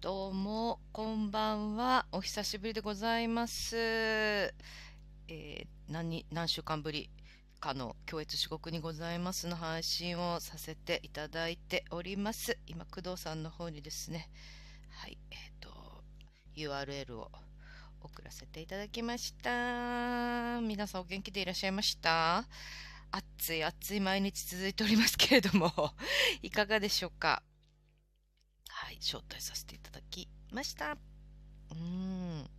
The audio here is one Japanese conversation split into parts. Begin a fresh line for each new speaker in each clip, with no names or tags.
どうも、こんばんは。お久しぶりでございます。えー何、何週間ぶりかの共越四国にございますの配信をさせていただいております。今、工藤さんの方にですね、はい、えっ、と、URL を送らせていただきました。皆さんお元気でいらっしゃいました暑い暑い毎日続いておりますけれども、 いかがでしょうかはい、招待させていただきました。うーん。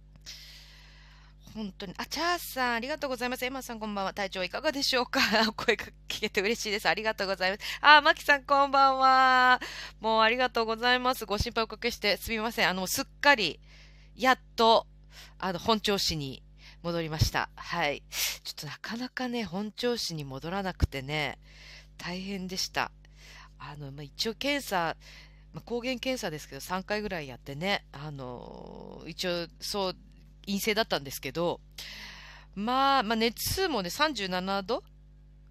本当に、あ、チャーさん、ありがとうございます。エマさん、こんばんは。体調いかがでしょうか お声が聞けて嬉しいです。ありがとうございます。あ、マキさん、こんばんは。もう、ありがとうございます。ご心配おかけして、すみません。あの、すっかり、やっと、あの、本調子に戻りました。はい。ちょっとなかなかね、本調子に戻らなくてね、大変でした。あの、まあ、一応検査、まあ、抗原検査ですけど3回ぐらいやってね、あのー一応そう陰性だったんですけど、まあ、まあ熱もね37度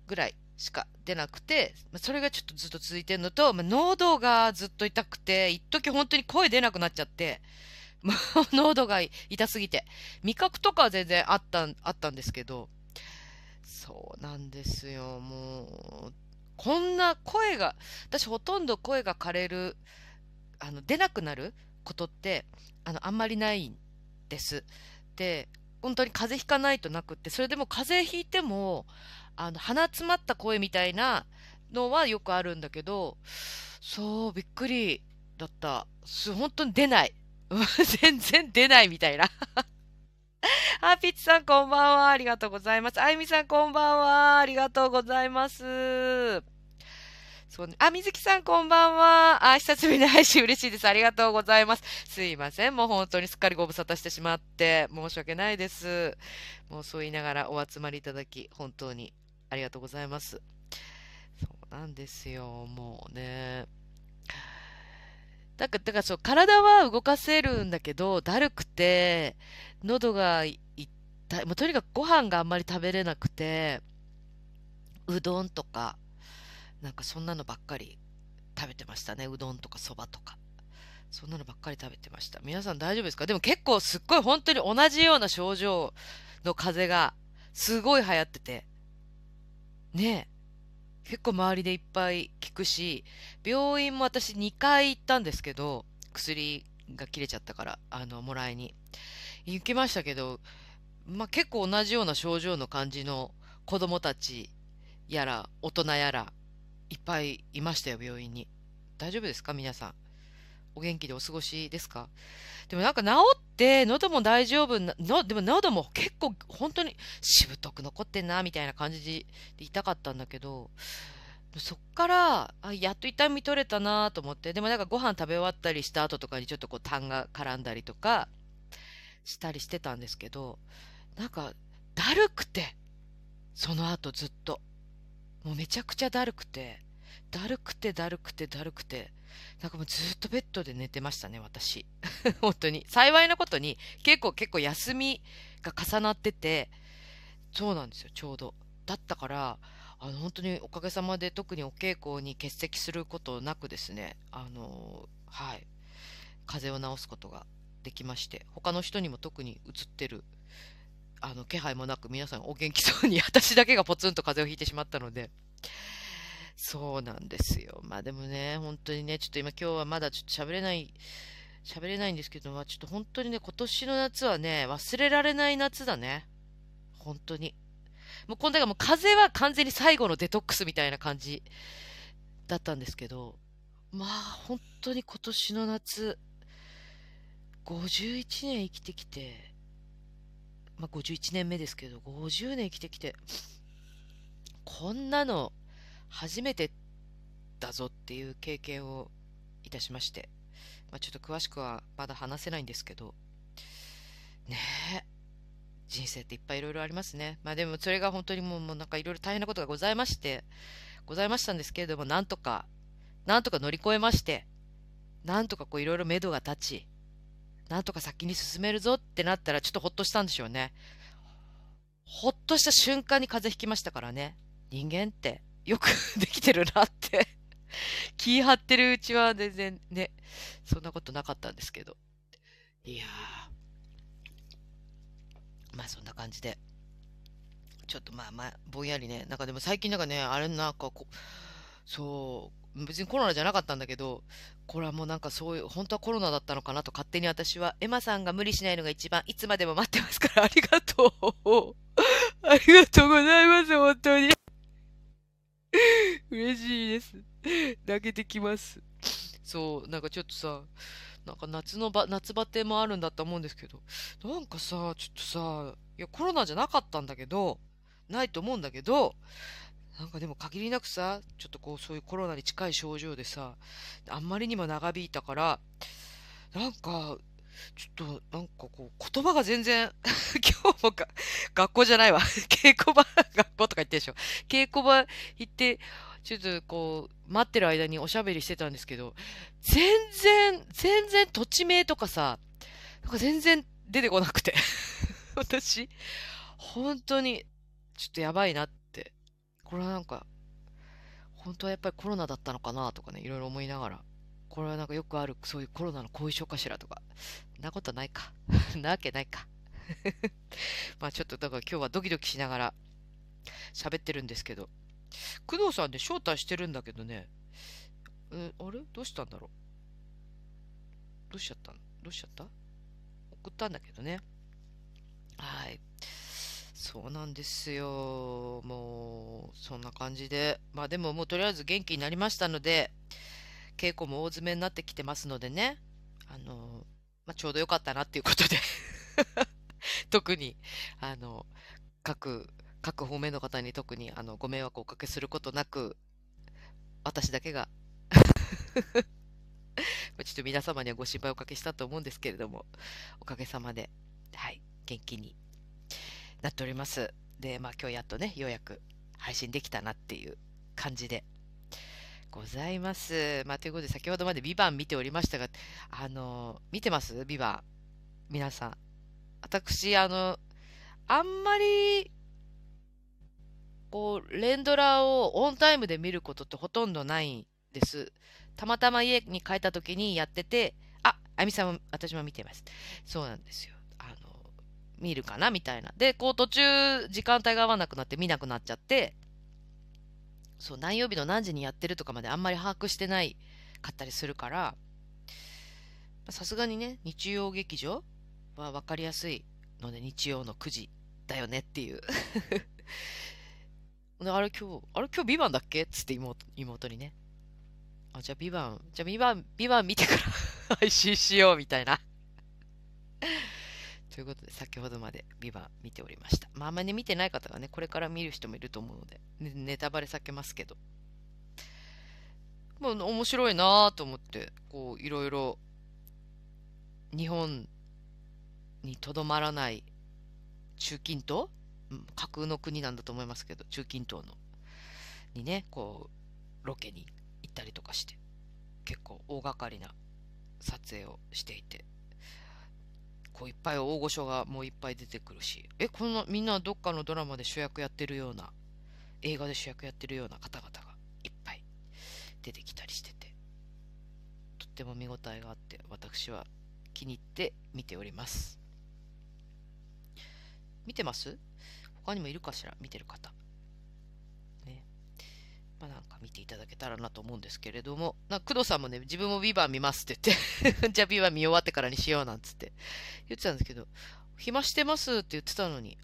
ぐらいしか出なくて、まあ、それがちょっとずっと続いてるのと、まあ、喉がずっと痛くて一時本当に声出なくなっちゃって。 もう喉が痛すぎて味覚とかは全然あったんあったんですけどそうなんですよもうこんな声が私ほとんど声が枯れるあの出なくなることってあのあんまりないんです。で本当に風邪ひかないとなくってそれでも風邪ひいてもあの鼻詰まった声みたいなのはよくあるんだけどそうびっくりだったす本当に出ない 全然出ないみたいな。 あ、ピッチさんこんばんは。ありがとうございます。あゆみさんこんばんは。ありがとうございます。そうね。あ、みずきさん、こんばんは。あ、久しぶりの配信嬉しいです。ありがとうございます。すいません。もう本当にすっかりご無沙汰してしまって、申し訳ないです。もうそう言いながらお集まりいただき、本当にありがとうございます。そうなんですよ。もうね。だから、だからそう、体は動かせるんだけど、だるくて、喉が痛い。もうとにかくご飯があんまり食べれなくて、うどんとか、なんかそんなのばっかり食べてましたね。うどんとかそばとか。そんなのばっかり食べてました。皆さん大丈夫ですかでも結構すっごい本当に同じような症状の風邪がすごい流行ってて。ねえ。結構周りでいっぱい聞くし、病院も私2回行ったんですけど、薬が切れちゃったから、あの、もらいに。行きましたけど、まあ、結構同じような症状の感じの子供たちやら、大人やら、いっぱいいましたよ、病院に。大丈夫ですか、皆さん。お元気でお過ごしですかでもなんか治って、喉も大丈夫な、のでも喉も結構本当にしぶとく残ってんな、みたいな感じで痛かったんだけど、そっから、あ、やっと痛み取れたなと思って、でもなんかご飯食べ終わったりした後とかにちょっとこう痰が絡んだりとかしたりしてたんですけど、なんかだるくて、その後ずっと。もうめちゃくちゃだるくて、だるくてだるくてだるくて、なんかもうずっとベッドで寝てましたね、私。 本当に。幸いなことに、結構結構休みが重なってて、そうなんですよ、ちょうど。だったから、あの本当におかげさまで特にお稽古に欠席することなくですね、あの、はい、風邪を治すことができまして、他の人にも特に移ってるあの気配もなく皆さんお元気そうに 私だけがポツンと風邪をひいてしまったのでそうなんですよまあでもね本当にねちょっと今今日はまだちょっと喋れない喋れないんですけど、まあ、ちょっと本当にね今年の夏はね忘れられない夏だね本当にもうこんだからもう風邪は完全に最後のデトックスみたいな感じだったんですけどまあ本当に今年の夏51年生きてきてまあ、51年目ですけど50年生きてきてこんなの初めてだぞっていう経験をいたしまして、まあ、ちょっと詳しくはまだ話せないんですけどねえ人生っていっぱいいろいろありますねまあでもそれが本当にもうもうなんかいろいろ大変なことがございましてございましたんですけれどもなんとかなんとか乗り越えましてなんとかこういろいろ目処が立ちなんとか先に進めるぞってなったらちょっとほっとしたんでしょうね。ほっとした瞬間に風邪ひきましたからね。人間ってよく できてるなって気張ってるうちは全然ね、そんなことなかったんですけど。いやーまあそんな感じで。ちょっとまあまあ、ぼんやりね。なんかでも最近なんかね、あれなんかこ、そう、別にコロナじゃなかったんだけど、これはもうなんかそういう、本当はコロナだったのかなと勝手に私は、エマさんが無理しないのが一番、いつまでも待ってますから、ありがとう。 ありがとうございます、本当に。嬉しいです。泣けてきます。そう、なんかちょっとさ、なんか夏のば、夏バテもあるんだと思うんですけど、なんかさ、ちょっとさ、いや、コロナじゃなかったんだけど、ないと思うんだけど、なんかでも限りなくさ、ちょっとこう、そういうコロナに近い症状でさ、あんまりにも長引いたから、なんか、ちょっと、なんかこう、言葉が全然、 今日もか、学校じゃないわ。稽古場、学校とか言ってるでしょ。稽古場行って、ちょっとこう、待ってる間におしゃべりしてたんですけど、全然、全然土地名とかさ、なんか全然出てこなくて。 私、本当に、ちょっとやばいなって。これはなんか、本当はやっぱりコロナだったのかなとかね、いろいろ思いながら。これはなんかよくある、そういうコロナの後遺症かしらとか。そんなことないか。 なわけないか。 まあちょっとだから今日はドキドキしながら喋ってるんですけど。工藤さんで招待してるんだけどね。え、あれどうしたんだろうどうしちゃったんどうしちゃった送ったんだけどね。はい。そうなんですよ。もう、そんな感じで。まあでももうとりあえず元気になりましたので、稽古も大詰めになってきてますのでね。あの、まあ、ちょうどよかったなっていうことで。 特に、あの、各、各方面の方に特にあのご迷惑をおかけすることなく、私だけが、 まあちょっと皆様にはご心配をおかけしたと思うんですけれども、おかげさまで、はい、元気になっております。で、まあ今日やっとね、ようやく配信できたなっていう感じでございます。まあということで、先ほどまでビバン見ておりましたが、あの、見てますビバン。皆さん。私、あの、あんまり、こう、連ドラをオンタイムで見ることってほとんどないんです。たまたま家に帰った時にやってて、あ、あゆみさんも私も見てます。そうなんですよ。あの、見るかなみたいな。で、こう途中、時間帯が合わなくなって見なくなっちゃって、そう、何曜日の何時にやってるとかまであんまり把握してないかったりするから、さすがにね、日曜劇場は分かりやすいので、日曜の9時だよねっていう。であれ今日、あれ今日ビバンだっけつって妹妹にね。あ、じゃあビバン、じゃあビバン、ビバン見てから 配信しようみたいな。 ということで、先ほどまでビバン見ておりました。まああんまりね見てない方がね、これから見る人もいると思うので、ねネタバレ避けますけど。まあ面白いなぁと思って、こういろいろ日本にとどまらない中近東うん架空の国なんだと思いますけど中近東のにねこうロケに行ったりとかして結構大掛かりな撮影をしていてこういっぱい大御所がもういっぱい出てくるしえこんなみんなどっかのドラマで主役やってるような映画で主役やってるような方々がいっぱい出てきたりしててとっても見応えがあって私は気に入って見ております見てます他にもいるかしら見てる方ねまあなんか見ていただけたらなと思うんですけれどもなんか工藤さんもね自分もビバン見ますって言って じゃあビバン見終わってからにしようなんつって言ってたんですけど暇してますって言ってたのに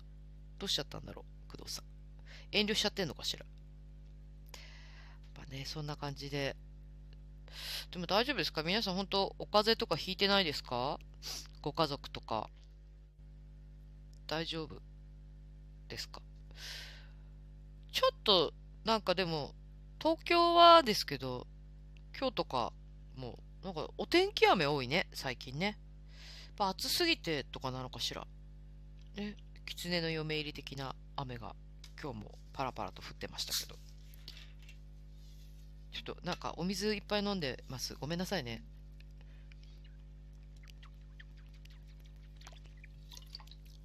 どうしちゃったんだろう工藤さん遠慮しちゃってんのかしらまあねそんな感じででも大丈夫ですか皆さん本当お風邪とかひいてないですかご家族とか大丈夫ですかちょっとなんかでも東京はですけど今日とかもうなんかお天気雨多いね最近ねやっぱ暑すぎてとかなのかしらね狐の嫁入り的な雨が今日もパラパラと降ってましたけどちょっとなんかお水いっぱい飲んでます。ごめんなさいね。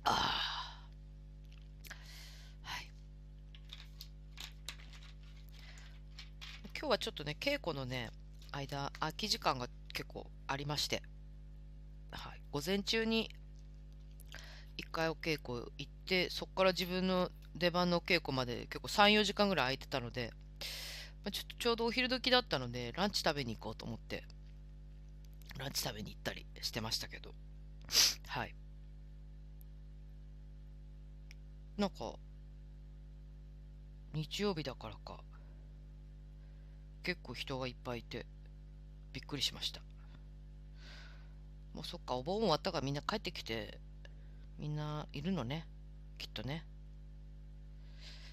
ああ。はい。今日はちょっとね、稽古のね、間、空き時間が結構ありまして、はい、午前中に一回お稽古行って、そこから自分の出番のお稽古まで結構3、4時間ぐらい空いてたので、まあ、ちょっとちょうどお昼時だったので、ランチ食べに行こうと思って、ランチ食べに行ったりしてましたけど、はい。なんか、日曜日だからか、結構人がいっぱいいてびっくりしましたもうそっかお盆終わったからみんな帰ってきてみんないるのねきっとね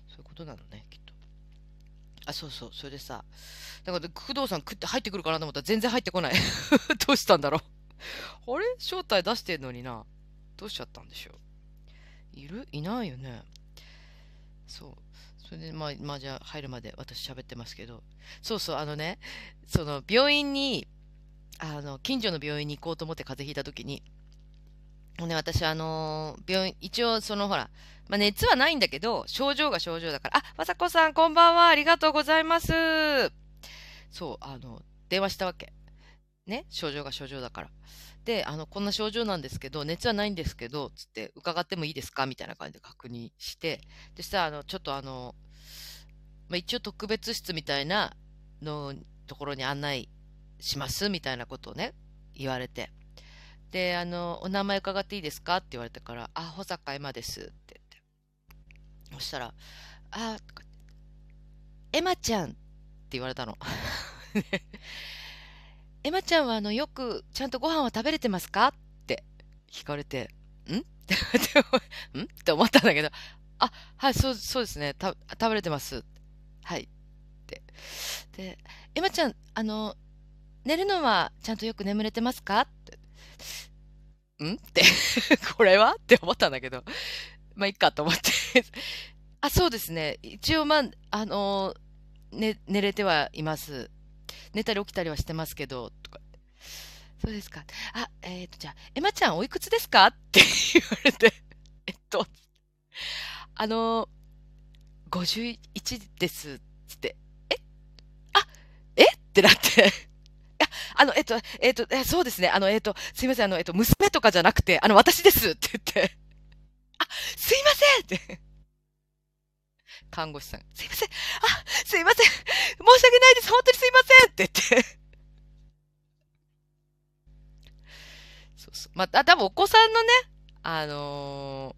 そういうことなのねきっとあそうそうそれでさだから工藤さん食って入ってくるかなと思ったら全然入ってこない どうしたんだろうあれ招待出してんのになどうしちゃったんでしょういるいないよねそうそれでまあまあじゃあ入るまで私喋ってますけどそうそう、あのね、その病院に、あの、近所の病院に行こうと思って風邪ひいたときに、ね、私、あのー病院、一応、そのほら、まあ、熱はないんだけど、症状が症状だから、あ、まさこさん、こんばんは、ありがとうございます。そう、あの、電話したわけ。ね、症状が症状だから。で、あの、こんな症状なんですけど、熱はないんですけど、つって、伺ってもいいですかみたいな感じで確認して、でしたら、あの、ちょっとあの、まあ、一応特別室みたいなのところに案内しますみたいなことをね言われてであの「お名前伺っていいですか?」って言われたから「あ保坂エマです」って言ってそしたら「あとかってエマちゃん」って言われたの。 でエマちゃんはあのよくちゃんとご飯は食べれてますかって聞かれて「ん?」 って思んって思ったんだけど「あはいそうそうですねた食べれてます」はいってで、エマちゃん、あの、寝るのはちゃんとよく眠れてますかって。んって、 これはって思ったんだけど、まあ、いっかと思って。あ、そうですね。一応、まあ、あの、ね、寝れてはいます。寝たり起きたりはしてますけど、とか。そうですか。あ、えっ、と、じゃあ、エマちゃんおいくつですかって言われて、えっと、あの、51です、つって。えってなって。 ああの、えっと、えっと、えそうですね。あの、えっと、すいません。あの、えっと、娘とかじゃなくて、あの、私ですって言って。あ、すいませんって。看護師さん。すいません。あ、すいません。申し訳ないです。本当にすいませんって言って。そうそう。まああ、多分お子さんのね、あの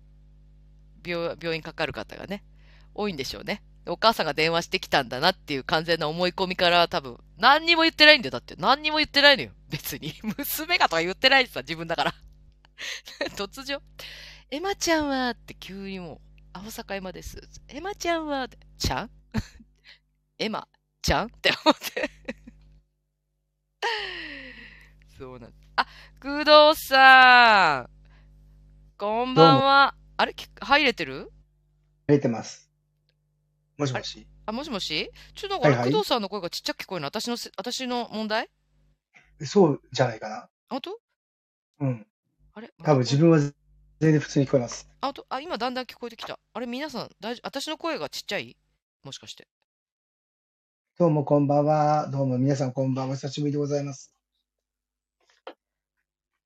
ー病、病院かかる方がね、多いんでしょうね。お母さんが電話してきたんだなっていう完全な思い込みから多分、何にも言ってないんだよ。だって、何にも言ってないのよ。別に。 娘がとか言ってないしさ、自分だから。 突如、エマちゃんはって急にもう、あほさかエマです。エマちゃんはってちゃん エマちゃんって思って。 そうなんあ、工藤さん。こんばんは。あれき入れてる
入れてます。もしもし。
あ、もしもしちょっとなんかあれ
はいはい
工藤さんの声がちっちゃく聞こえるの私のせ、私の問題
そうじゃないかな。
あ本当
うん。
あれ
多分自分は全然普通に聞こえます。
あ本当あ、今だんだん聞こえてきた。あれ、皆さん、大丈夫私の声がちっちゃいもしかして。
どうもこんばんは。どうも皆さんこんばんは。久しぶりでございます。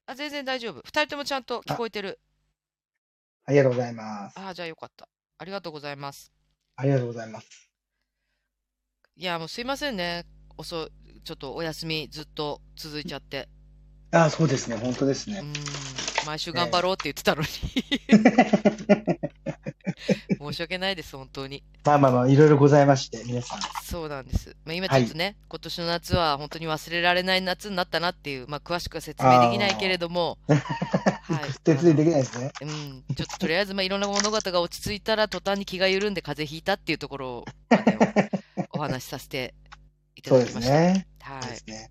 あ、全然大丈夫。二人ともちゃんと聞こえてる。
ありがとうございます。
ああ、じゃあよかった。ありがとうございます。
ありがとうございます。
いや、もうすいませんね。おそ、ちょっとお休みずっと続いちゃって。
あ、そうですね。本当です
うー
ね。
ん、毎週頑張ろうって言ってたのに。 申し訳ないです、本当に。
まあまあまあ、いろいろございまして、皆さん。
そうなんです。まあ、今ち
は
ょ
い
っとね、今年の夏は本当に忘れられない夏になったなっていう、まあ、詳しくは説明できないけれども、 はい
徹底できないですね。
うん、ちょっととりあえず、まあ、いろんな物事が落ち着いたら、途端に気が緩んで風邪ひいたっていうところまでおお話しさせていた
そう
だ
で
き
す
ました。
ね。
は
そうで
い。
すね。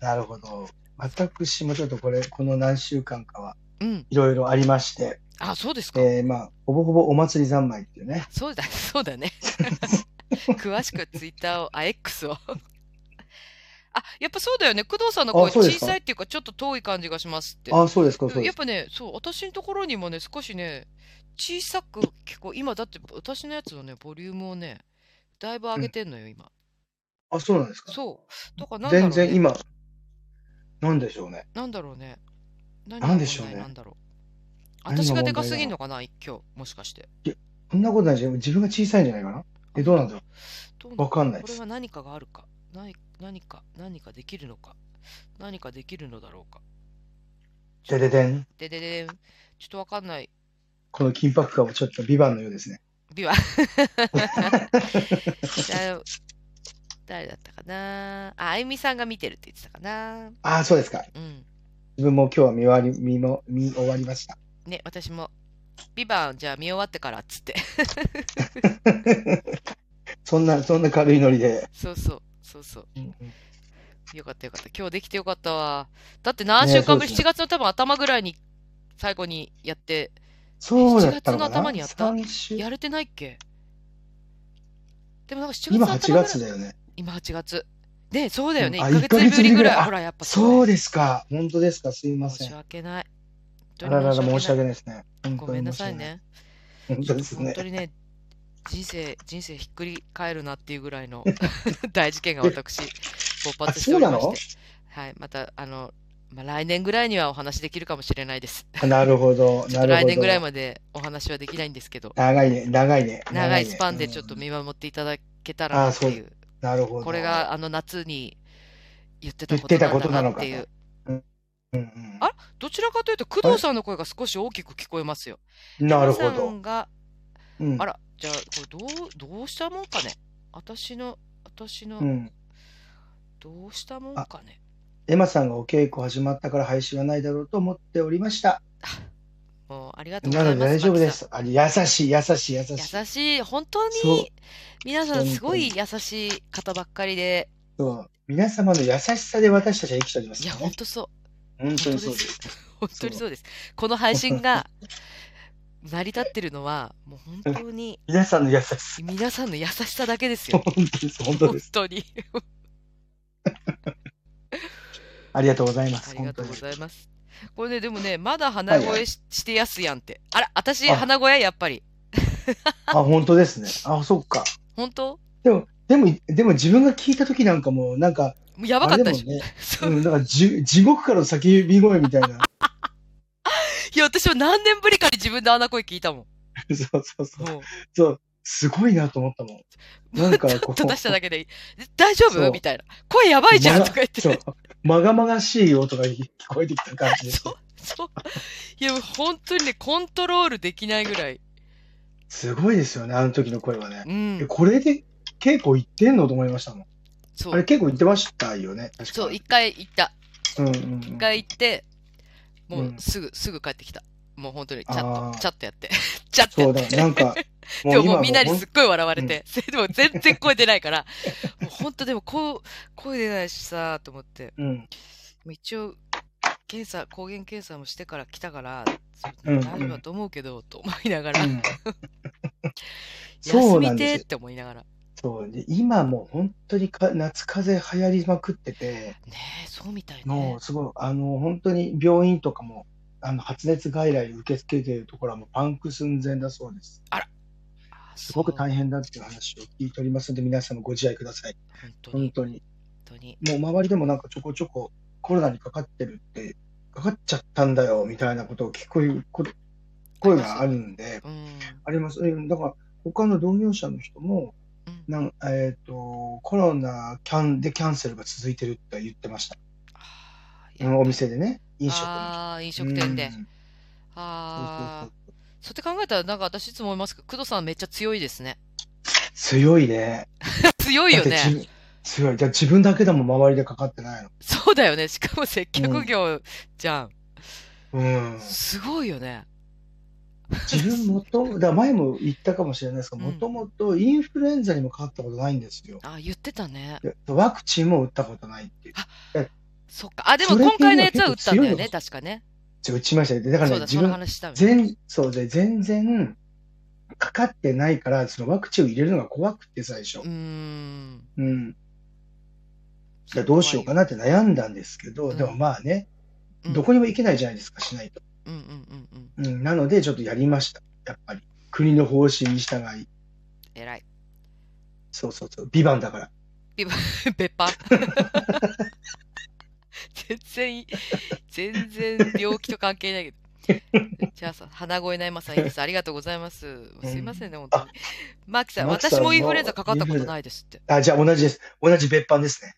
なるほど。私もちょっとこれ、この何週間かは
うん。
いろいろありまして、
あ、そうですか。
えー、まあ、ほぼほぼお祭り三昧っていうね。
そうだ、そうだ ね。 詳しくはツイッターを、あ、X を。 あ、やっぱそうだよね。工藤さんの声
あそうです
小
か
さいっていうか、ちょっと遠い感じがしますって。
あ、そうですか、
で
そ
も
うで
やっ
すか。
ぱね、そう、私のところにもね、少しね、小さく聞こえ、今だって私のやつのね、ボリュームをね、だいぶ上げてんのよ、今。
あ、そうなんですか。
そう。とか、なんだろ
全
う
然
ね。
今、なんでしょうね。
なんだろうね。何
なんでしょうね
が問題なんだろう。
何が
私がでかす
問題だろう
ぎんのかな、今日、もしかして。
そんなことないし、自分が小さいんじゃないかな。え、どうなんだろ
どう
う。わかんない
こ
で
れ
す。
は何かがあるか、ない、何か、何かできるのか、何かできるのだろうか。ちょ
で
っと
ででん。
でででん、ちょっとわかんない。
この緊迫感もちょっとビバンのようですね。
ビワ。だ誰だったかな。あ、あゆみさんが見てるって言ってたかな。
ああ、そうですか。
うん。
自分も今日は見終わり、見も、見終わりました。
ね、私も。ビバンじゃあ見終わってからっつって。
そんな、そんな軽いノリで。
そうそう、そうそう。よかったよかった。今日できてよかったわ。だって何
ね
週間ぶり、
そうです
7月の多分頭ぐらいに最後にやって、
そうだった
7月の
のか
頭に
な。
やった
三週。
やれてないっけでもなんか7月の
今
頭
8
ぐらい
月だよね。
今8月。ねそうだよね。
うんあ
1ヶ
一ヶ
月ぶ
月ぶ
り
り
ぐ
ぐ
ら
ら
い。
い
ほら、やっぱ
そううですか。本当ですか。すい
だ
ま
ね
せ
申し
ん。あ
訳ない。本当
ら
に
らら、
申し訳ない
申し訳ないですね。本
ご
当
めん
に
な
申し
さい
訳ない。
ね。
本当です
本
ね
当。にね、人生、人生ひっくり返るなっていうぐらいの 大事件が私、勃発しておりま
あそうなの
して、はい、また、あの、まあ、来年ぐらいにはお話できるかもしれないです。
あなるほ
ちょ
ど、
っと
なる
来
ほ
年
ど
ぐ。らいまでお話はできないんですけど、
長いね、長いね。
長いスパンでちょっと
うん
見守っていただけたらなっていう、
なるほど。
これがあの夏に言ってた
言っ
こ
てたことと
な
な
だな
んの
っ
か
て
と
いう、
うんうん
あどちらかというと工藤さんの声が少し大きく聞こえますよ。
なるほ
工藤さ
ど。
んが、
うん
あら、じゃあこれどう、どうしたもんかね。私の、私の、
うん。
どうしたもんかね。
エマさんがお稽古始まったから配信はないだろうと思っておりました。
もうありがとうご
な
ざい
ので
ます。
大丈夫で
マ
す。あ優しい、優しい、優し
キさん。
い。
優しい、本当
そう
に、皆さんすごい優しい方ばっかりで、
そう皆様の優しさで私たちは生きております
いや、
から
本
ね。
当そう。
本当に
本当
そう
で
ですす。
本当にそうです。この配信が成り立ってるのは、もう本当に
皆さんの優しさ。
皆さんの優しさだけです
本
よ。
当です。本当
本
です。
当に。
ありがとうございま
あ
す。
りが
本
と
当
うご。
に
ざいます。これね、でもね、まだ鼻
はいは
声
い
ししてやすやんって。あら、私、
あ
鼻声やっぱり。
あ、本当ですね。あ、そっか。
本当
でも、でも、でも自分が聞いた時なんかもう、なんか、
もうやば
あ
かっ
れ
た
だ
で
も
し
ん
ょ。
ね。、
そううん
なんかじ、地獄からの叫び声みたい な。
いや、私も何年ぶりかに自分で鼻声聞いたもん。
そうそうそう。
もう、
そう、すごいなと思ったもん。なんか、
ちょっ
こう、
と出しただけで、大丈
そ
夫
う
みたいな。声やばいじゃんとか言って。
そ
そうう、、
まがまがしい音が聞こえてきた感じです。
そう。いや、もう本当にね、コントロールできないぐらい。
すごいですよね、あの時の声はね。
う
え
ん。
これで稽古行ってんのと思いましたもん。
そ
あれ
う。
結構行ってましたよね、確か
そう、一回行った。
うんうんうん
一回行って、もううんすぐ、すぐ帰ってきた。もう本当に、チャ
あ
ッ
ー
ト、チャットやって。 チャット
そ
や
う
っ
だ
て。、
なんか、
で
も
も
う今
もう
も
みんなに
ほん
すっごい笑われて、そ れでも全然声出ないから、もう本当でもこう声出ないしさ、と思って、
うん、
一応、検査、抗原検査もしてから来たから、そう
うん
大丈夫だと思うけど、と思いながら、
うん。そ
休
う
み
なん
て
で
ーっ
すよ。
て思いながら。ね
そう、で今もう本当にか夏風邪流行りまくってて、
え、そうみたいね
もう。すごい、あの、本当に病院とかも、あの、発熱外来受け付けているところはもうパンク寸前だそうです。
あ
すごく
そう
大変だっていう話を聞いておりますので、皆さんもご自愛ください。
本当
本
に、
当に。
本当に。
もう周りでもなんかちょこちょこコロナにかかってるって、かかっちゃったんだよ、みたいなことを聞こえるこ声があるんで、
うん。
あります。うんだから、他の同業者の人も、
うん
なんえっ、と、コロナキャンでキャンセルが続いてるって言ってました。
あーやっぱり
お店でね、飲食の。
ああ、飲食店で
う。ん
ああ。そうやって考えたら、なんか私いつも思いますけど、工藤さんめっちゃ強いですね。
強いね。
強いよ
だって
ね。
自分強い。じゃあ自分だけでも周りでかかってないの。
そうだよね。しかも接客業じゃん。
うん。
すごいよね。
自分もと、だから前も言ったかもしれないですが、
うん
もともとインフルエンザにもかかったことないんですよ。
あ、言ってたね。
でワクチンも打ったことないっていう。
そっか。あ、でも
それっ
今
てい
回
うのは
のやつは打ったんだよ
結構強い
ね。
の
確かね。
ちょ打ちましたよ。でだから
そう
ね、
だ、
自
その
分、
話したみたいな。
全、そうで、全然、かかってないから、そのワクチンを入れるのが怖くて最初
う。ーん。
うん。じゃあどうしようかなって悩んだんですけど、
うん
でもまあね、
うん
どこにも行けないじゃないですか、しないと。
うんうんうんうん。
うん、なので、ちょっとやりました。やっぱり。国の方針に従い。
偉い。
そうそうそう。ビバンだから。
ピバ、ベパ。 全然いい、全然病気と関係ないけど。 じゃあさ、鼻声ないまさん、イルさん、ありがとうございます。すいませんね、本当に。マーキさん、
マーキさん
私もインフルエンザ
も
かかったこ
インフル
と
エンザ
ないですって。
あ、じゃあ同じです。同じ別班ですね。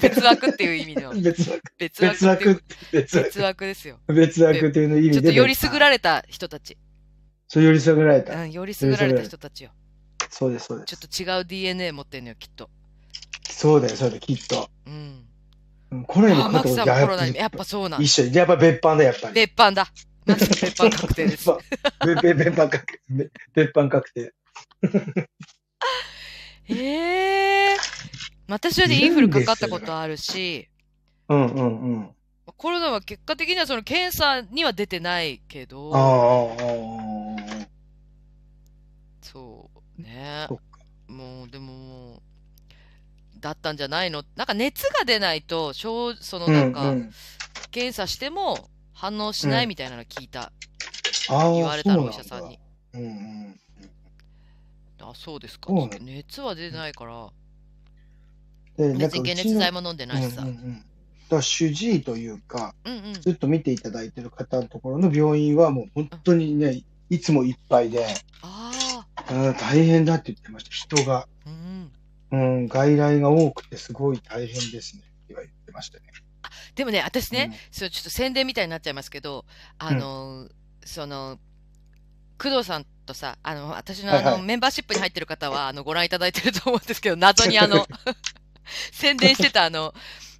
別枠っていう意味 の。
別枠。
別枠
別
っていう
枠。別
別
枠。
枠ですよ。
別枠というの意味で
ちょっとより
別班
優られた人たち。
そう、よりすぐられ
う
た。
ん、より優られた人たちよ。
そうです、そうで
ちょ
す。
っと違う DNA 持ってんのよ、きっと。
そうだよ、そうだよ、きっと。
うん。
うんコロナに
あ、
かか
マ
っ
ーキ
たこ
さ
と
んもコロナに。やっぱそうなん
一。緒に。やっぱ別班だ、やっぱり。
別班だ。マーキさん、別班確定 です。
別班。別班確定。別班確定。
ええ私はね、
い
イ
る
ン
ん
フルかかっ
です
た
よ
ことあるし、
うんうんうん。
コロナは結果的にはその検査には出てないけ
あああ
ど、
あ、あ
そうね
そっ。
もう、でも、だったんじゃないのなんか熱が出ないと、症その
あ。う
なん
ん
か
う、ん。
検査しても反応しないみたいなの聞いた。
ああ、
言われたの
そう
お医者さんに
なんだ。うんうん。
あ、そうですか。
そうね
熱は出ないから、
でなん
別
か
に
う
解
ち
熱
の
剤も飲んでないしさ
うん。うんうん、だから主治医というか、
うんうん。
ずっと見ていただいてる方のところの病院はもう本当にね、いつもいっぱいで、
ああ、
うん大変だって言ってました、人が。
うん。
うん、外来が多くてすごい大変ですね、って言ってましたね。
でもね、私ね、
うん
そうちょっと宣伝みたいになっちゃいますけど、あの、その、工藤さんとさ、あの、私のあ
はい
の、
はい
メンバーシップに入ってる方は、あの、ご覧いただいてると思うん ですけど、謎にあの、宣伝してたあの、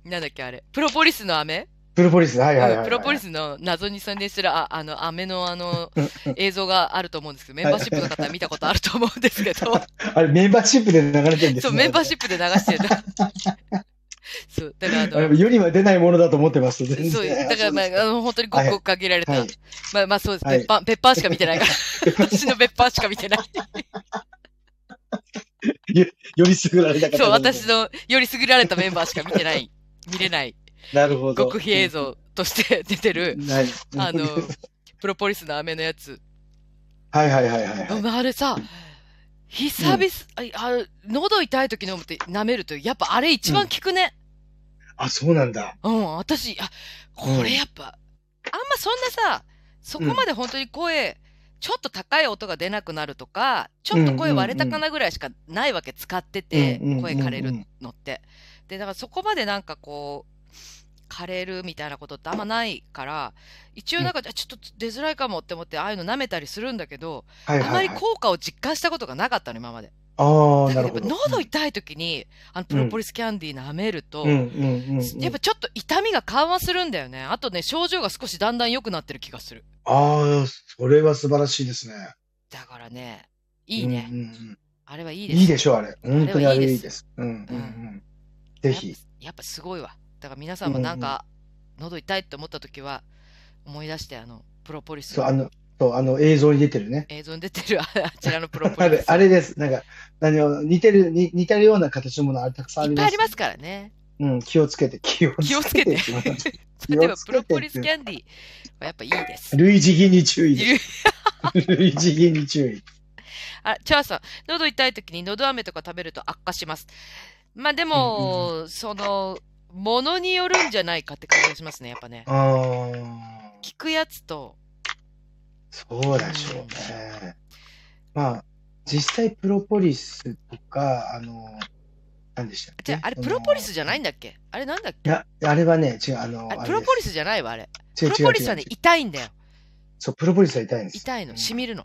なんだっけあれ、プロポリスの飴、
プロポリス、はいはいはい、
う
は
ん
い。
プロポリスの謎に宣伝してるあ、あの、飴のあの
うんうん、
映像があると思うんですけど、メンバーシップの方は見たことあると思うんですけど、
あれ、メンバーシップで流れてるんです
そう、メンバー
ッ
シップで流して る。そう、だからあ
あれ
の、
世には出ないものだと思ってます、全然。
そう、だからまあ、あの、本当にごくごく限られた
はい。
まあまあそうです。
はい
別班、別班しか見てない から。私の別班しか見てない。
より優られた方
そう、
々で
私のより優られたメンバーしか見てない。見れない。
なるほど。
極秘映像として出てる、
はい。
あの、プロポリスの飴のやつ。
はいはいはいはいはい。
ああれさ、久々、ああ喉痛い時飲むって舐めると、やっぱあれ一番効くね。
あ、そうなんだ。
うん、私、あ、これやっぱ、あんまそんなさ、そこまで本当に声、ちょっと高い音が出なくなるとか、ちょっと声割れたかなぐらいしかないわけ使ってて
うんうんうんう、ん
声枯れるのって。で、だからそこまでなんかこう、枯れるみたいなことってあんまないから、一応なんか、あちょっと出づらいかもって思って、ああいうの舐めたりするんだけど、
はいはい、
あま
はい。
り効果を実感したことがなかったの、今まで。
ああ、
だ
な
け
る
どやっ
ほ
ぱ
ど。
喉痛い時に、あのプロポリスキャンディー舐めると、
うんうんうんうん。
やっぱちょっと痛みが緩和するんだよね。あとね、症状が少しだんだん良くなってる気がする。
ああ、それは素晴らしいですね。
だからね、いいね。
うんうんうん
あれはいいです。
いいでしょう、あれ。本当にあ
あれはいい
れ
です
いいです。うんうんう。
うん
ぜひ
やっ。ぱ。やっぱすごいわ。だから皆さんもなんか、喉痛いって思った時は、思い出して、あの、プロポリス
そう、あの、そう、あの、映像に出てるね。
映像に出てるああちらのプロポ
あ
リ
れ
ス。、
あれです。なんか、何を、似てる、に似たような形のもの、あれたくさんあ
い
り
っぱい
ま
あ
す
り。ますからね。
うん、気をつけて、気を
気をつけて。例えば、プロポリスキャンディーはやっぱいいです。
類似技に注意です。 類似技に注意。
あ、チャーさん、喉痛い時に喉飴とか食べると悪化します。まあでも、その、ものによるんじゃないかって感じがしますね、やっぱね。
ああ、
聞くやつと、
そうでしょうね。まあ、実際プロポリスとか、あの、何でしたっ
じ
け
ゃあ、あれプロポリスじゃないんだっけあれなんだっけ
いや、あれはね、違う、あの、
あれ
あ
プ
れ
ロ
です
ポリスじゃないわ、あれ。プ
違う
ロ
違う
ポリスはね
違、う
痛いんだよ。
そう、プロポリスは痛いんです。
痛いの、しみるの。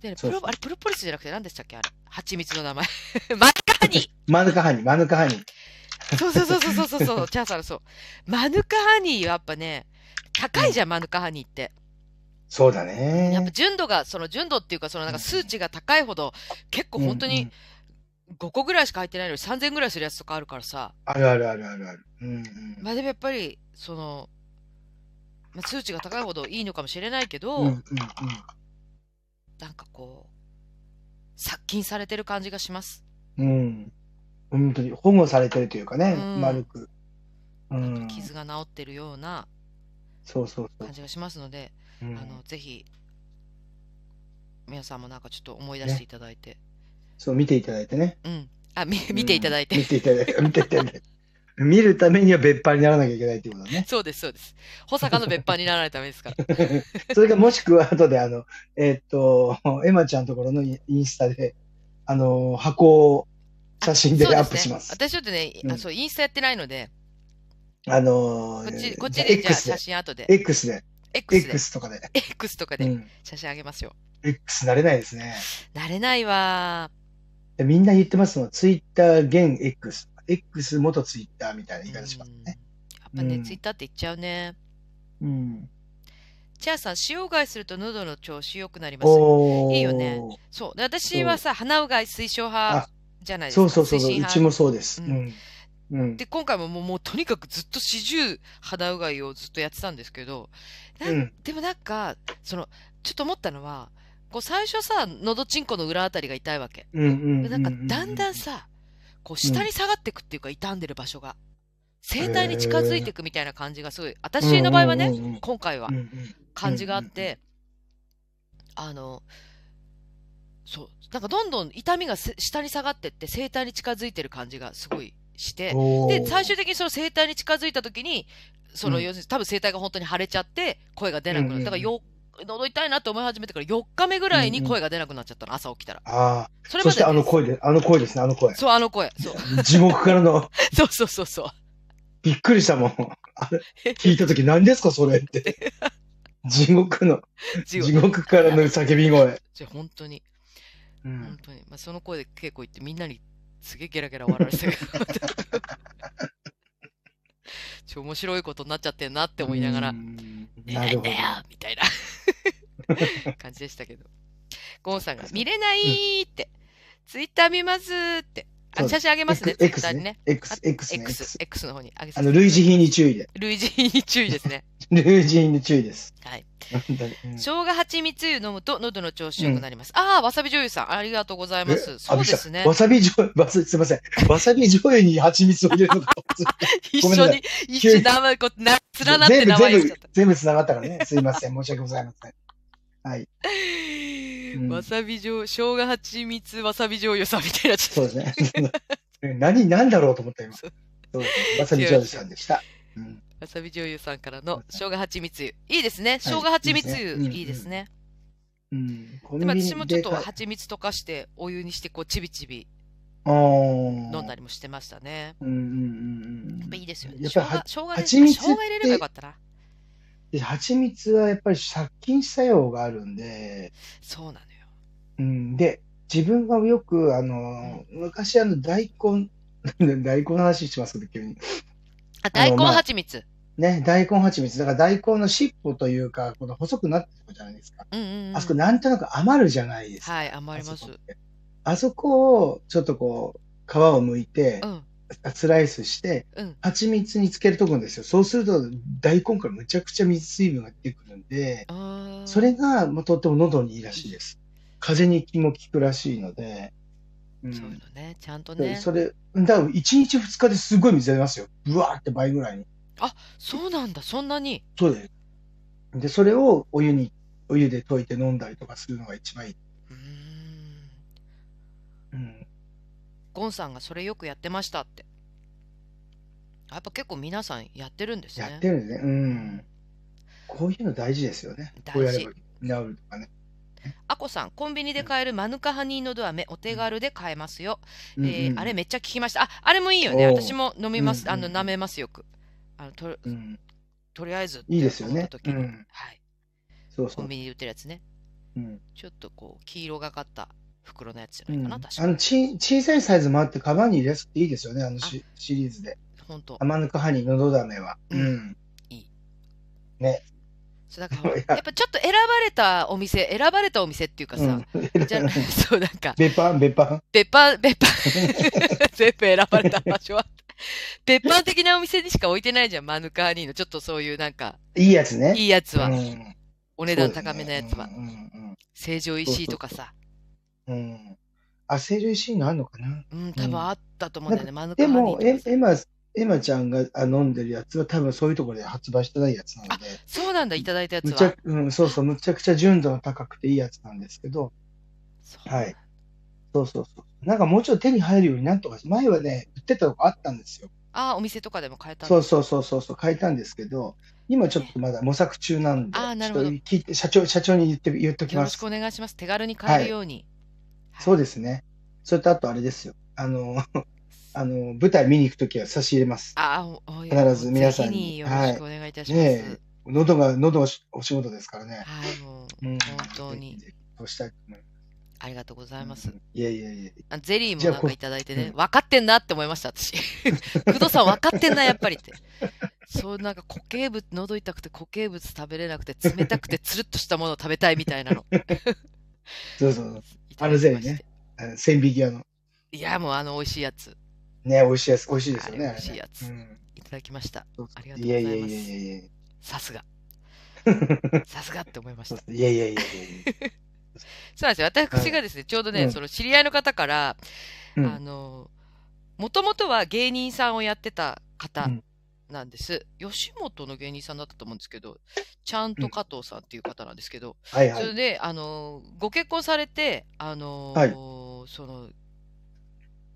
でね、
そ
プ
う
ロ
そう
あれプロポリスじゃなくて何でしたっけあれ。蜂蜜の名前。 マヌカハニ
マヌカハニ、マヌカハニ。
ー。そうそうそうそうそう そう、チャーさんそう。マヌカハニーはやっぱね、高いじゃん、マヌカハニーって。
そうだ
やっぱ
ね。
純度が、その純度っていうか、そのなんか数値が高いほど、結構本当
うんう
に
ん
5個ぐらいしか入ってないのに3000ぐらいするやつとかあるからさ。
あるあるあるあるある。うんうん。
まあでもやっぱり、その、まあ、数値が高いほどいいのかもしれないけど、
うんうんうん。
なんかこう、殺菌されてる感じがします。
うん。本当に保護されてるというかね、
うん
丸く。う
なんか
ん。
傷が治ってるような
そうそうそう
感。じがしますので、
うん
あのぜひ、皆さんもなんかちょっと思い出していただいて、
そう、見ていただいてね。
うん、あ、み見ていただいて
うん見。ていただいて、見ていただいて。見るためには別版にならなきゃいけないっていうこ とね。
そうです、そうです。保坂の別班にならないためですから。
それかもしくは後で、あの、えーっと、エマちゃんのところのインスタで、あの、箱を写真で
そう
ア
で
ップします。
ね、私ちょっとね、
うん
あそう、インスタやってないので、
あの
こ
ー
っち、
えー
こっちでじゃあ
X
写
で、
真後で、
X で、
X で、
X とかで。
X とか
う
で
ん。
写真あげますよ。
X 慣れないですね。
慣れないわ
でみんな言ってますもん。Twitter 現 X。X 元 Twitter みたいな
ー。
言い方します
うん
ね。
やっぱね、
うん
ツイッターって言っちゃうね。
うん。
チャーさん、塩うがいすると喉の調子良くなりますよ。
おー
いいよねそう。で私はさ、鼻うがい推奨派
あ
じゃないです
そ
か。
うそうそう
推
そ
進
う。う
派
ちもそうです。
う
うんん。うん。
で、今回ももうもうとにかくずっと四十肌うがいをずっとやってたんですけど、な
うん
でもなんか、その、ちょっと思ったのは、こう最初さ、喉ちんこの裏あたりが痛いわけ。
うんうん
なんかだんだんさ、こう下に下がってくっていうか、傷んでる場所が。生体に近づいてくみたいな感じがすごい、私の場合はね、
ね、
今回は
うんうん
感じがあって、あの、そう、なんかどんどん痛みがせ下に下がってって、生体に近づいてる感じがすごいして、
おー
で最終的にその声帯に近づいた時にその、
うん
要するに多分声帯が本当に腫れちゃって声が出なくなる、
うんうんうん
だからよ喉痛いなと思い始めてから4日目ぐらいに声が出なくなっちゃったの朝起きたら
あ
そ
あ、
れ
そ
ま
し
で
てあの声で、あの声ですね、あの声。
そうあの声 そう
地獄からの、
そうそうそうそう
びっく りしたもん。あれ聞いたとき、何ですか、それって。地獄の、
地
地
獄
獄からの叫び声。
じゃあ本当に
う
本
ん、
当に、まあ、その声で稽古行ってみんなにすげえゲラゲラ笑われてたけどちょ面白いことになっちゃってんなって思いながら
うん
「
なるほど。
みたいな 感じでしたけどゴンさんが「見れない!」って「ツイッター見ます!」ってあ
そうです
写真あげますね
X-
ツイッタ
X
ーに
ね
ね。
X、X ね。
X
X。
X の方にあげさ
あ
せ
の、
て
類似品に注意で。
類似品に注意ですね
類似品に注意です。
はい
本当にうん
生姜蜂蜜湯飲むと喉の調子良くなります、ああわさび女優さんありがとうございま
え
すそうですね
あびっくりしたわさび醤油、わさすい ません。わさび醤油に蜂蜜を入れるのかと思って。
一
ごめん
緒
なさ
に一緒に名前こうな連なって
全部
名前言っちゃった
全部、全部繋がったからね。すいません。申し訳ございま せん。うん
わさび醤生姜蜂蜜わさび醤油さんみたいになっちゃった
そうですね。 何、何だろうと思った今。
そう
そうですわさび醤油さんでした。うん
わさび醤油さんからの生姜蜂蜜湯いいですね生姜蜂蜜湯
いいですね
いいですね
うん。コン
で
ビ
も
ニ
私もちょっと
でかい
蜂蜜溶かしてお湯にしてこうちびちび
あー
飲んだりもしてましたね。
うんうんうん
やっ
う
ぱ
ん
いいですよね。
やっ
生
ぱ
姜
は
生姜
蜂
で
蜜って
生姜入れればよかったな。
で。蜂蜜はやっぱり殺菌作用があるんで、
そうなのよ。
うん、で、自分がよく、あの、昔あの、大根、 大根の話しますけど、急に。
あ大根
まあ
蜂蜜。
ね、大根蜂蜜。だから大根の尻尾というか、この細くなってるとこじゃないですか。
うんうんうん。
あそこなんとなく余るじゃないですか。
はい余りま
あ
す
そこ。ってあそこをちょっとこう皮を剥いて
う、ん
スライスして
うん。
蜂蜜につけるとこんですよそうすると大根からむちゃくちゃ水水分が出てくるんで
あー
それがまあとっても喉にいいらしいです風邪に気も効くらしいので、うん
そういうのねちゃんと
で
ね。
それだから1日2日ですごい水出ますよぶわーって倍ぐらいに
そうなんだそんなに。
そうですでそれをお湯にお湯で溶いて飲んだりとかするのが一番いい、
うーん。
うん、
ゴンさんがそれよくやってましたって。やっぱ結構皆さんやってるんですね。
やってるんですねうんこういうの大事ですよねこうやれば治るとかね
あこさん、コンビニで買えるマヌカハニーのど飴、お手軽で買えますよ。えーあれめっちゃ聞きました。あ、あれもいいよね。
おう
私も飲みます。
うんうん
あの、舐めますよく。あの、と、
うん、
とりあえずって
いいですよ
思った
ね。
時
う
に
ん、
はい。
そうそ
コン
う。
ビニで売ってるやつね。
うん、
ちょっとこう、黄色がかった袋のやつじゃ
う
ない
ん
かな。
あ
確か
のち小さいサイズもあって、カバンに入れやすくていいですよね、あのシシリーズで。
本当。
天ぬくハニーのどだめは。
う
うんん。
そう、だから、
い
や
や
っぱちょっと選ばれたお店、選ばれたお店っていうか
う
さ
ん、。
じ ゃ、そう、なんか、
別版、別版。
別班、別班、 全部選ばれた場所は。別班的なお店にしか置いてないじゃん、マヌカハニーの。ちょっとそういうなんか、
いいやつね。
いいやつは。
うん
お値段高めのやつは。
そうですねうん
成城石井とかさ。
うんうんうん。あ、セルシーのあるのかな
うん、多分あったと思うんだよね。マヌカ
で
ハニ
も、
ーと
え
かさ。
エマ、エマちゃんがあ飲んでるやつは多分そういうところで発売してないやつなので、
そうなんだ、いただいたやつ
むち
は
ゃ。、うん、そうそう、むちゃくちゃ純度の高くていいやつなんですけど、
そう
はい。そうそうそう。なんかもうちょっと手に入るようになんとかし、前はね、売ってたとこあったんですよ。
ああ、お店とかでも買えたん
そう
です
そうそうそうそう、変えたんですけど、今ちょっとまだ模索中なんで、
あーな
ち
る
ょっ
ほ
と
ど
聞いて、社長、社長に言って、言っとき
よ
ま
ろし
す
く。お願いします。手軽に買えるように。はい
そうですね。それとあとあれですよ。あの、あの、舞台見に行くときは差し入れます。
ああ、おお
必ず皆さんに
ぜひよろしくお願いいたします。
はいね喉が、喉お仕お仕事ですからね。
はい、もう
う
本
ん。
当に
ぜひぜひそうしたいと思いま
ありがとうござ
す。
います。
うん。いやいやいや。
あゼリーも
じゃあ
なん
こ
かいただいてね、分かってんなって思いました、私。 工藤さん分かってんな、やっぱりって。そう、なんか固形物、喉痛くて固形物食べれなくて、冷たくてつるっとしたものを食べたいみたいなの。
そうそうそう。
いただきま
あのゼリ
し
ー
て
ね。あの千匹屋の。
いや、もうあの美味しいやつ、
ね、美味しいやつ、美味しいですよね。
あれ美味しいやつ
あれね
いただきました。
うん。
ありがとうございます
やいやいやいや。
さす が。さすがって思いまし
そう
た。
そういやいやいやいやいや。
そうなんですよ。私がですね、ちょうどね、
うん
その知り合いの方から、
うん
あの、もともとは芸人さんをやってた方
うん
なんです。吉本の芸人さんだったと思うんですけど、ちゃんと加藤さんっていう方なんですけど、
はいは
それ
い。
で、あの、ご結婚されて、あの、
はい
その、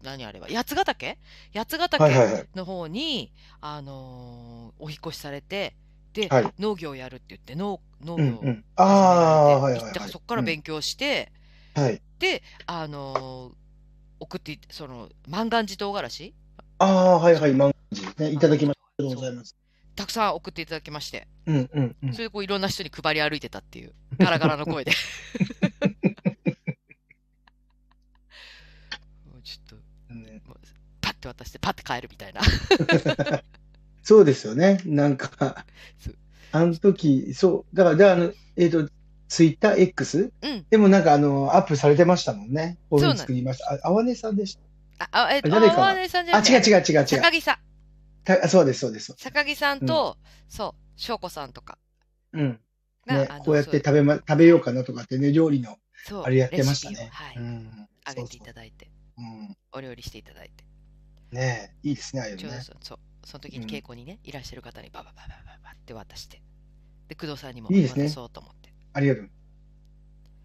何あれは、八ヶ岳八ヶ
はいはい
岳
はい。
の方に、あの、お引越しされて、で、
はい
農業やるって言って、農、農
う
業
ん
を
うん。ああー、はい
始められて
は
だから
いはい。
そこから勉強して、
うんはい。
で、あのー送っていその万願寺唐辛子
ああー、はいはい。マンゴーね。いただきま
あ
した。あ
の
りがとうございます。
たくさん送っていただきまして、
うんうんうん
そ。れでこういろんな人に配り歩いてたっていうガラガラの声でもうちょっと
うん
パッて渡してパッて帰るみたいな
そうですよね。なんか
そう、
あの時、そう、だから、で、あの、えっと、ツイッター X?
うん
でもなんか、あの、アップされてましたもんね。こういう
そうな
の
ん
作りました。あ、あわねさんでし
ああえっと
誰か
青羽さんじゃ
た。あ、
なくて
違う違う違う違う。
高木さん
たあそうです、そうです。
高木さんと、そう翔子さんとか
うん。
が、
ね
あ、の
こうやっ
そ
て食べま、食べようかなとかってね、料理の、
そう
あれやってましたね
レシピをはい
うん。
あげ
そう
てい
そう
ただいて
うん。
お料理していただいて
ねえいいですね、ああいう
ちょう
の
ど
ね。
そそうその時
う
に
ん
稽古にね、いらっしゃる方にババババババって渡してで工藤さんにも
いいですね
渡そうと思って
ありがとう。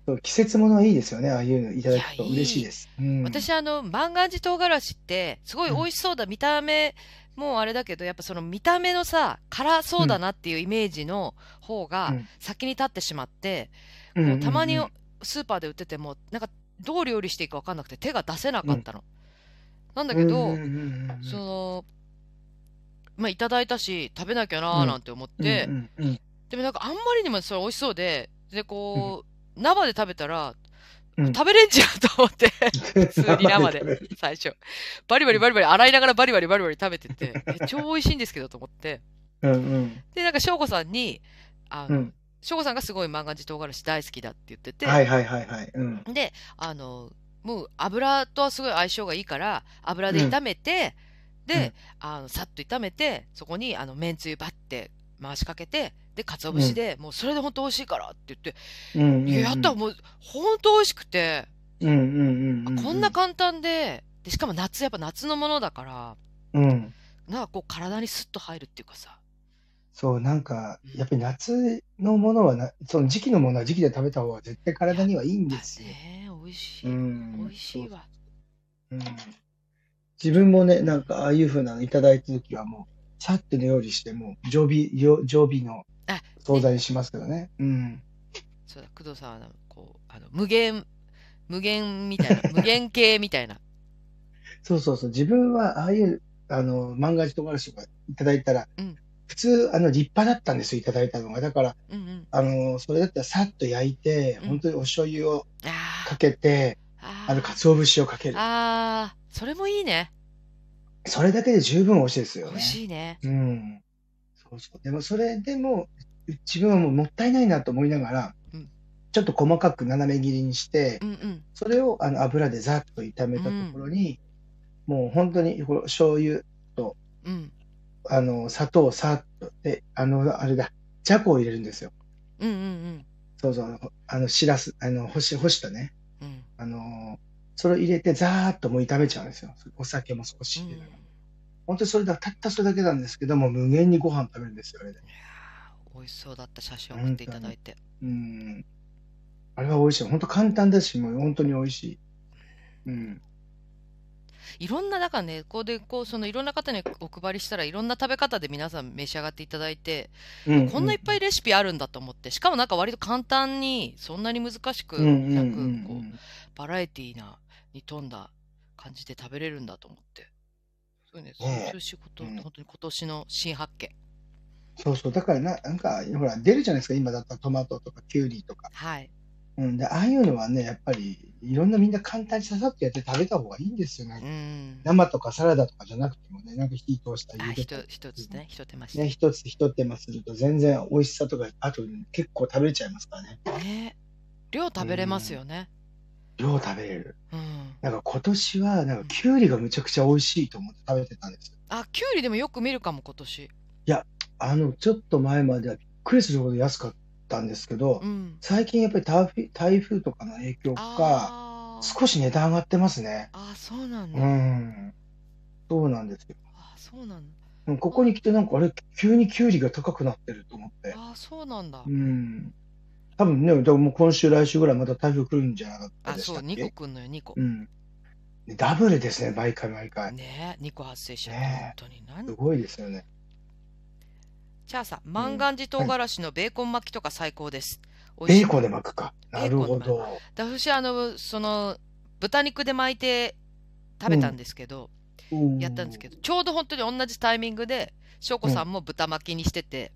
そう、季節ものいいですよね。ああいうのいただくと
いやいい
嬉しいです。うん。
私あの万願寺唐辛子ってすごい美味しそうだ、見た目もあれだけどやっぱその見た目のさ辛そうだなっていうイメージの方
う
が
ん
先に立ってしまって、
うんうんうん
こうたまにスーパーで売っててもなんかどう料理していいか分かんなくて手が出せなかったの、なんだけど、
うんうんうんうん
そのまあいただいたし食べなきゃなーなんて思って、
うんうんうん
でもなんかあんまりにもそれ美味しそうで、でこう、生で食べたら、
うん
食べれんじゃんと思って、
普
普通に生
食べ
で
る、
最初。バリバリバリバリ、洗いながらバリバリバリバリ食べて て、え超美味しいんですけどと思って。
うんうん
で、なんか翔子さんに、あ
う
の、
ん
翔子さんがすごい万願寺唐辛子大好きだって言ってて、
はいはいはいはい。うん。
で、あの、もう油とはすごい相性がいいから、油で炒めて、
うん
で、あの、さっと炒めて、そこに、あの、めんつゆバッて回しかけて、で、鰹節で、もうそれで本当美味しいからって言って、
うんうんうん
いややったもう本当美味しくて、
うんうんうんうん。
こんな簡単ででしかも夏やっぱ夏のものだから
うん。
なんかこう体にスッと入るっていうかさ
そう、なんか、やっぱり夏のものはな、その時期のものは時期で食べた方が絶対体にはいいんですよ。
ね美味し
う
い、
ん。
美味しいわ
そう。うん。自分もね、なんか、ああいう風なのいただいた時はもう、さっと料理して、もう、常備、よ常備の
あ
惣菜にしますけどね。うん。
そうだ工藤さんはあのこうあの無限無限みた いな無限系みたいな
そうそうそう。自分は、ああいう、あの、万が一唐辛子とかいただいたら
うん、
普通、あの、立派だったんですよ、いただいたのが。だから、
うんうん
あの、それだったらさっと焼いて、
うん
本当にお醤油を
あ
か
ー
けて、
あ
あの、
ー
鰹節をかける。
あーそれもいいね
それだけで十分美味しいです
美
よね
味。しいね
うん。そうそう。でも、それでも、自分はもうもったいないなと思いながら
うん、
ちょっと細かく斜め切りにして
う、んうん
それをあの油でざっと炒めたところに、もう本当にこう醤油、
うん
あの、砂糖、さっと、で、あの、あれだ、じゃこを入れるんですよ。
うんうん
そうそう、あの、しらす、あの、干し、干したね。
うんうん
あの、それを入れて、ざーっともう炒めちゃうんですよ。お酒も少し
うん
入
い
れ
や
ながら。本当にそれだ、たったそれだけなんですけども、無限にご飯食べるんですよ、あれで。
ー美味しそうだった写真送っていただいて
うん。あれは美味しい。本当簡単だし、もう本当に美味しい。うん。
いろんな、だからね、ここで、こう、そのいろんな方にお配りしたら、いろんな食べ方で皆さん召し上がっていただいて、
うん
こんないっぱ
い、
いレシピあるんだと思って、しかもなんか割と簡単に、そんなに難しく、
うんうん
な
うん
く、
う
こ
ん
う、バラエティーな、に富んだ感じで食べれるんだと思って。そうね、そう
ねえ
いう仕事、
うん
本当に今年の新発見。
そうそう。だからな、なんか、ほら、出るじゃないですか。今だったらトマトとかキュウリとか。
はい。
うん。で、ああいうのはね、やっぱり、いろんなみんな簡単にささっとやって食べた方がいいんですよ。なん
う
か
ん。
生とかサラダとかじゃなくてもね、なんか火通したり
あ、
茹で
ひ
た
と
り、
一つね、一手間して。
ね、一つ一手間すると全然美味しさとか、あと結構食べれちゃいますからね。
ね量食べれますよね。
量食べれる。
うん。
なんか今年は、なんかキュウリがむちゃくちゃ美味しいと思って食べてたんですよ。
あ、きゅうりでもよく見るかも、今年。
あの、ちょっと前まではびっくりするほど安かったんですけど、
うん。
最近やっぱり台風台風とかの影響か、
あー
少し値段上がってますね。
あー、そうなんだ。
う
あ
ん。そうなんです
ー
よ。
そうなんだ。
うんここに来てなんかあれ、急にキュウリが高くなってると思って。
あーそうなんだ
う。ん。多分ね、でももう今週来週ぐらいまた台風来るんじゃなかった
あ、
でし
そ
た
う、
っ
2個
け
くんのよ、2個
う。ん。ダブルですね、毎回毎回。
ねえ、2個発生しちゃった、本
ね
当に。なん
すごいですよね。
チャーさん、万願寺唐辛子のベーコン巻きとか最高です。美味し
ベ
い
ーコンで巻くか。なる
ベ
ほ
ーコンで
ど。
だ私あの、その、豚肉で巻いて食べたんですけど、やったんですけど、ちょうど本当に同じタイミングで、翔子さんも豚巻きにしてて、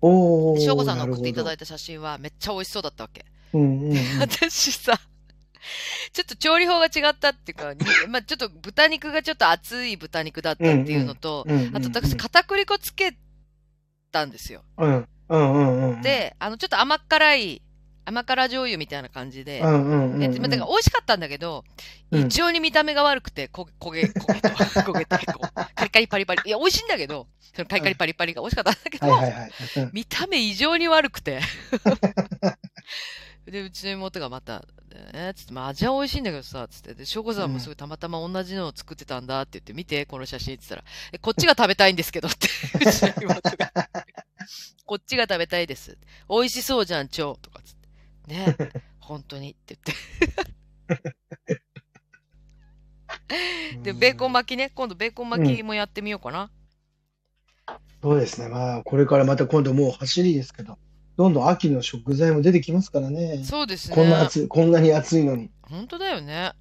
おお。
翔子さんの送っていただ
い
いた写真はめっちゃ美味しそうだったわけ。
て。うんうんうん。
私さ、ちょっと調理法が違ったっていうか、にまあ、ちょっと豚肉がちょっと熱い豚肉だったっていうのと、
うんうんうん
あと私、片栗粉つけたんですよ。
うんうんうんうん。、
で、あの、ちょっと甘辛い、甘辛醤油みたいな感じで
う、んうんうんうん。
えまあだから美味しかったんだけど、
うん
異常に見た目が悪くて、焦げ、焦げ、焦げと、 焦げた結構、カリカリパリパリ。いや、美味しいんだけど、そのカリカリパリパリが美味しかったんだけど、
はいはいはい。うん
見た目異常に悪くて。 で、うちの妹がまた、えー、つって、まあ、味は美味しいんだけどさ、つって、で、翔子さんもすごいたまたま同じのを作ってたんだって言って、見て、この写真って言ったら、え、こっちが食べたいんですけどって、 うちの妹が。こっちが食べたいです。美味しそうじゃん、超とかつって。ね、本当にって言って。で、ベーコン巻きね、今度ベーコン巻きもやってみようかな。
そうですね。まあ、これからまた今度もう走りですけど、どんどん秋の食材も出てきますからね。
そうですね。
こんな暑い、こんなに暑いのに。
本当だよね。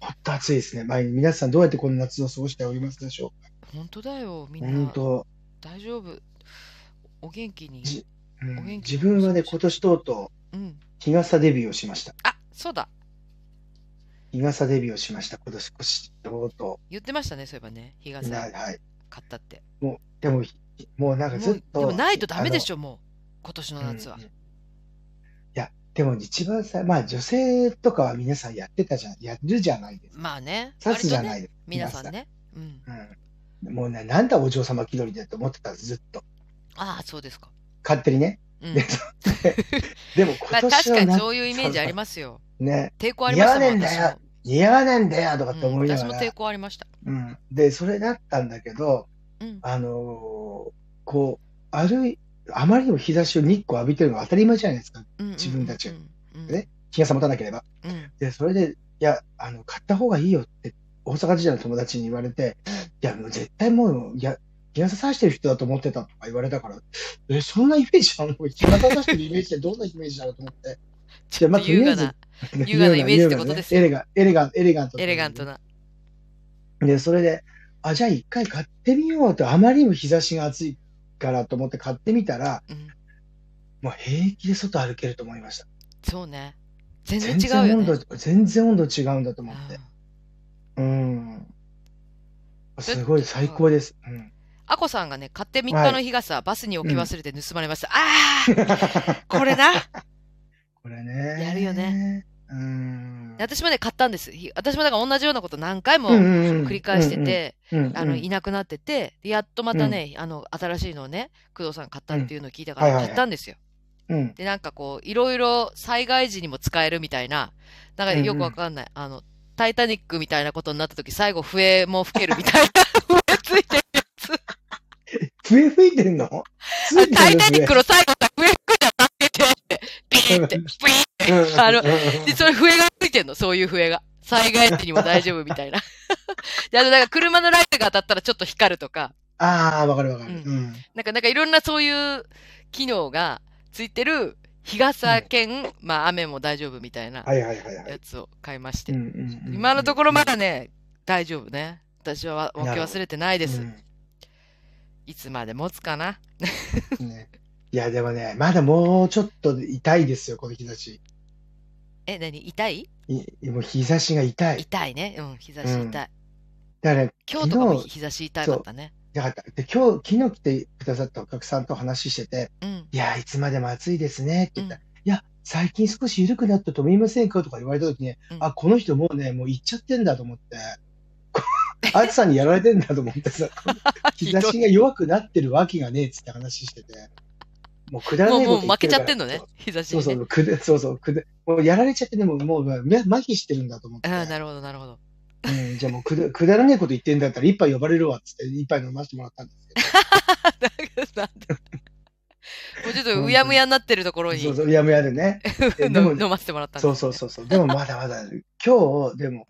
ほんと暑いですね。まあ、皆さんどうやってこの夏を過ごしておりますでしょ
本当だよ、み
うか。
ん
本
な。
当、
大丈夫。お元気に。
じうん
お元気
自分はね、今年とうとう
うん。
日傘デビューをしました。
あ、そうだ。
日傘デビューをしました。今年、今年とうと
言ってましたね、そういえばね。日
う。な
傘
はい。
買ったって。
でも、もうなんか
も
ず
う、
っ
で
と。
もないとダメで
ょ
しょ、もう。今年の夏は
うん。いや、でも一番さ、まあ女性とかは皆さんやってたじゃん、やるじゃないですか。
まあね。
刺すじゃ
割
ない
とね。
ですか。
皆さんね。うん。
うん。もうね、なんだお嬢様気取りだと思ってた、ずっと。
ああ、そうですか。
勝手にね。
うん。
ででも
ま
今
あ確
年は
かに
な、
そういうイメージありますよ。
ね、
抵抗ありましたもん、
似合わねえんだよ
私も
似合わねえんだよとかって
うん
思いな
私
が
も
ら。
抵抗ありました。
うん。で、それだったんだけど、
うん。
あのーこう、歩い、あまりにも日差しを日光浴びてるのが当たり前じゃないですか。
うん
自分たち。
うんうんうん
ね日傘持たなければ。
うんうん
で、それで、いや、あの、買った方がいいよって、大阪時代の友達に言われて、いや、もう絶対もう、いや、日傘差してる人だと思ってたとか言われたから、え、そんなイメージなの日傘差してるイメージってどんなイメージなのと思って。
ちょっと優雅な、優 雅なイメージってことですよ
エレガン、エレガン、エレガント。
エレガントな。
で、それで、あ、じゃあ一回買ってみようと、あまりにも日差しが暑いからと思って買ってみたら、
うん。
もう平気で外歩けると思いました。
そうね。全然
全
違う
然
よ
温
ね
度、。全然温度違うんだと思って
うん。
うん。
それ
すごい最高です。 うん。
アコさんがね、買って3日の日傘、バスに置き忘れて盗まれました。ああこれな
これね。
やるよね。
うん。
私もね、買ったんです。ひ私もだから同じようなこと何回も
繰
繰り返して、て、
うんうん
あの、いなくなってて、でやっとまたね、あの、新しいのをね、工藤さん買ったっていうのを聞いたか
うん
ら
はいはいは
買
い
ったんですよ。
うん
で、なんかこう、いろいろ災害時にも使えるみたいな、なんか
うんうん
よくわかんない。あの、タイタニックみたいなことになった時、最後笛も吹けるみたい な。笛ついてるやつ。
笛吹いてんのついてる
タイタニックの最後さ、笛吹くじゃな くて、ピーって、ピーって。
の
あの
で
で、それ笛がついてんの、そういう笛が。災害時にも大丈夫みたいな。で、あとなんか車のライトが当たったらちょっと光るとか、
ああ、わかるわか
う
る。うん。
なんか、なんかいろんなそういう機能がついてる日傘兼、まあ雨も大丈夫みたいな
はいはいはいはい
や。つを買いまして
うん。うんうん
今のところまだね、大丈夫ね。私はわ分け忘れてないです。いつまで持つかな。
うんねいや、でもね、まだもうちょっと痛いですよ、この日差し。
え、何痛い
いもう日差しが痛い。
痛いね。うん、日差し
うん
痛い。
だから、
今日とかも
昨日
日差し痛かったね。
だからで今日、昨日来てくださったお客さんと話してて、
うん。
いや、いつまでも暑いですねって言ったら、
う
いや、最近少し緩くなったと思いませんかとか言われた時に、
うん
あ、この人もうね、もう行っちゃってんだと思って、 こ暑さにやられてんだと思っ てさ、日差しが弱くなってるわけがねえっつって話してて、もうくだら
も
な
う
いこ
もう負
と言っ
け
てる
ちゃ
か
って
ら
んのね。日差し
そう
に
そ
ね。
う、くだそうそう、くだもうやられちゃってね、もう、もう、ま麻痺してるんだと思って。
ああ、なるほど、なるほ ど。
うん、じゃあもうくだ、くだらねえこと言ってんだったら、一杯呼ばれるわっつって、一杯飲ませてもらったんですけど。
なん でもうちょっとうやむやになってるところに
そう そう、うやむやでね。ででも
飲ませてもらったん
そ
で
う
す
そう
ね。
そうそう。でもまだまだ、今日、でも、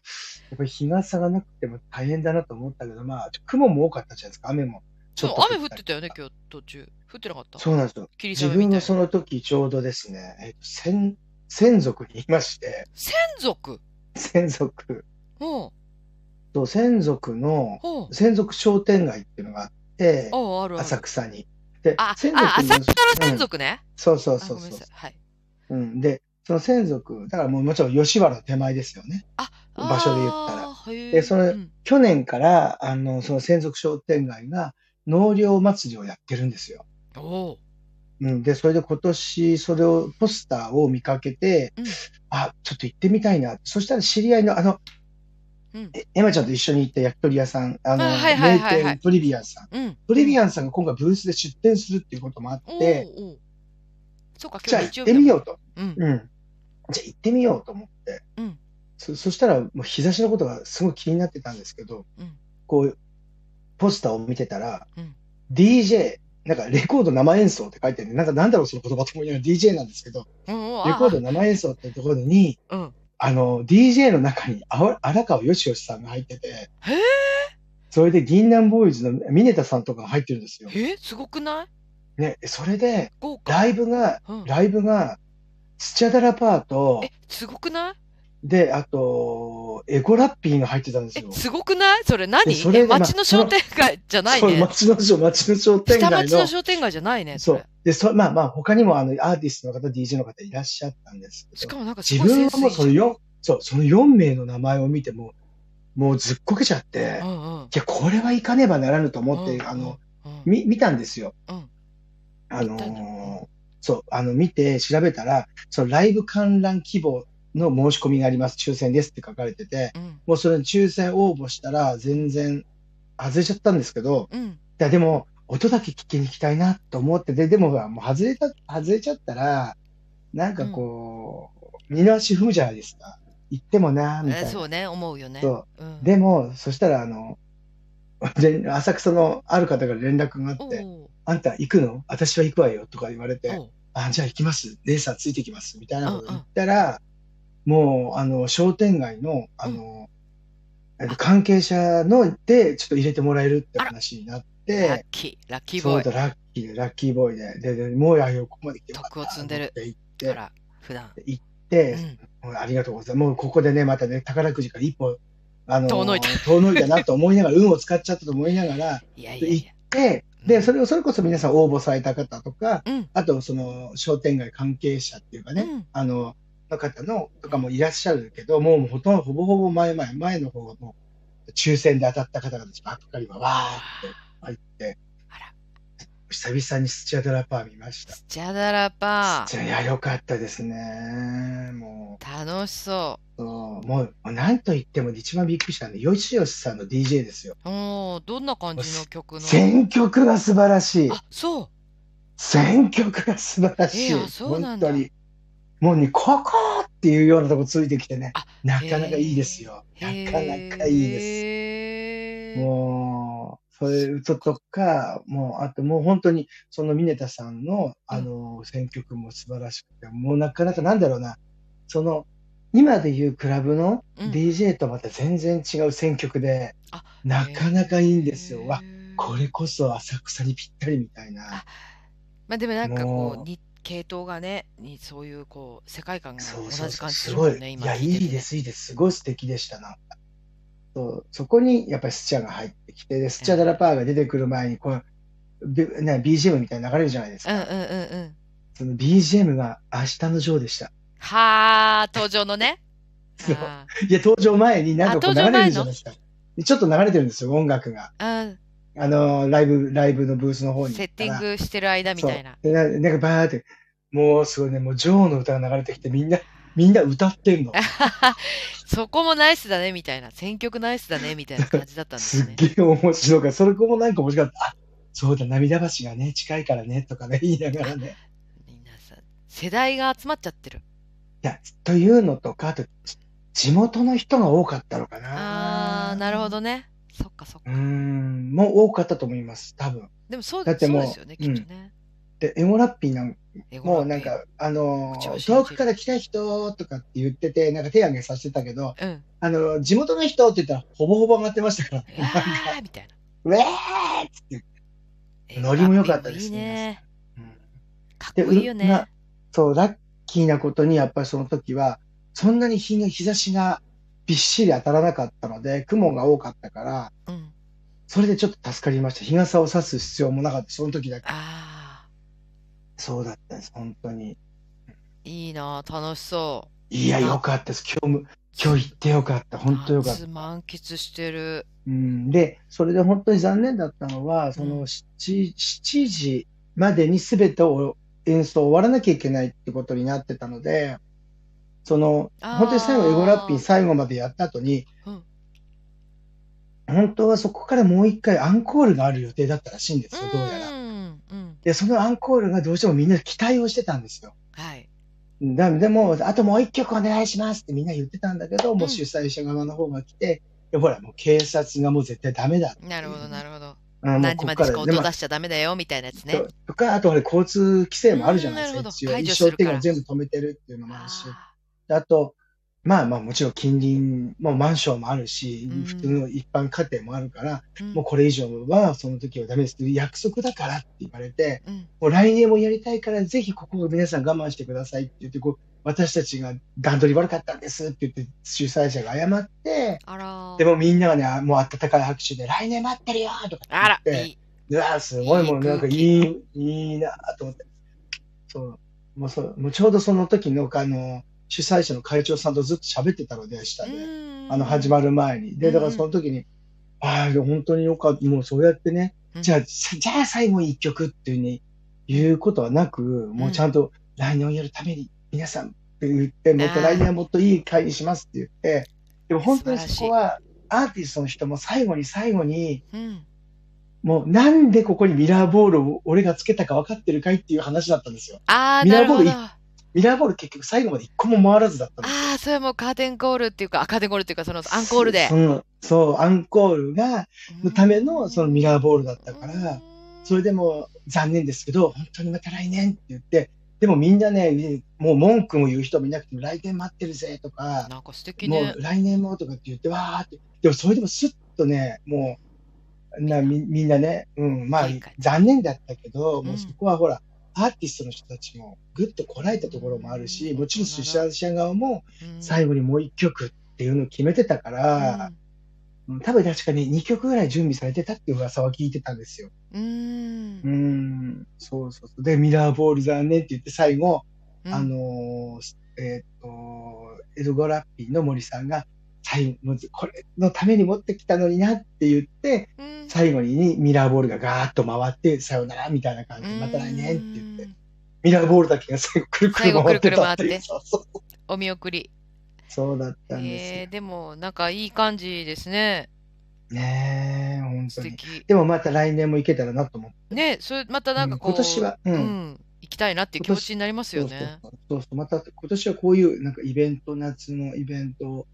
やっぱり日傘がなくても大変だなと思ったけど、まあ、雲も多かったじゃないですか、雨も。ちょっと
そう雨降ってたよね、
日。
今日途中。降ってなかった。
そうなんですよ。
霧
自
雨み
分
たい
が
な。
その時ちょうどですね、えっと、先、先族にいまして、
先族
先族、
おう
そう、先族の、
おう
先族商店街っていうのがあって、
おうあるある。
浅草に。で
あ、あ、
先
浅
族
草
の
の先
うん
族ね。
そうそう
あ
そう
ごめん
そ
なさい。。
う
はい。
うん、で、その先族、だからもうもちろん吉原の手前ですよね。
あ、
場所で言ったら
あー。へー
でそれ
うん
去年から、あの、その専属商店街が農業祭りをやってるんですよ。
おう
うん、で、それで今年、それを、ポスターを見かけて、
うん
あ、ちょっと行ってみたいな。そしたら知り合いの、あの、
うん
えエマちゃんと一緒に行った焼き鳥屋さん、あの、
あはいはいはいはい
名店トリビアンさん。
うん。
トリビアンさんが今回ブースで出店するっていうこともあっ
おう
て、
おうそうか、
じゃ
今
あ
日
行
日曜
って
日
み
だ
よ
もん
うと。
うん。
うん。じゃあ行ってみようと思って。
うん
そそしたら、もう日差しのことがすごい気になってたんですけど、
うん
こう、ポスターを見てたら、
うん
DJ、なんかレコード生演奏って書いてるなんかなんだろうその言葉と思いながら DJ なんですけど、
うんうん。あ
レコード生演奏ってところに、
あうん。
あの、DJ の中にあわ荒川よしよしさんが入ってて、
へえ。
それで銀杏ボーイズのミネタさんとかが入ってるんですよ。
えすごくない
ね、それで、
豪華。
ライブが、
うん
ライブが、スチャダラパーと、
え、すごくない
で、あと、エコラッピーが入ってたんです
え
よ。、
すごくないそれ何
でそれ
え、
でまあ
町の商店街じゃない
そう、
ね。
町の商、町の商店
下
街
町の
の。
商店街じゃないね。
そ
そうれ。。
で、そまあまあ、他にもあの、アーティストの方、DJ の方いらっしゃったんですけ
し
ど、
かもなんかす
自
ごい
分
セン
は
ス
もうその
いいじ
4、そう、その4名の名前を見ても、もうずっこけちゃって
ゃん、うんうん。
いや、これは行かねばならぬと思って、あの、
うん、
み、見たんですよ。
うん
あ
見たんだう
のーそう、あの、見て調べたら、そのライブ観覧希望の申し込みがあります。抽選ですって書かれてて、
うん
もうそれ抽選応募したら全然外れちゃったんですけど、
うん
いやでも音だけ聞きに行きたいなと思ってて、でもほらもう外れた、外れちゃったら、なんかこう、二の足踏むじゃないですか。行ってもなーみたい
え
な。
そうね、思うよね。
そう
うん
でも、そしたらあの、で浅草のある方から連絡があっ
お
て、
う
あんた行くの私は行くわよとか言われて、
おう
あ、じゃあ行きます。姉さんついてきます。みたいなこと言ったら、もう、あの、商店街の、あの、えっと関係者ので、ちょっと入れてもらえるって話になっ
ラッ
て、
キー、ラッキー
そ
ボ
うだ、
ーイ。
ラッキーで、ラッキーボーイで、で、でもうやよ、ここまで来てよかった
徳を積んでる
と思って
か
行っ
ら、普段。
て、
う
で、
ん
もうありがとうございます。もうここでね、またね、宝くじから一歩、あの、
遠のいた
遠のいたなと思いながら、 運を使っちゃったと思いながら、
いやい
で
やい
行
や。
って、で、それを、それこそ皆さん応募された方とか、
うん。
あと、その、商店街関係者っていうかね、
うん
あの、の方の、とかもいらっしゃるけど、もうほとんど、ほぼほぼ前前、前の方がもう、抽選で当たった方々ばっかりは、わーって入って、
あら、
久々にスチャダラパー見ました。
スチャダラパ
スチャいや、良かったですね。も、
ー。楽しそう
そうもう、なんと言っても一番びっくりしたのは、よしよしさんの DJ ですよ。
う。おお、どんな感じの曲の
選曲が素晴らしい。
あ、そう。
選曲が素晴らしい。
えーあそうなんだ
本当に。もうね、ここっていうようなとこついてきてね
あ、
なかなかいいですよ。なかなかいいで
で
す。
す
もう、そういうととか、もう、あともう本当に、そのミネタさんの、あの、選曲も素晴らしくて、もうなかなかなんだろうな、その、今でいうクラブの
うん
DJ とまた全然違う選曲で
あ、
なかなかいいんです
へ
よ。
ー
わ、これこそ浅草にぴったりみたいな。
まあでもなんかこ
も
う
う
に系統がねにそういうこう世界観が
そうそ
同
う
じ
そう、
感じす
す
る
ご
もん
い。
ね
い
今
や、
聞
い
いて
い
て
で
ね
す、いいです。すごい素敵でした、なんか。そうそこに、やっぱりスチャが入ってきて、で、スチャダラパーが出てくる前に、こう、ビね、BGM みたいに流れるじゃないです
うんうん
か。
うんうん
その BGM が明日のジョーでした。
はあ登場のね
そう
あ
いや、登場前に何かこう
あ
流
登場
れ
前の
るじゃないですか。でちょっと流れてるんですよ、音楽が。
ー
あの、ライブ、ライブのブースの
う
方
ん
に。
セッティングしてる間みたいな
そう。でななんかバーって、もうすごいね、もうジョーの歌が流れてきて、みんな、みんな歌ってんの。
そこもナイスだねみたいな選曲ナイスだねみたいな感じだったんですす
っ
ね
げえ面白かった。それもなんか面白かった。あ、そうだ、涙橋がね、近いからね、とかね、 言いながらね。
皆さん世代が集まっちゃってる
いや、というのとか、あと、地元の人が多かったのかな。
あーなるほ。どねそっかそっ
う
か
ーん、もう多かったと思います、多分。
でもそう
だってもう
そうですよねきっとね
で、エモラッピーなん
エゴ
も
ラ
うなんか、あの
口を
ー、
信じる
遠くから来た人とかって言ってて、なんか手挙げさせてたけど、
ピーうん
あのー、地元の人って言ったら、ほぼほぼ上がってま したから、
うわ
なんか、
ーみたいな
ウェーっつって。ノリも良かったです
いいね
うん
か
で
っこいいよ
う
ね
なそう、ラッキーなことに、やっぱりその時は、そんなに日が日差しがびっしり当たらなかったので、雲が多かったから、
うん
それでちょっと助かりました。日傘を差す必要もなかった。その時だけ。
ああ
そうだったんです。本当に。
いいな楽しそう
いや、
あ
よかったです。今日も、今日行ってよかった。本当よかった
夏。満喫してる
うん、で、それで本当に残念だったのは、そうの
ん
7, 7時までに全てを演奏終わらなきゃいけないってことになってたので、その、
あー
本当に最後、エゴラッピー最後までやった後に
うん、
本当はそこからもう一回アンコールがある予定だったらしいんですよ、どうや
う
ら。
んうん
で、そのアンコールがどうしてもみんな期待をしてたんですよ。
はい
だでも、あともう一曲お願いしますってみんな言ってたんだけど、も
ん
う主催者側の方が来て、でほら、もう警察がもう絶対ダメだって
なるほどなるほど
うんもう
何
こ
時まで
こか
し
ら
か音
で
出
も
しちゃダメだよみたいなやつね
ととか、あとほら交通規制もあるじゃないです
うんなるほど
か、一応。
解除
一
する
生っていう
か
の
ら
は全部止めてるっていうのもあるし。
あ
であと、まあまあもちろん近隣、もうマンションもあるし
うん、
普通の一般家庭もあるから、
ーうん
もうこれ以上はその時はダメですっていう約束だからって言われて、
うん
もう来年もやりたいからぜひここを皆さん我慢してくださいって言って、こう、私たちが段取り悪かったんですって言って主催者が謝って、
あらー
でもみんながね、あもう温かい拍手で来年待ってるよとか言
あ
って
らいいう
わあ、すごい、
いい
もうなんか
空
い
気
い、いいなあと思って。そう。もうそう、もうちょうどその時の、あの、主催者の会長さんとずっと喋ってたので、下で。あの、始
ま
まる前に。で、だからその時に、ああ、本当によかった。もうそうやってね、
うん
じゃあ、じゃあ最後に一曲っていうふうに言うことはなく、もうちゃんと来年をやるために皆さんって言って、もっと来年はもっといい会にしますって言って、でも本当にそこは、アーティストの人も最後に最後に、
うん
もうなんでここにミラーボールを俺がつけたか分かってるかいっていう話だったんですよ。
ああ
ミ
な
ラ
る
ーボ
ほ
ール
どあ
ミラーボール結局最後まで一個も回らずだったんですよ。
あーそれもカーテンコールっていうかあカーテンコールっていうかそのアンコールで
そのそう、アンコールが、のためのそのミラーボールだったから、それでもう残念ですけど、本当にまた来年って言って、でもみんなね、もう文句も言う人もいなくて、来年待ってるぜとか、
なんか素敵
も
ね
う来年もとかって言って、わーって。でもそれでもスッとね、もう、なみみんなね、うん、まあ
いい感、じ
残念だったけど、
うん
もうそこはほら、アーティストの人たちもぐっとこらえたところもあるし、もちろん主催者側も
うん
最後にもう一曲っていうのを決めてたから、うん多分確かに2曲ぐらい準備されてたっていう噂は聞いてたんですよ。
うんうん
うん、そうそうそう。で、ミラーボール残念って言って最後、
うん
あのーえっ、と、エルゴラッピーの森さんが、最後、これのために持ってきたのになって言って、
うん
最後にミラーボールがガーッと回って、さよならみたいな感じで、また来年って言って、ミラーボールだけが最後くるくる回ってたって
最後くるく
い
る回っ
う。
て
そうそう
お見送り
そうだったんですよ
えー、でもなんかいい感じですね
ねえ、本当
素
に。
敵
でもまた来年も行けたらなと思って。
ねそれまたなんかこう、
うん今年は
う
うんん
行きたいなっていう気持ちになりますよね
そうそうそうそうそうまた今年はこういうなんかイベント、夏のイベントを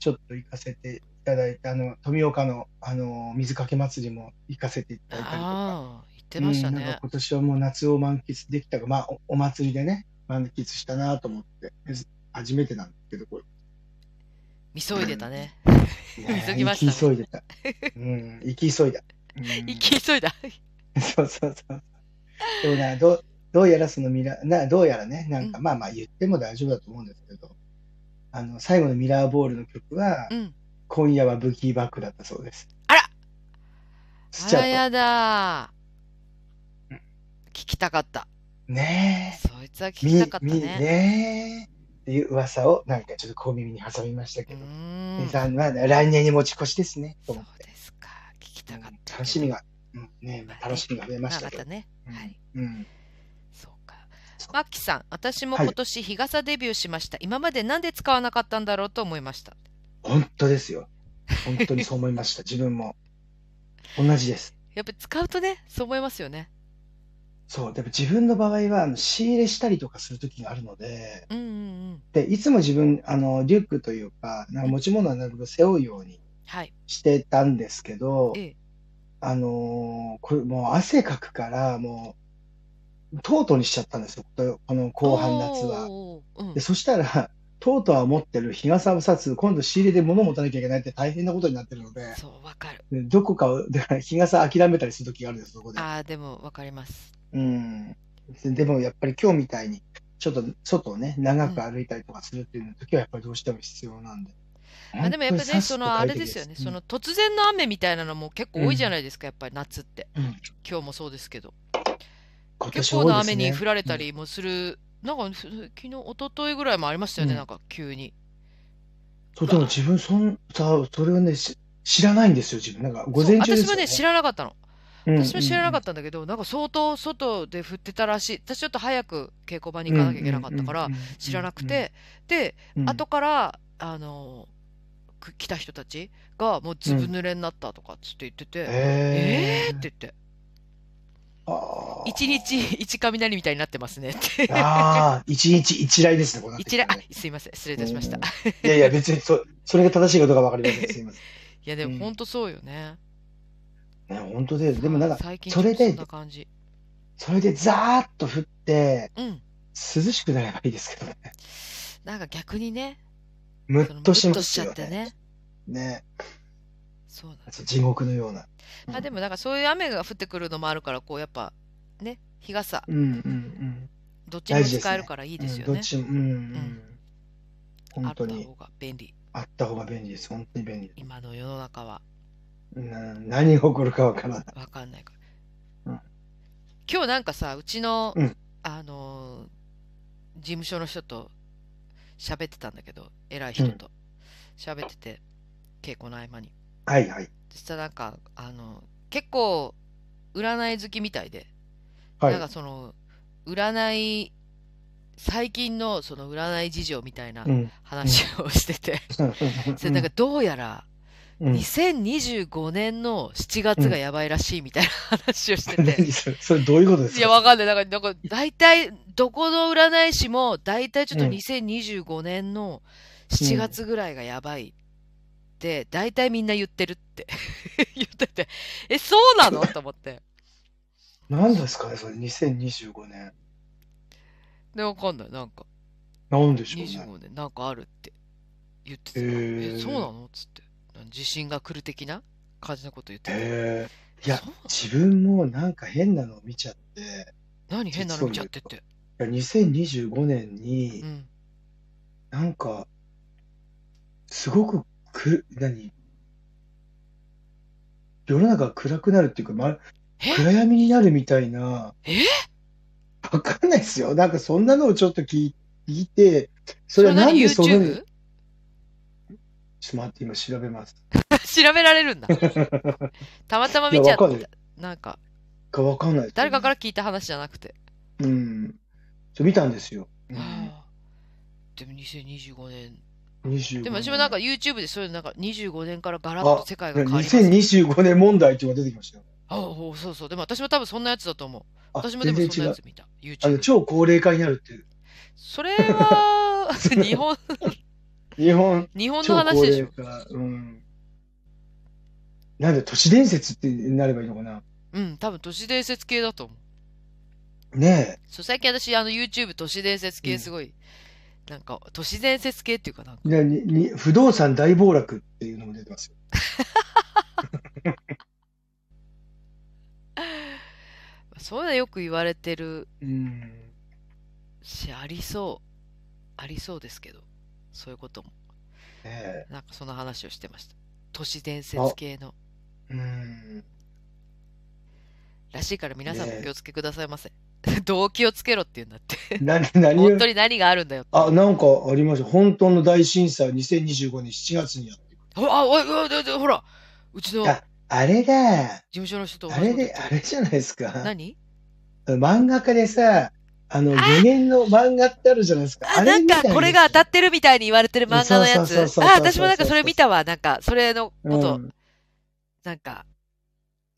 ちょっと行かせていただいて、あの富岡のあの水かけ祭りも行かせていただいたりとか、
ああー行ってました
うんなん
ね
か、今年はもう夏を満 喫できたが、まあ、おお祭りでね、満喫したなと思って、初めてなんですけど、これ
見そいでたね。
ね
急ぎましたね
行き急いでた。うん、行き急いだ。 うん
行き急いだ。
そうそうそう。でもな、どうどうやらそのミラーな、どうやらね、なんか、
う
まあまあ言っても大丈夫だと思うんですけど、あの、最後のミラーボールの曲は、
うん。
今夜はブギーバックだったそうです。
あら
ス
あ
チャ
ら
ー
やだ
う。
聞きたかった。
ト。ね
そいつは聞
え。
きたかった
みみ
ね。
ねえ。っていう噂を、なんかちょっと小耳に挟みました
う
けど、
ー
皆
ん。
さんまあ来年に持ち越しですね、と
そう
思って。
ですか。聞きたかったけど。
楽しみが、うんね
まあね
楽しみが増えましたけ
まあま
ど
た。ね。はい。
うんうん
そうか
そう。
マッキさん、私も
はい
今年日傘デビューしました。今までなんで使わなかったんだろうと思いました。
本当ですよ。本当にそう思い ました。自分も。同じです。
やっぱり使うとね、そう思いますよね。
そう。でも自分の場合は、あの仕入れしたりとかする時があるので、
うんうんうん。
で、いつも自分、あの、リュックというか、なんか持ち物はなるべく背負うように
はい。
してたんですけど
え、え。
あのーこれもう汗かくから、もう、とうとうにしちゃったんですよ。このこの後半夏は。
おー。うん
で、。そしたら、とうとうは持ってる日傘をさつ、今度仕入れで物を持たなきゃいけないって大変なことになってるので、
そう、わかる。
でどこかを、 だから日傘諦めたりする時があるんです、そこで。
ああ、でもわかります。
うん。でもやっぱり今日みたいに、ちょっと外をね、長く歩いたりとかするっていう時はやっぱりどうしても必要なんで。
まあでもやっぱ
本
り
当
ね、
に
そ
さっと
のあ
快
れ
適
ですよね、そ
うん
の突然の雨みたいなのも結構多いじゃないですか、やっぱり夏って。
うん
今日もそうですけど。
今
結
年
構
多い
な
で
雨
す
に
ね。
降られたりもする、なんかふ昨日、一昨日ぐらいもありましたよね、
うん
なんか急に。
そう、でも自分、そん、さ、それをね、し知らないんですよ、自分。なんか、午
そう
前中
私
です
も
よ
ね、
ね。
知らなかったの。
うん
私も知らなか
っ
ったんだけど、なんか相当外で降ってたらしい。私ちょっと早く稽古場に行かなきゃいけなかったから、知らなく、て。で、
うん
後、から、あの、く来た人たちがもうずぶ濡れになったとかっつって言ってて、え
え
ーって言って、
あー
一日一雷みたいになってますねって。
あー、一日一来ですね、こうなっ て
一
きた
雷、
ら
あ
ね、
すいません、失礼いたしました。
う
い
んいやいや、別にそ、それが正しいことが分かりません。すいませ
や、で
う
も
ん
本当そうよね。
ん。ね、本 当です。でもなんか、
最近
それで
ちょっとそんな感じ。
それでザーッと降って、
うん。
涼しくなればいいですけどね。
なんか逆にね、
む
その
っとし
ムッ
ま
とし
す
ちゃ
よ
って
ね。
ね。
ね。
そうなんです。
地獄のような。
まあでもなんかそういう雨が降ってくるのもあるから、こうやっぱ、ね、日傘、
うんうんうん。
どっちにも
大事ですね
使えるからいいですよ
うんど
ね
っ。ちも、うんうん
ん。
本
あ
当
った
に
方が便利。
あった方が便利です。本当に便利で
今の世の中は
す。な何が起こるかわからない。
わかんないか
うん
ら。今日なんかさ、うちの
うん、
あのー、事務所の人と喋ってたんだけど、偉い人と喋ってて、稽古の合間に。
はいはい。
そしたらなんか、あの、結構、占い好きみたいで、
はい。
なんかその、占い、最近のその占い事情みたいな
うん。
話をしてて、それなんかどうやら、
うん、
2025年の7月がやばいらしいみたいな話をしてて、
何それ、 それどういうことです
いや、
か
わかんない。なんか、なんか、大体、どこの占い師も、大体ちょっと
うん
2025年の7月ぐらいがやばいって、大体みんな言ってるって 言ってて、え、そうなのと思って。
何ですかね、それ、2025年。
で、わかんない。なんか、
なんでしょうね。
25年なんかあるって言ってて、
へー
え、そうなのつって。地震が来る的な感じのこと言ってて。
へえ。いや
そうなの、
自分もなんか変なのを見ちゃって、い
何変なの見ちゃってって。
や2025年に、
うん。
なんか、すごくくる、何世の中が暗くなるっていうか、ま、
え
暗闇になるみたいな。
え
わかんないですよ。なんかそんなのをちょっと聞い聞いて、それは
それ
なん
何
でその、ちょ
YouTube?
っと待って、今調べます。
調べられるん だ。たまたま見ちゃっ
いやわかんな
た
い。
なんか、
がわかんないですよね
誰かから聞いた話じゃなくて。
うん。ちょ見たんですよ。うん
あーでも2025年。
25
でも私もなんか YouTube でそういうなんか25年からガラッと世界が変わります。
2025年問題っていうのが出てきましたよ。
あおそうそう。でも私も多分そんなやつだと思う。
あ
私もでもそんな
全然違
や
う。
つ見た。
あの
YouTube。
超高齢化になるっていう。
それ は、日本、
日本、
日本
超
の話
高
でし
齢
ょ。
化。うん。なんで都市伝説ってなればいいのかな。
うん、多分都市伝説系だと思う。
ね
そう、最近私あの YouTube 都市伝説系すごいなんか都市伝説系っていうかなんか
でにに不動産大暴落っていうのも出てますよ。
そうだよく言われてる
うん。
しありそうありそうですけどそういうことも
ねえ
なんかその話をしてました都市伝説系の
うん。
らしいから皆さんも
ねえ
お気をつけくださいませ 動機をつけろっていうんだって
な、何
本
を
当に何があるんだよ
あ、なんかありました。本当の大震災2025年7月にやってくる。
ほあおいおいおいおいほらうちの事
ああれだ。
務所の人と同
あ
じこと
れ
言って
で、
る
あれじゃないですか。
何
漫画家でさ、あの、無限の漫画ってあるじゃないですか。
あ
あ
な
れ
ん
みたい
か
な
これが当たってるみたいに言われてる漫画のやつ
そうそうそうそうそう
あ私もなんかそれ見たわなんかそれのこ
う
と
ん
なんか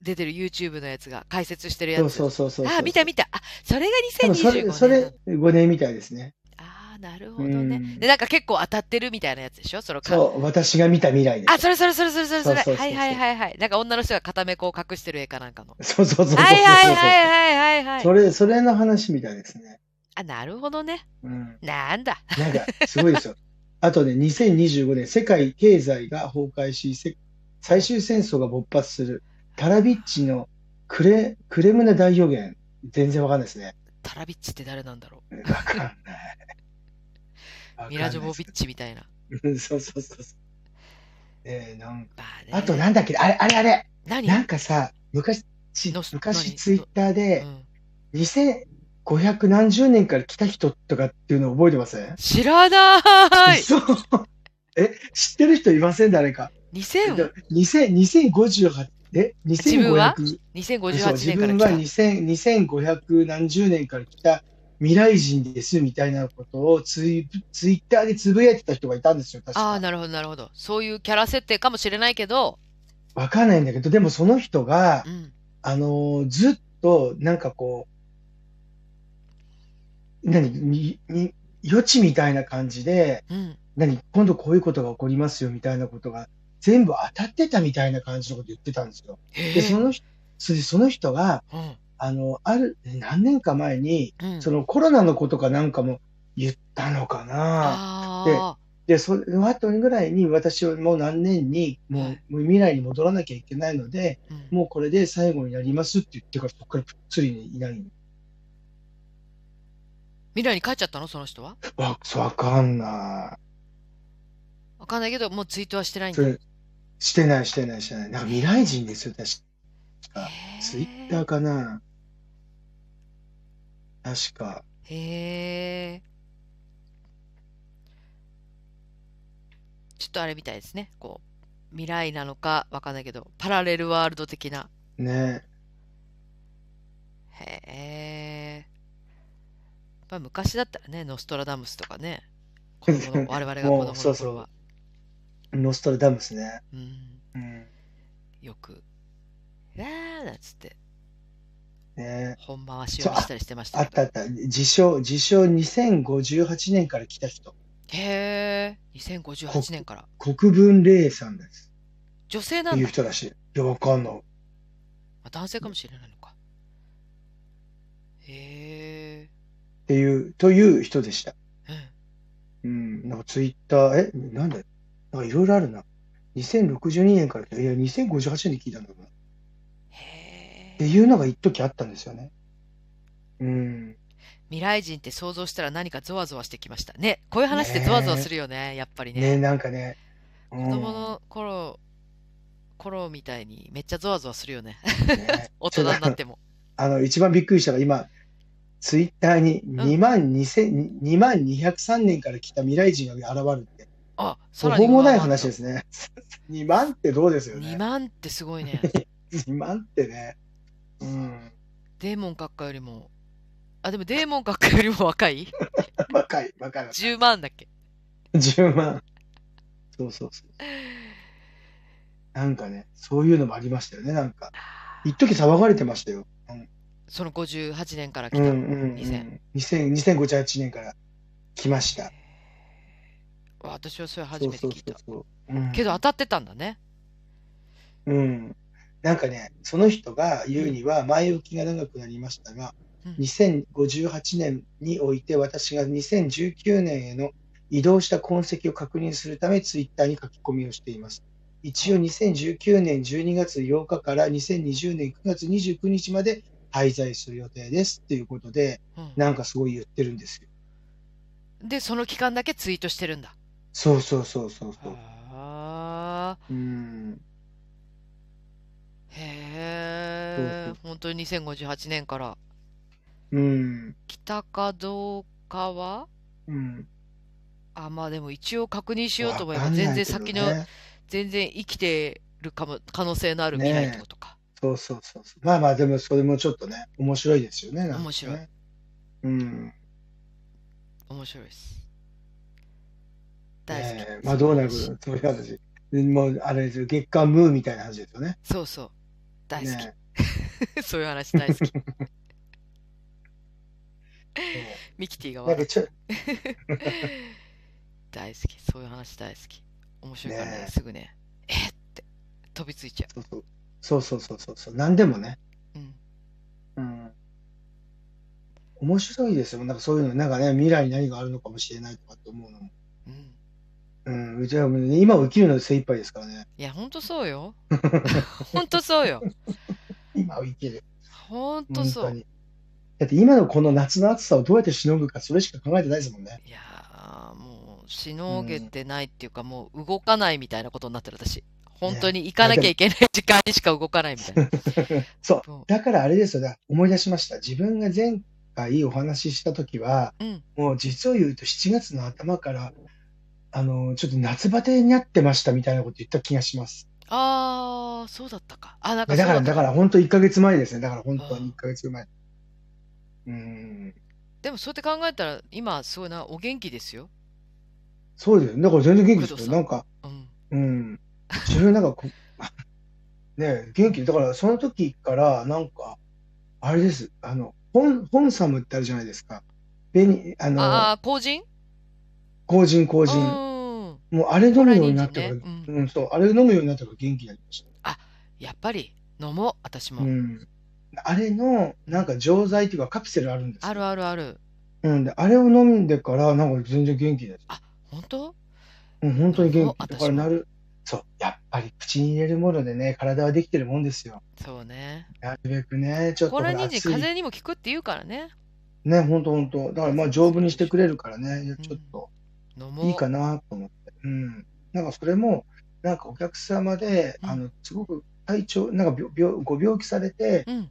出てる YouTube のやつが解説してるや
そう
つ
そうそうそうそう。
あ見た見たあそれ
多
が
分そ
2025
れ、
年
そ
な
れ
んだ
5年みたいですね。
あーなるほどね
うん
でなんか結構当たってるみたいなやつでしょそのか
そう、私が見た未来で
あそれそれそれそれそれそれ
そうそうそうそう
はいはいはいはいなんか女の人が片目こう隠してる絵かなんかの
す。そうそうそうそうそうそう。
はいはいはいはいはいはい
それ、それの話みたいですね。
あなるほどね
うん。
なんだ
なんか、すごいですよ。 あとね、2025年、世界経済が崩壊し、せ最終戦争が勃発する。タラビッチのクレ、クレムナ大予言。全然わかんないですね。
タラビッチって誰なんだろ
わかんない。
うミラジョボビッ
チ
チみたいな。
そうそうそうそう。えー、なん
まあね
あとなんだっけ、あれ、あれ、あれ。
何
なんかさ、昔、
の
昔
何
ツイッターで
う、ん
2500何十年から来た人とかっていうの覚えてません
知らない
そう。え、知ってる人いません誰か。
2000
2000 2058え
自分は
2500
2058
そう自
年から
分
来
は
た。
2000 2500何十年から来た未来人ですみたいなことをツイツイッターでつぶやいてた人がいたんですよ確
ああ、
か
なるほど、なるほど。そういうキャラ設定かもしれないけど、
わかんないんだけどでもその人が
うん。
あのーずっとなんかこう何にに予知みたいな感じで
うん。
何今度こういうことが起こりますよみたいなことが全部当たってたみたいな感じのこと言ってたんですよ。
へ
で
え。
その人それでその人が
うん。
あの、ある、何年か前に、
うん。
そのコロナのことかなんかも言ったのかな。
あ
で、その後ぐらいに私はもう何年に、もう
はい
もう未来に戻らなきゃいけないので、
あ。うん
もうこれで最後になりますって言ってから、そこからぷっつりいない。
未来に帰っちゃったのその人は。
わ、わかんな
わかんないけど、もうツイートはしてない
い。
ん
そ
だ。
れ、してない、してない、してない。なんか未来人ですよ、確か。
へえ
ツイッターかな。確か。
へえ。ちょっとあれみたいですね。こう、未来なのかわかんないけど、パラレルワールド的な。
ね。
へえ。まあ昔だったらね、ノストラダムスとかね、子供 の我々が子供
も
の
うそうそう
頃は、
ノストラダムスね。
うん、
うん。
よく、うわーなんつって、
ね。
本回しをしたりしてました
あっ
け
たあ
ど。
った。自称、自称2058年から来た人。
へえ、2058年から。
国分玲さんです。
女性な
って
ん
いう
だ。
人らしい。いや、わかんない。
あ男性かもしれないのか。へえ、
っていう、という人でした。
うん。
うん。なんかツイッター、え、なんだなんかいろいろあるな。2062年から来た。いや、2058年に聞いたんだろうな。っ
へ
て
え。
いうのが一時あったんですよね。うん。
未来人って想像したら何かゾワゾワしてきました。ね、こういう話ってゾワゾワするよね、やっぱりね
ね、。なんかね。子
子供の頃、頃みたいにめっちゃゾワゾワするよ ね。大人になっても。
あの、一番びっくりしたのが今、ツイッターに2万2000、2万203年から来た未来人が現れるって。
あ、
途
さらに
方もない話
上
で
回
すね。2万ってどうですよ
った。2
ね。
万ってすごい ね。
2万ってね。うん。
デーモン閣下よりも、あ、でもデーモン閣下よりも若い
若い、若い。
?10 万だっけ
10万。そうそうそう。なんかね、そういうのもありましたよね。なんか、一時騒がれてましたよ。
その58年から来
う
た。
んうん、うん。
2000
2000 2058年から来ました。
わ私はそれ初
そう
めて
そう
聞い
そう
た。
そう。うん、
けど当たってたんだね。
うん。なんかね、その人が言うには、前置きが長くなりましたが、
うん
2058年において私が2019年への移動した痕跡を確認するためツイッターに書き込みをしています。一応2019年12月8日から2020年9月29日まで滞在する予定ですっていうことで、
うん
なんかすごい言ってるんですよ。
で、その期間だけツイートしてるんだ。
そうそうそうそうそう。
ああ、
うん。
へ
そ
え
う、
本当に2058年から。
うん。
来たかどうかは
うん。
あ、まあでも一応確認しようと思え
わ
ば、
かん
全
な
然
いけ
先
ど
の、
ね
全然生きてるかも、可能性のある未来ってことか。
そうそうそうそう。まあまあ、でもそれもちょっとね、面白いですよね。なんかね
面白い。
うん。
面白いです。大好き。
ねえまあどうなる
そ
こ
の話
とそういう話。もう、あれですよ、月間ムーみたいな話ですよね。
そうそう。大好
ね
き。 そういう話大 好き。
え
ミキティが
そうなん
笑
かちょ、
う。大好き。そういう話大好き。面白いから
ね
ね、
え
すぐね、えーって飛びついちゃ
そうそうそうそうそうそうそう。何でもね。
う。うん。
うん。面白いですよ。なんかそういうの、なんかね、未来に何があるのかもしれないとかって思うのも。
うん。
うん。うちはもうね、今を生きるので精一杯ですからね。
いや、ほんとそう よ。ほんとそうよ。
今を生きる。
ほんと
本
そ
当
う。
に。だって今のこの夏の暑さをどうやってしのぐか、それしか考えてないですもんね。
いやーもうしのげてないっていうか、もう動かないみたいなことになってる私本当に行かなきゃいけない時間にしか動かないみたいな
そう。
も
だからあれですよね、思い出しました。自分が前回お話ししたときは、
ううん
もう実を言うと7月の頭から、あの、ちょっと夏バテになってましたみたいなこと言った気がします。
ああそうだったかあなんかそ
だ
う
か
だ
ら、
った
だから本当1ヶ月前ですね。だから本当に1ヶ月前。うん。
でもそうやって考えたら今すごいなお元気ですよ
そうですよ。だから全然元気です
工藤さ
よ。
ん
なんか、
うん
うん。自分なんかこう、 ねえ元気。だからその時から、なんか、あれです。あの、本、本サムってあるじゃないですか。ベニ、あの、
ああ後人
後人後
後
人。
うん
もうあれ飲むようになって
高麗
から、
人参ねうん
うん、そう、あれ飲むようになってから元気になりまし
やっぱり飲もう私
た。
も、
うん。あれの、なんか錠剤っていうかカプセルあるんですよ。
あるあるある
うんで、あれを飲んでから、なんか全然元気です。
あ本当
うん、本当に元
あ
気。だからなる、そう、やっぱり口に入れるものでね、体はできてるもんですよ。
そうね
なるべくね、ちょっと
コ
ほ
ー
ら
ラニンジン
暑
風
い。
邪にも効くって言うからね
ね、本当本当。だからまあ丈夫にしてくれるからね、いやちょっと
飲もう
いいかなと思って。うん。なんかそれも、なんかお客様で、
うん
あの、すごく体調、なんか病病ご病気されて、
うん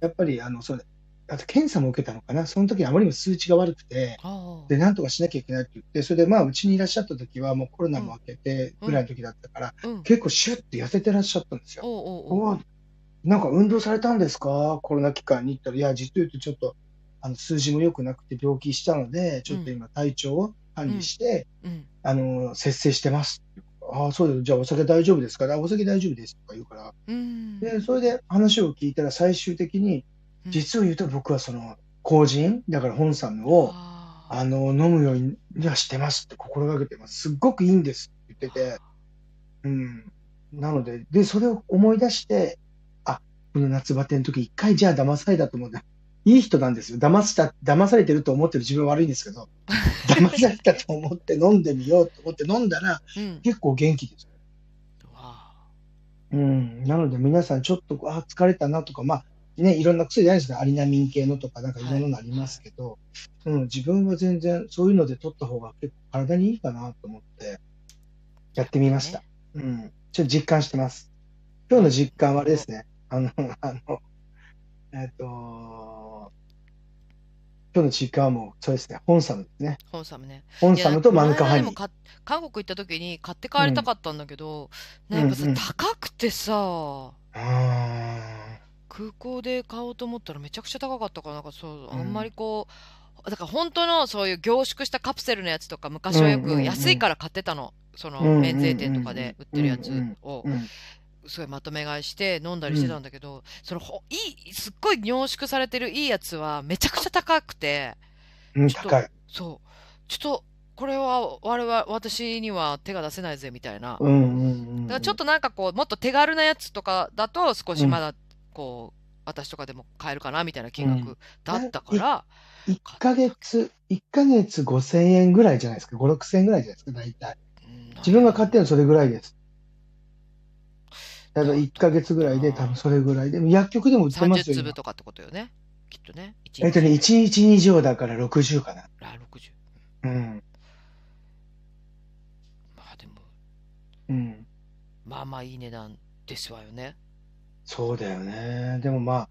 やっぱりあのそうあと検査も受けたのかな、その時にあまりにも数値が悪くて、
あ
でなんとかしなきゃいけないって言って、それでまあうちにいらっしゃった時は、もうコロナも明けてぐらいの時だったから、
あうん
結構シュッて痩せてらっしゃったんですよ。
おうおうおう
うわなんか運動されたんですか、コロナ期間に行ったら、いや、実を言うとちょっとあの数字も良くなくて病気したので、ちょっと今、体調を管理して、
うん
あの節制してます。ああ、そうです、じゃあお酒大丈夫ですか、あお酒大丈夫ですとか言うから、
うん
でそれで話を聞いたら、最終的に、
うん
実を言うと僕はその後人だから本さんを
あー
あの飲むようにはしてますって心がけてますすっごくいいんですって言ってて、うん、なのででそれを思い出してあこの夏バテの時一回じゃあ騙されたと思うんだいい人なんですよ騙した騙されてると思ってる自分は悪いんですけど騙されたと思って飲んでみようと思って飲んだら
うん
結構元気です。
わあ
うん、なので皆さんちょっとあ疲れたなとか、まあね、いろんな薬じゃないですか、アリナミン系のとか、なんかいろんなのありますけど、うん、自分は全然そういうので取った方が結構体にいいかなと思ってやってみました。
ね
うん、ちょっと実感してます。今日の実感はあれですね、あの、あの、えっ、と、今日の実感はもう、そうですね、ホンサムですね。
ホンサムね。
ホンサムとマヌカハニ
いや
ー。
この間でもか韓国行った時に買って帰りたかったんだけど、ね、やっぱさ、
うんうん
高くてさ、
あ
空港で買おうと思ったらめちゃくちゃ高かったから、なんかそう、
う
あ
ん
んまりこう、だから本当のそういう凝縮したカプセルのやつとか、昔はよ
うんうんう
く
ん
安いから買ってたの。その
うんうんうん
免税店とかで売ってるやつを
ー、うん、
すごいまとめ買いして飲んだりしてたんだけど、そのほいいすっごい凝縮されてるいいやつはめちゃくちゃ高くて、
うん、
ちょっと
高い。
そう、ちょっと、これは、我々、私には手が出せないぜ、みたいな。だ
うんうんうんうん。
からちょっとなんかこう、もっと手軽なやつとかだと、少しまだ、こう、私とかでも買えるかなみたいな金
う
額だったから、
1ヶ月、1ヶ月5000円ぐらいじゃないですか。5、6000円ぐらいじゃないですか、大体。
うん
自分が買ってるのそれぐらいです。だから
そう
1ヶ月ぐらいで、多分それぐらいで。薬局でも売ってます
30
よ。
粒
今
とかってことよねきっとね一日
えっとね、1日2錠だから60かな。
あ60
うん。
まあでも
うん。
まあまあいい値段ですわよね
そうだよね。でもまあ、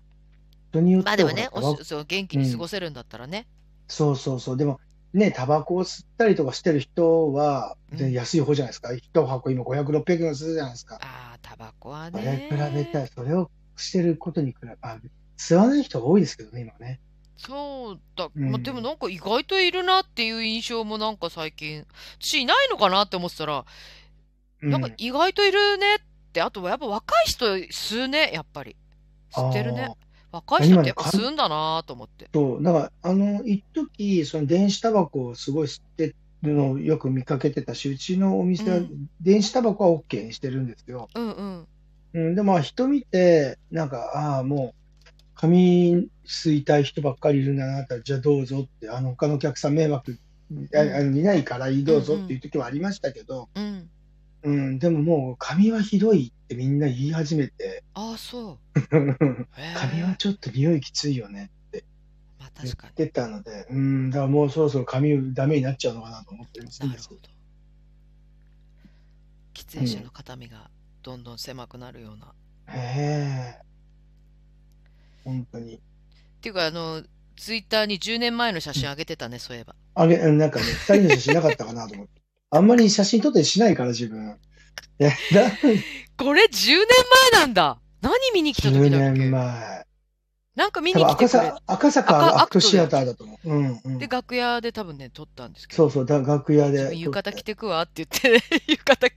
人によって
まあ
は
でもね
ほ
お
らタバコ
しそう元気に過ごせるんだったらね、
そうそうそう。でも、ね、タバコを吸ったりとかしてる人は、
うん
で安い方じゃないですか。1箱今500、600円するじゃないですか。
ああタバコは
それに
ね
比べたら、それをしてることに比べ、あ、吸わない人が多いですけどね、今ね。
そうだ、
うん
まあ、でもなんか意外といるなっていう印象もなんか最近私いないのかなって思ってたら、
うん
なんか意外といるねってあとはやっぱ若い人吸うねやっぱり吸ってるね。若い人ってやっぱ
何がね
吸うんだなと思って
あーそう、だから、あの、一時その電子タバコをすごい吸ってるのをよく見かけてたし、うちのお店は
うん
電子タバコは OK にしてるんですよ。
うんうん
うん、でもまあ人見て、なんか、ああ、もう、紙吸いたい人ばっかりいるんだなって、じゃあどうぞって、あの、他のお客さん迷惑、ああ
うん
のいないからどうぞっていう時はありましたけど、
うん
うん、でももう、紙はひどいってみんな言い始めて、
ああそう へえ
紙はちょっと匂いきついよねって
まあ
言
確か
っ
に
てたので、うん、だからもうそろそろ紙ダメになっちゃうのかなと思ってるんです
なるほど喫煙者の肩身がどんどん狭くなるような、っ
へえ。本当に。
ていうかあのツイッターに10年前の写真上げてたねそういえば
あげ、うんなんかね、二人の写真なかったかなと思って。 あんまり写真撮ってしないから、自分。いや、だ、
これ10年前なんだ何見に来た時
10
だっけ
年前。
なんか見
多
に
分
来て
赤
くれ
坂、赤坂
赤
アクトシアターだと思う。うん、うん
で。楽屋で多分ね撮ったんですけど
そうそう、だ楽屋
自
で。
分浴衣着てくわって言って、 ね、浴衣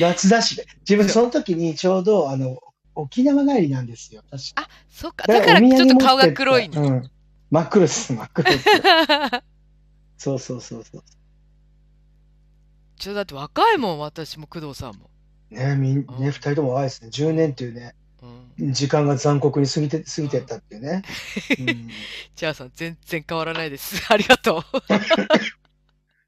夏だしで。自分、その時にちょうど、あの、沖縄帰りなんですよ。確か
あそっかだから
お土産
ちょっと顔
持
が
ってって
黒いの、
うん。真っ黒です、真っ黒です。そうそうそうそう。
ちょだって若いもん私も工藤さんも、
ね、みん、ね、
うん
二人とも若いですね。10年っていうね、
うん、
時間が残酷に過ぎて、過ぎてったっていうね。うん
チャーさん全然変わらないです ありがとう
い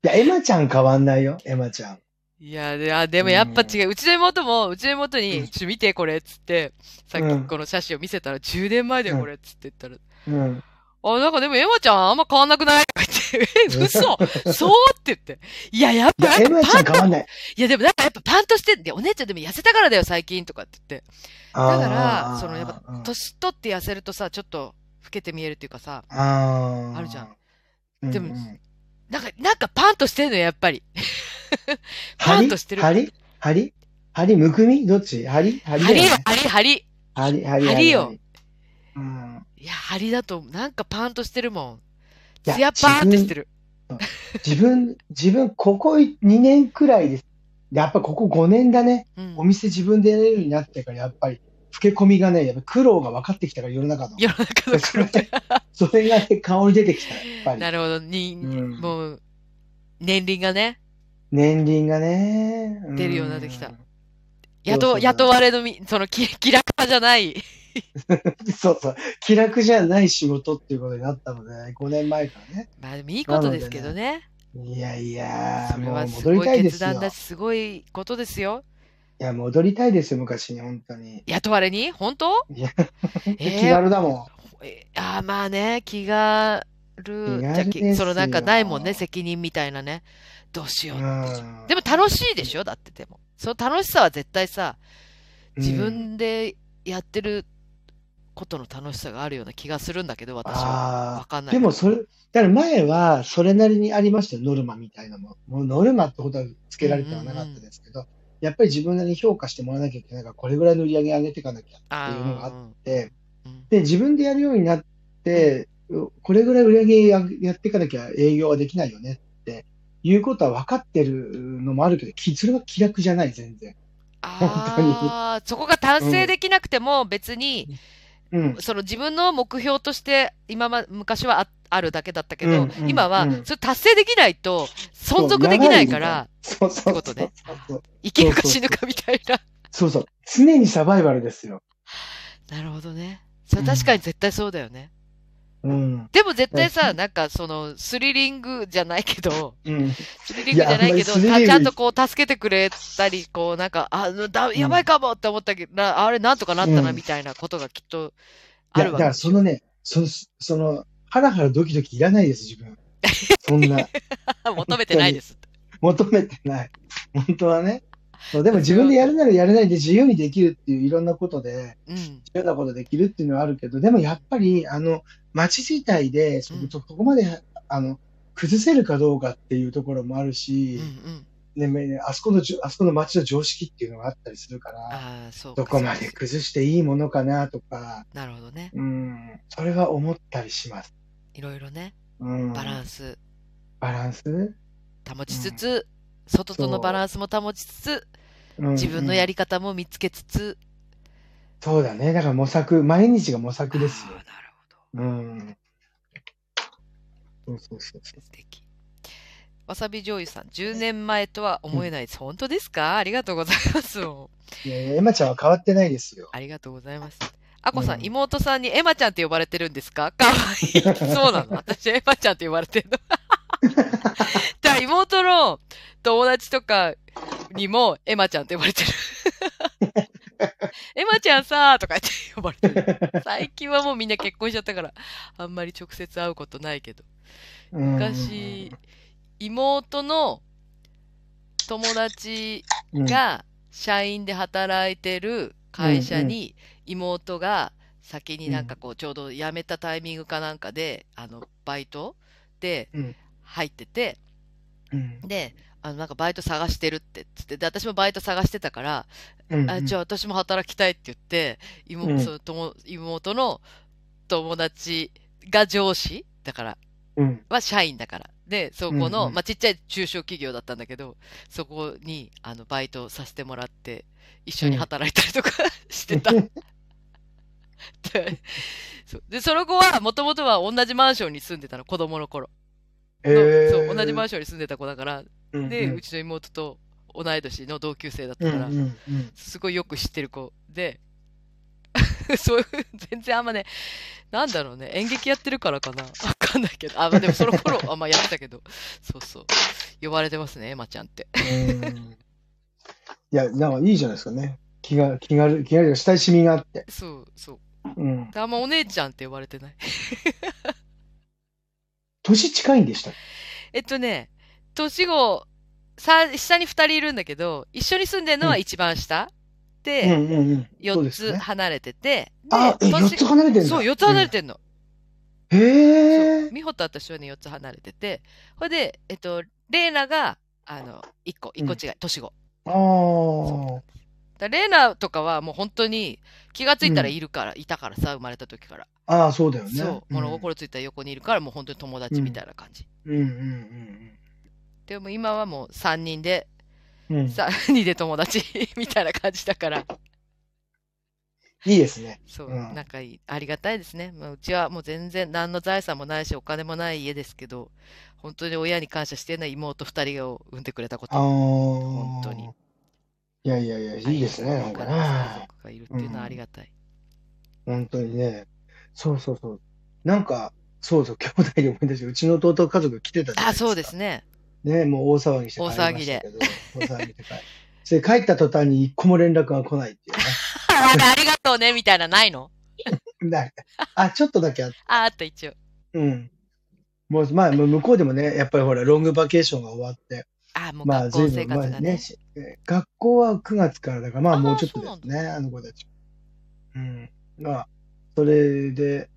や、エマちゃん変わんないよ、エマちゃん。
いやであでもやっぱ違う、うちの妹もうちの妹に、
うん
ちょっと見てこれっつってさっ
うん
きこの写真を見せたら10年前だよこれっつって言ったら、
うん。
あ、なんかでもエマちゃんあんま変わんなくないとか言って、え、 嘘そうって言って。いや、やっ
い
ぱ、
や、
や
エ
っぱ
マちゃん変わんない。
いやでもなんかやっぱパンとしてでお姉ちゃんでも痩せたからだよ最近とかって言ってだから
あー
そのやっぱ、
うん
年取って痩せるとさちょっと老けて見えるっていうかさ
あー
あるじゃん。
うん
でも
うん
なんかなんかパンとしてんのよやっぱりパンとしてる
針針針針むくみどっち針針だ
張りよ
よね
張り張り
針針
針よ。
うん。
いや張りだとなんかパンとしてるもん
いや
ツヤパンってしてる
自分、自分、ここ2年くらいです。やっぱここ5年だね。
うん
お店自分でやれるようになってから、やっぱり、老け込みがね、やっぱ苦労が分かってきたから、世の中の。
世の中の黒
それ それがね、顔に出てきた、やっぱり。
なるほどに、
うん
もう年輪がね
年輪がね、
出るようになってきた
んそうそ
雇
う
雇われのみそのき気楽派じゃない
そうそう。気楽じゃない仕事っていうことになったので、5年前からね。
まあでもいいことですけどね
いやいや
それ
もう
はす
戻
ご
り
い
たいで
決
すよ。
断だ
い
し、すごいことですよ。
や、戻りたいですよ、昔に、本当に。
雇われに本当
いや、
えー
気軽だも
えああ、まあね、気がる。じ
気軽
ゃあき
ですよ
そのなんかないもんね、責任みたいなね。どうし
ん。
よ
う
う。
ん。
でも楽しいでしょだってでも。その楽しさは絶対さ、自
うん
分でやってることの楽しさがあるような気がするんだけど、私は。わ
あ
かん
あ。
ない。
でも、それ、だから前は、それなりにありましたよ、ノルマみたいなもん。もうノルマってことはつけられてはなかったですけど、やっぱり自分なりに評価してもらわなきゃいけないから、これぐらいの売り上げ上げていかなきゃ
あ
っていうのがあっ
ー
て、
うん
で、自分でやるようになって、これぐらい売り上げややっていかなきゃ営業はできないよねっていうことは分かってるのもあるけど、きそれは気楽じゃない、全然。本当に
あー、そこが達成できなくても別に、
うん。
その自分の目標として今ま昔はああるだけだったけど、
うんうん
今は
うん
それ達成できないと存続できないから
そうそうそう
ってことね
そうそう
生きるか死ぬかみたいな。
そうそう。常にサバイバルですよ。
なるほどね。それ
うん
確かに絶対そうだよね。
うん。
でも絶対
う
さ、
ん
なんかそのスリリングじゃないけど、
うん。
スリリングじゃないけど、
いやあんまりスリリング
たちゃんとこう助けてくれたり、こうなんか、あ、だ、やばいかもって思ったけど、なあれなんとかなったな
うん
みたいなことがきっとあ
いや、
るわ
だか
け
ら
でし
そ
ょ。
のね、その、その、ハラハラドキドキいらないです、自分。 そんな、
求めてないです。
求めてない。本当はね。そうでも自分でやるならやれないで自由にできるっていういろんなことで、
うん。
自由なことできるっていうのはあるけど、でもやっぱり、あの、街自体で、そ
うん
そこまで、あの、崩せるかどうかっていうところもある
うん
し
う、ん。
ねめあそこのじゅ、あそこの街の常識っていうのがあったりするから、
ああ、そうか。
どこま
そう
で
か
崩していいものかなとか、
なるほどね。
うん、それは思ったりします。
いろいろね、
うん、
バランス
バランス、
保ちつつ、外とのバランスも保ちつつ、
うん
自分のや
り、
り方も見つけつつ。
そうだね。だから模索、毎日が模索です
あ
よ
あ、。なる
うん。そうそうそうそ
ほど。素敵。わさび醤油さん、10年前とは思えないです。本当ですかありがとうございます。もう
う。ねえエマちゃんは変わってないですよ。
ありがとうございます。あこさ、
うんん
妹さんにエマちゃんって呼ばれてるんですかかわいい。そうなの。私、エマちゃんって呼ばれてるの。 じゃあ、妹の友達とかにも、エマちゃんって呼ばれてる。 エマちゃんさーとか言って呼ばれてる。最近はもうみんな結婚しちゃったから、あんまり直接会うことないけど。昔、妹の友達
うん、
が社員で働いてる会社に妹が先になんかこうちょうど辞めたタイミングかなんかであのバイトで
うん
入ってて
うん、
であのなんかバイト探してるってつってで私もバイト探してたから
うん、
あじゃあ私も働きたいって言って妹,、
うん
その友妹の友達が上司だから
うん、
は社員だから。で、そこ
うん
の、
うん
まあ、ちっちゃい中小企業だったんだけど、そこに、あの、バイトさせてもらって、一緒に働いたりとか してた。で、そうでその子は、もともとは同じマンションに住んでたの、子供の頃
え
の
ー、
そう、同じマンションに住んでた子だから、
うん
で、
うん
うちの妹と同い年の同級生だった
うん
から、
うんうん
すごいよく知ってる子で、 そういう、全然あんまね、なんだろうね、演劇やってるからかな。わかんないけど、あ、まあでもその頃、あんまあやってたけど、そうそう。呼ばれてますね、エマちゃんって。
うんいや、なんかいいじゃないですかね。気が、気軽、気軽に親しみがあって。
そうそう。
うん。
であんまお姉ちゃんって呼ばれてない。
年近いんでしたっ
えっとね、年後、さ下に2人いるんだけど、一緒に住んでるのは一番下、
け
で、
んうんうん。そ
4
うです
つ
ね。
離れてて、
あ、え、
で、
4つ離れてんだ。
そう、4つ離れてんの。
うん。へ
そう
え。
美穂と私はね4つ離れててほいでえっとレイナがあの1個1個違い、年子
あ
そ
あ。
だレイナとかはもう本当に気がついたらいるから、いたからさ生まれた時から、
ああ、そうだよね。
そう
うん
物心ついたら横にいるからもう本当に友達みたいな感じ、
うんうん
でも今はもう3人で、
うんうん。
3人で友達 みたいな感じだから
いいですね。
そう、
うん
仲いいありがたいですね、まあ、うちはもう全然何の財産もないしお金もない家ですけど本当に親に感謝してない妹2人を産んでくれたこと
ああ。
本当に。
いやいやいや、いいですね、なんか
家
ね。
族がいるっていうのはありがたい。
本当にね。そうそうそう。なんか、そうそう、兄弟で思い出して、うちの弟家族来てたじゃない
あ、そうです
か
すね。
ね、もう大騒ぎして帰りましたけど、大騒ぎで帰る。それ帰った途端に一個も連絡が来ないっていう
なんかありがとうねみたいなないの
ね。 ないあ、ちょっとだけあった。
あ、あった一応。
うん。もう、まあ、もう向こうでもね、やっぱりほら、ロングバケーションが終わって、
あ、もう
まあ、
学校生
随分
活
ま
が
あ
ね。
しえ学校は9月からだから、ま
あ
あ、
ー
もうちょっとですね、あの子たち。うん。まあ、それで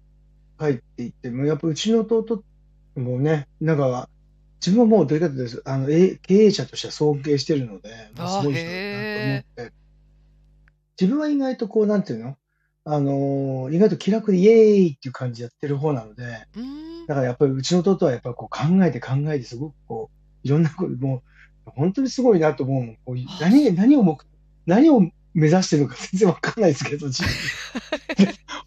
帰っていって、もうやっぱうちの弟もね、なんか、自分はもうどういうことです、あの、え経営者としては尊敬してるので、まあ
あー
すごい人だなと思って、自分は意外とこう、なんていうのあのー意外と気楽にイエーイっていう感じでやってる方なので、
うーん。
だからやっぱりうちの弟はやっぱりこう考えて考えてすごくこういろんなこともう本当にすごいなと思うもんこ
あ
う何何を目何を目指してるのか全然わかんないですけど自分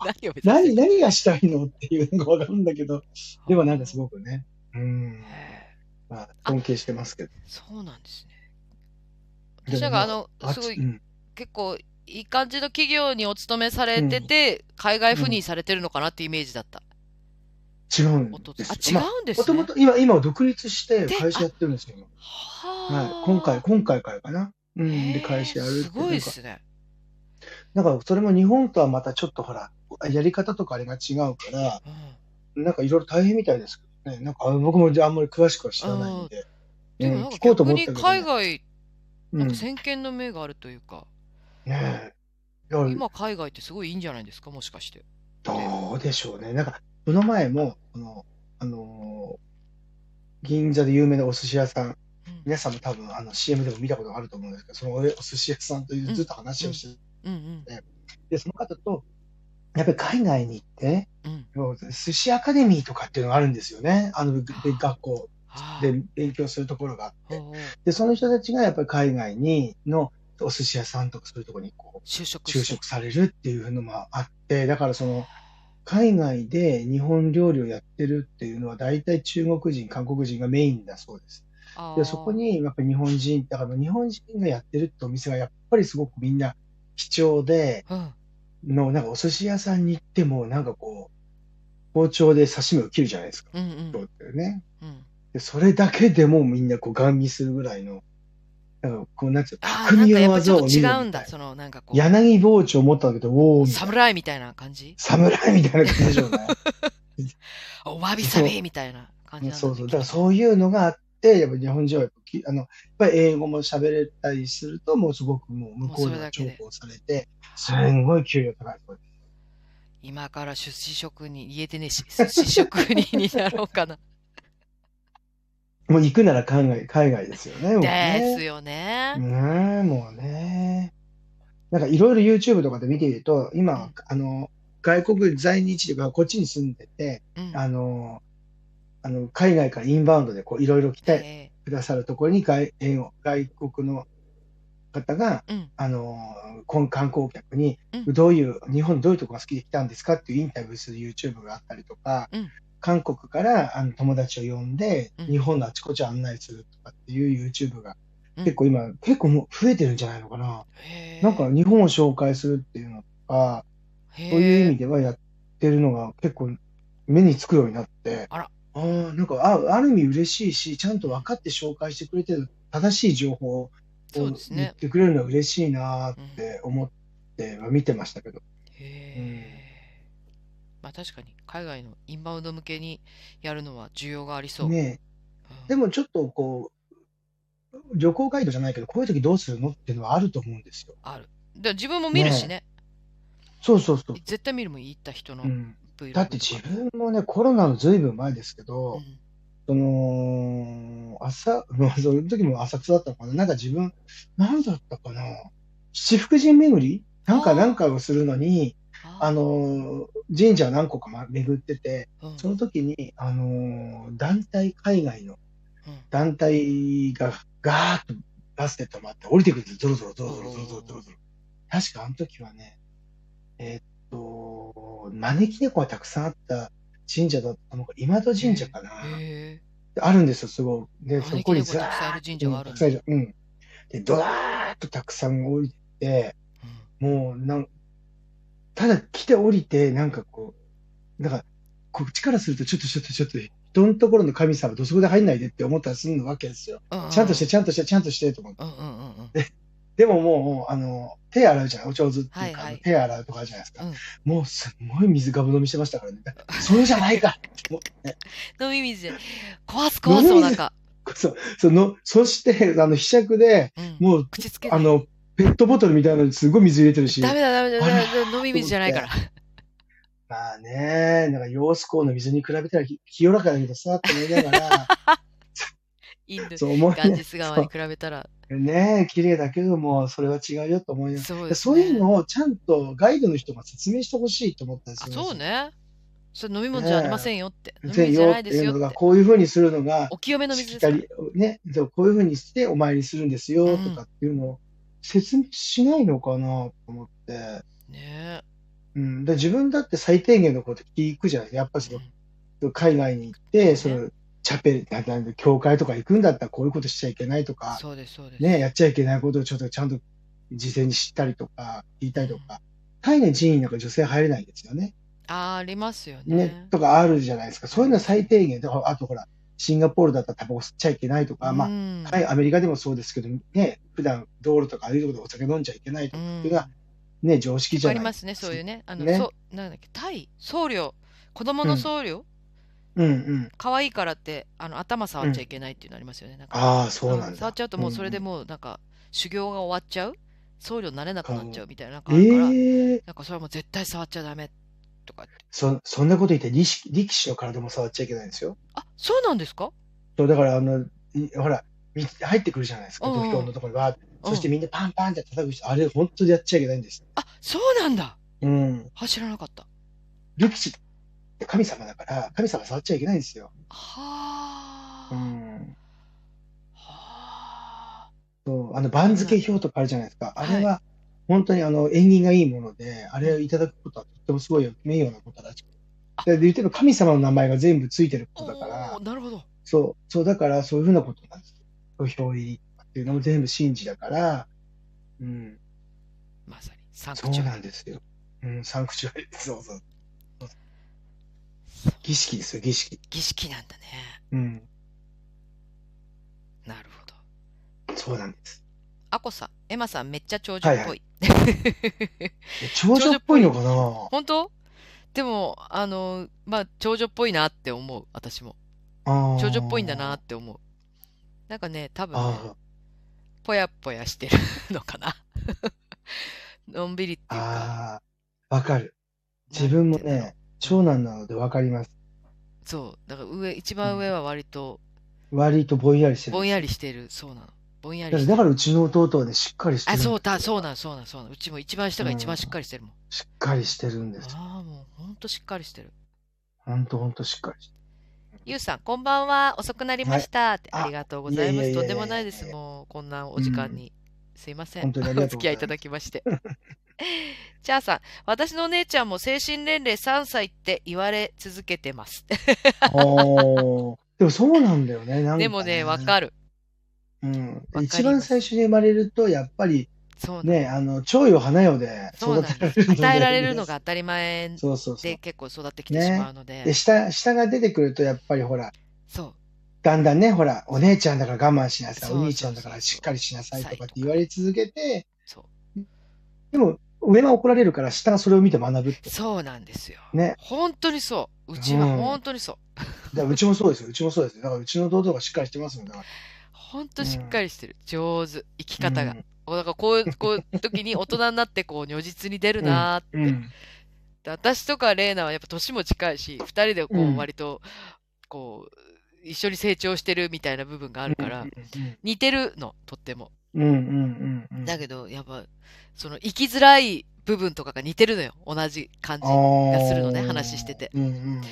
何を別に
何何がしたいのっていうのがわかるんだけどでもなんかすごくねうん
へ
まあ尊敬してますけど
ーそうなんですね。
でも
私なんかあの、
あ
すご
う
い
ん
結構いい感じの企業にお勤めされてて、海外赴任されてるのかなってイメージだった。
違うん
おと
ですよ。
あ、違うんです
もと
ね。
もと今、今独立して
で
会社やってるんですよ。
は
は
あ
い。今回、今回からかな。うん。
へ
で、
え
会社やるって
すごい
なん
で
か
すね。
なんかそれも日本とはまたちょっとほら、やり方とかあれが違うから、
うん
なんかいろいろ大変みたいですけどね。なんかあ僕もあんまり詳しくは知らないんで。
でも
うん
なんか
聞こうと思
逆
っ
に
たけどね
海外、
う
なん
ん
か
ね
先見の明があるというか、
え。いや
今海外ってすごいいいんじゃないですか、もしかして。
どうでしょうね。なんか、この前も、この、あのー銀座で有名なお寿司屋さん、
うん
皆さんも多分あの CM でも見たことがあると思うんですけど、そのお寿司屋さんというずっと話をしてて、
うん
でその方と、やっぱり海外に行ってね、
うんうん。
もう寿司アカデミーとかっていうのがあるんですよね。あの、で
はあ
学校
はあ
で勉強するところがあっ
ほう
て。
ほう
で、その人たちがやっぱり海外に、のお寿司屋さんとかそういうところにこう、
就職
就
して。
職されるっていうのもあって、だからその、海外で日本料理をやってるっていうのは、大体中国人、韓国人がメインだそうです。
あ
で、
ー
そこにやっぱり日本人、だから日本人がやってるってお店がやっぱりすごくみんな貴重で、
うん
の、なんかお寿司屋さんに行っても、なんかこう、包丁で刺身を切るじゃないですか。
うんう
そ
ん
うだよね。
うん。
で、それだけでもみんなこう、ガン見するぐらいの、なんかこう、なんていうの
ああ、な
匠
んかや
の
っぱちょ
技を
っと
見
違
るみたい
うん
な
だ、。そのなんかこう、
柳包丁を持ったんだけど、おーみたいな
侍みたいな感じ
侍みたいな感じ でしょうね。
おわびさびみたいな感じなんだ
そうそう。だ
ね
からそういうのがあって、やっぱ日本人はやっぱきあの、やっぱり英語も喋れたりすると、もうすごくもう向こうでは
もうそれだけで
重宝されて、すんごい給料高い。
今から出資職人、言えてねえし、出資職人になろうかな。
もう行くなら海外、海外ですよね。もう
です
ね。
よね。
ねもうね。なんかいろいろ YouTube とかで見ていると、今、
うん
あの、外国在日というか、こっちに住んでて、
うん
あの、あの海外からインバウンドでこういろいろ来て
え
くださるところに外英語外国の方が
えうん
あの今観光客に、
うん
どういう、日本どういうとこが好きで来たんですかっていうインタビューする YouTube があったりとか、
うん
韓国からあの友達を呼んで、
うん
日本のあちこち案内するとかっていう YouTube が、
うん
結構今、結構もう増えてるんじゃないのかな。
へえ
なんか日本を紹介するっていうのとか、そういう意
へ
味
え
ではやってるのが結構目につくようになって、
あら
あーなんかあある意味嬉しいし、ちゃんと分かって紹介してくれてる正しい情報を
そうですね
言ってくれるのは嬉しいなーって思っては見てましたけど、
へえまあ確かに海外のインバウンド向けにやるのは需要がありそう。
ね
うん
え、でもちょっとこう、旅行ガイドじゃないけど、こういう時どうするのっていうのはあると思うんですよ。
ある。で自分も見るしね。
そうそうそう。
絶対見るもん行った人の
うん
Vlog
だって
と
自
か
分もね、コロナのずいぶん前ですけど、
うん
その、朝、 まあその時も浅草だったのかななんか自分、なんだったかな七福神巡りなん
あ
か
ー
なんかをするのに、あ
あ
のー、神社を何個かま巡ってて、
うん
その時に、あのー、団体、海外の
うん
団体がガーッとバスで止まって降りてくるんですゾロゾロゾロゾロゾロゾロゾロ。確かあの時はね、えーっと、招き猫がたくさんあった神社だったのが、今戸神社かな。
へえ
あるんですよ、すごい。で、そ
招き
こに
猫
ず
た
ら
くさんある
ーっ
神社
と
が
う
あ
ん
るん
たく
だ
さんいる。うん。で、ドラーっとたくさん降りて、
うん
もうなん、ただ来て降りて、なんかこう、なんか、こっちからすると、ちょっとちょっとちょっと、人のところの神様、土足で入んないでって思ったりするわけですよ。
うんうん
ちゃんとして、ちゃんとして、ちゃんとして、と思って。
うんうんうんうん
でももう、あの、手洗うじゃない、お上手っていうか、
はいはい
手洗うとかあるじゃないですか。
うん
もうすんごい水がぶ飲みしてましたからね。そうじゃないかもう
飲み水で壊す壊すお腹。
そう、その、そして、あの、ひしゃくで、
うん
もう
口つけな
あ
い
の、ペットボトルみたいなのにすごい水入れてるし。
ダメだダメだダメ
あ
だ飲み水じゃないから。
まあね、なんか洋子港の水に比べたらひ清らかだけどさ、って思いなが ら、
インド
そう思
ガン
い
ジス川に比べたら。
ね、綺麗だけども、それは違うよと思いなが
そう
ら、
です
そういう
ね。
のをちゃんとガイドの人が説明してほしいと思ったんです
あ、
よ。
そう。ね。それ飲み物じゃありませんよって。飲み
全
水じゃ
よ
な
っ
い
て
です
いう
よ
の
っ
が、
て。
こういうふうにするのが、
お清めの水で
しき
すか
た
ら。
り、ね、そうこういうふうにしてお参りするんですよとかっていうのを説明しないのかなと思って、
ね
うん、で自分だって最低限のこと聞くじゃないですか。やっぱりその海外に行って、そ
そうね
のチャペル、なんなんだ教会とか行くんだったらこういうことしちゃいけないと
うん
か、
そうです、そうです。
ね、やっちゃいけないことをちょっとちゃんと事前に知ったりとか、聞いたりとか、タイの寺院なんか女性入れないんですよね。
あーありますよ
ね
ね。、
とかあるじゃないですか。そういうのは最低限とか、あとほら、シンガポールだったらタバコ吸っちゃいけないとか、まあ
う、ん
はい、アメリカでもそうですけど、ね、普段道路とかああいうところでお酒飲んじゃいけないと
う
か、
ん
っていうのはね、常識じ
あ
ゃ
り
な
ま
い。
すね、そういうね。あの、
ね
そう、なんだっけ、タイ、僧侶、子供の僧侶、
うんうん。
可愛いからって、あの、頭触っちゃいけないっていうのありますよね。なんか、
ああ、そうなん
ん触っ
だ。
ちゃうともうそれで
うん
もうなんか、修行が終わっちゃう僧侶になれなくなっちゃうみたいな、なんかあ
え
るから、
え
なんかそれはもう絶対触っちゃダメとかって。
そ、そんなこと言って力士、力士の体も触っちゃいけないんですよ。
あ、そうなんですか
そう、だから、あの、いほら、み入ってくるじゃないですか、
うん
土俵のところにわーってそして
うん
みんなパンパンって叩く人、あれ、本当にやっちゃいけないんです。
あ、そうなんだ。
うん。
あ、知らなかった。
力士って神様だから、神様触っちゃいけないんですよ。
はあ、
う
は
ん。
あ、
そう、あの、番付表とかあるじゃないですか。あ
はい
れは、本当にあの、縁起がいいもので、あれをいただくことはとってもすごい名誉なことらしく
あ
て。で、言ってるの神様の名前が全部ついてるこ
お
とだから
おー、、なるほど。
そう、そう、だからそういうふうなことなんです。土俵入りとかっていうのも全部神事だから、うん、
まさに、サン
そ
ク
う
チュアリ
なんですよ。うん、サンクチュアリ、そうそ
そ
う。
う
儀式ですよ、儀式。
儀式なんだね。
うん、
なるほど。
そうなんです。
あこさん、エマさんめっちゃ長寿っぽい。
え長女っぽいのかな
本当でも、あの、まあ、長女っぽいなって思う、私も。
あー
長女っぽいんだなって思う。なんかね、多分ね、
あー
ぽやぽやしてるのかな。 のんびりっていうか。
あー、わかる。自分も
なんていうんだろう
ね、長男なのでわかります。
そう、だから上、一番上は割と
割とぼんやりしてる。
ぼんやりしてる。そうなの。ぼんやり
だか
し
ら
て
だ
る。
からうちの弟はね、しっかりしてる
あ、
んですよ
そうだ、そうなん、そうなん、そうなん。うちも一番下が一番しっかりしてるもん。
しっかりしてるんです。
ああ、もうほんとしっかりしてる。
ほんとほんとしっかりして
ゆうさん、こんばんは。遅くなりました。って
あ
ありがとうございま
いえいえいえい
す。
え
とんでもないです。もう、こんなお時間に。すいません
本。当にあり
お
がと
付
うご
き
ざ
合い
い
い
ます
ただきまして。 チャーさん、私のお姉ちゃんも精神年齢3歳って言われ続けてます。
る。おーでもそうなんだよね、なんか
でもね、わかる。
うん
かります
一番最初に生まれると、やっぱり
そうなん
ね、あの、長よ花よで
そう
育
なんで
てられ
す
るので。
与えられるのが当たり前
そうそうそう
で。結構育ってきてしまうので
で、。下、下が出てくると、やっぱりほら、
そう。
だんだんね、ほら、お姉ちゃんだから我慢しなさい、
そう
お兄ちゃんだか
そう
ら
そうそう
しっかりしなさいとかって言われ続けて、
そう。
でも、上が怒られるから、下がそれを見て学ぶって。
そうなんですよ。
ね。
本当にそう。うちは
うん
本当にそう。
だからうちもそうですよ、うちもそうですよ。だから、うちの弟がしっかりしてますもんだから。
本当しっかりしてる。上手。生き方が
う。ん
こうだからこう いう、こういう時に大人になってこう、如実に出るなーって。
うん。
で私とか玲奈はやっぱ年も近いし、二人でこ
うん
う、割と、こう、一緒に成長してるみたいな部分があるから、似てるの、とっても。
うんうんうんうん。
だけど、やっぱ、その、生きづらい部分とかが似てるのよ。同じ感じ。がするのね
あー
話してて
うんうんうん。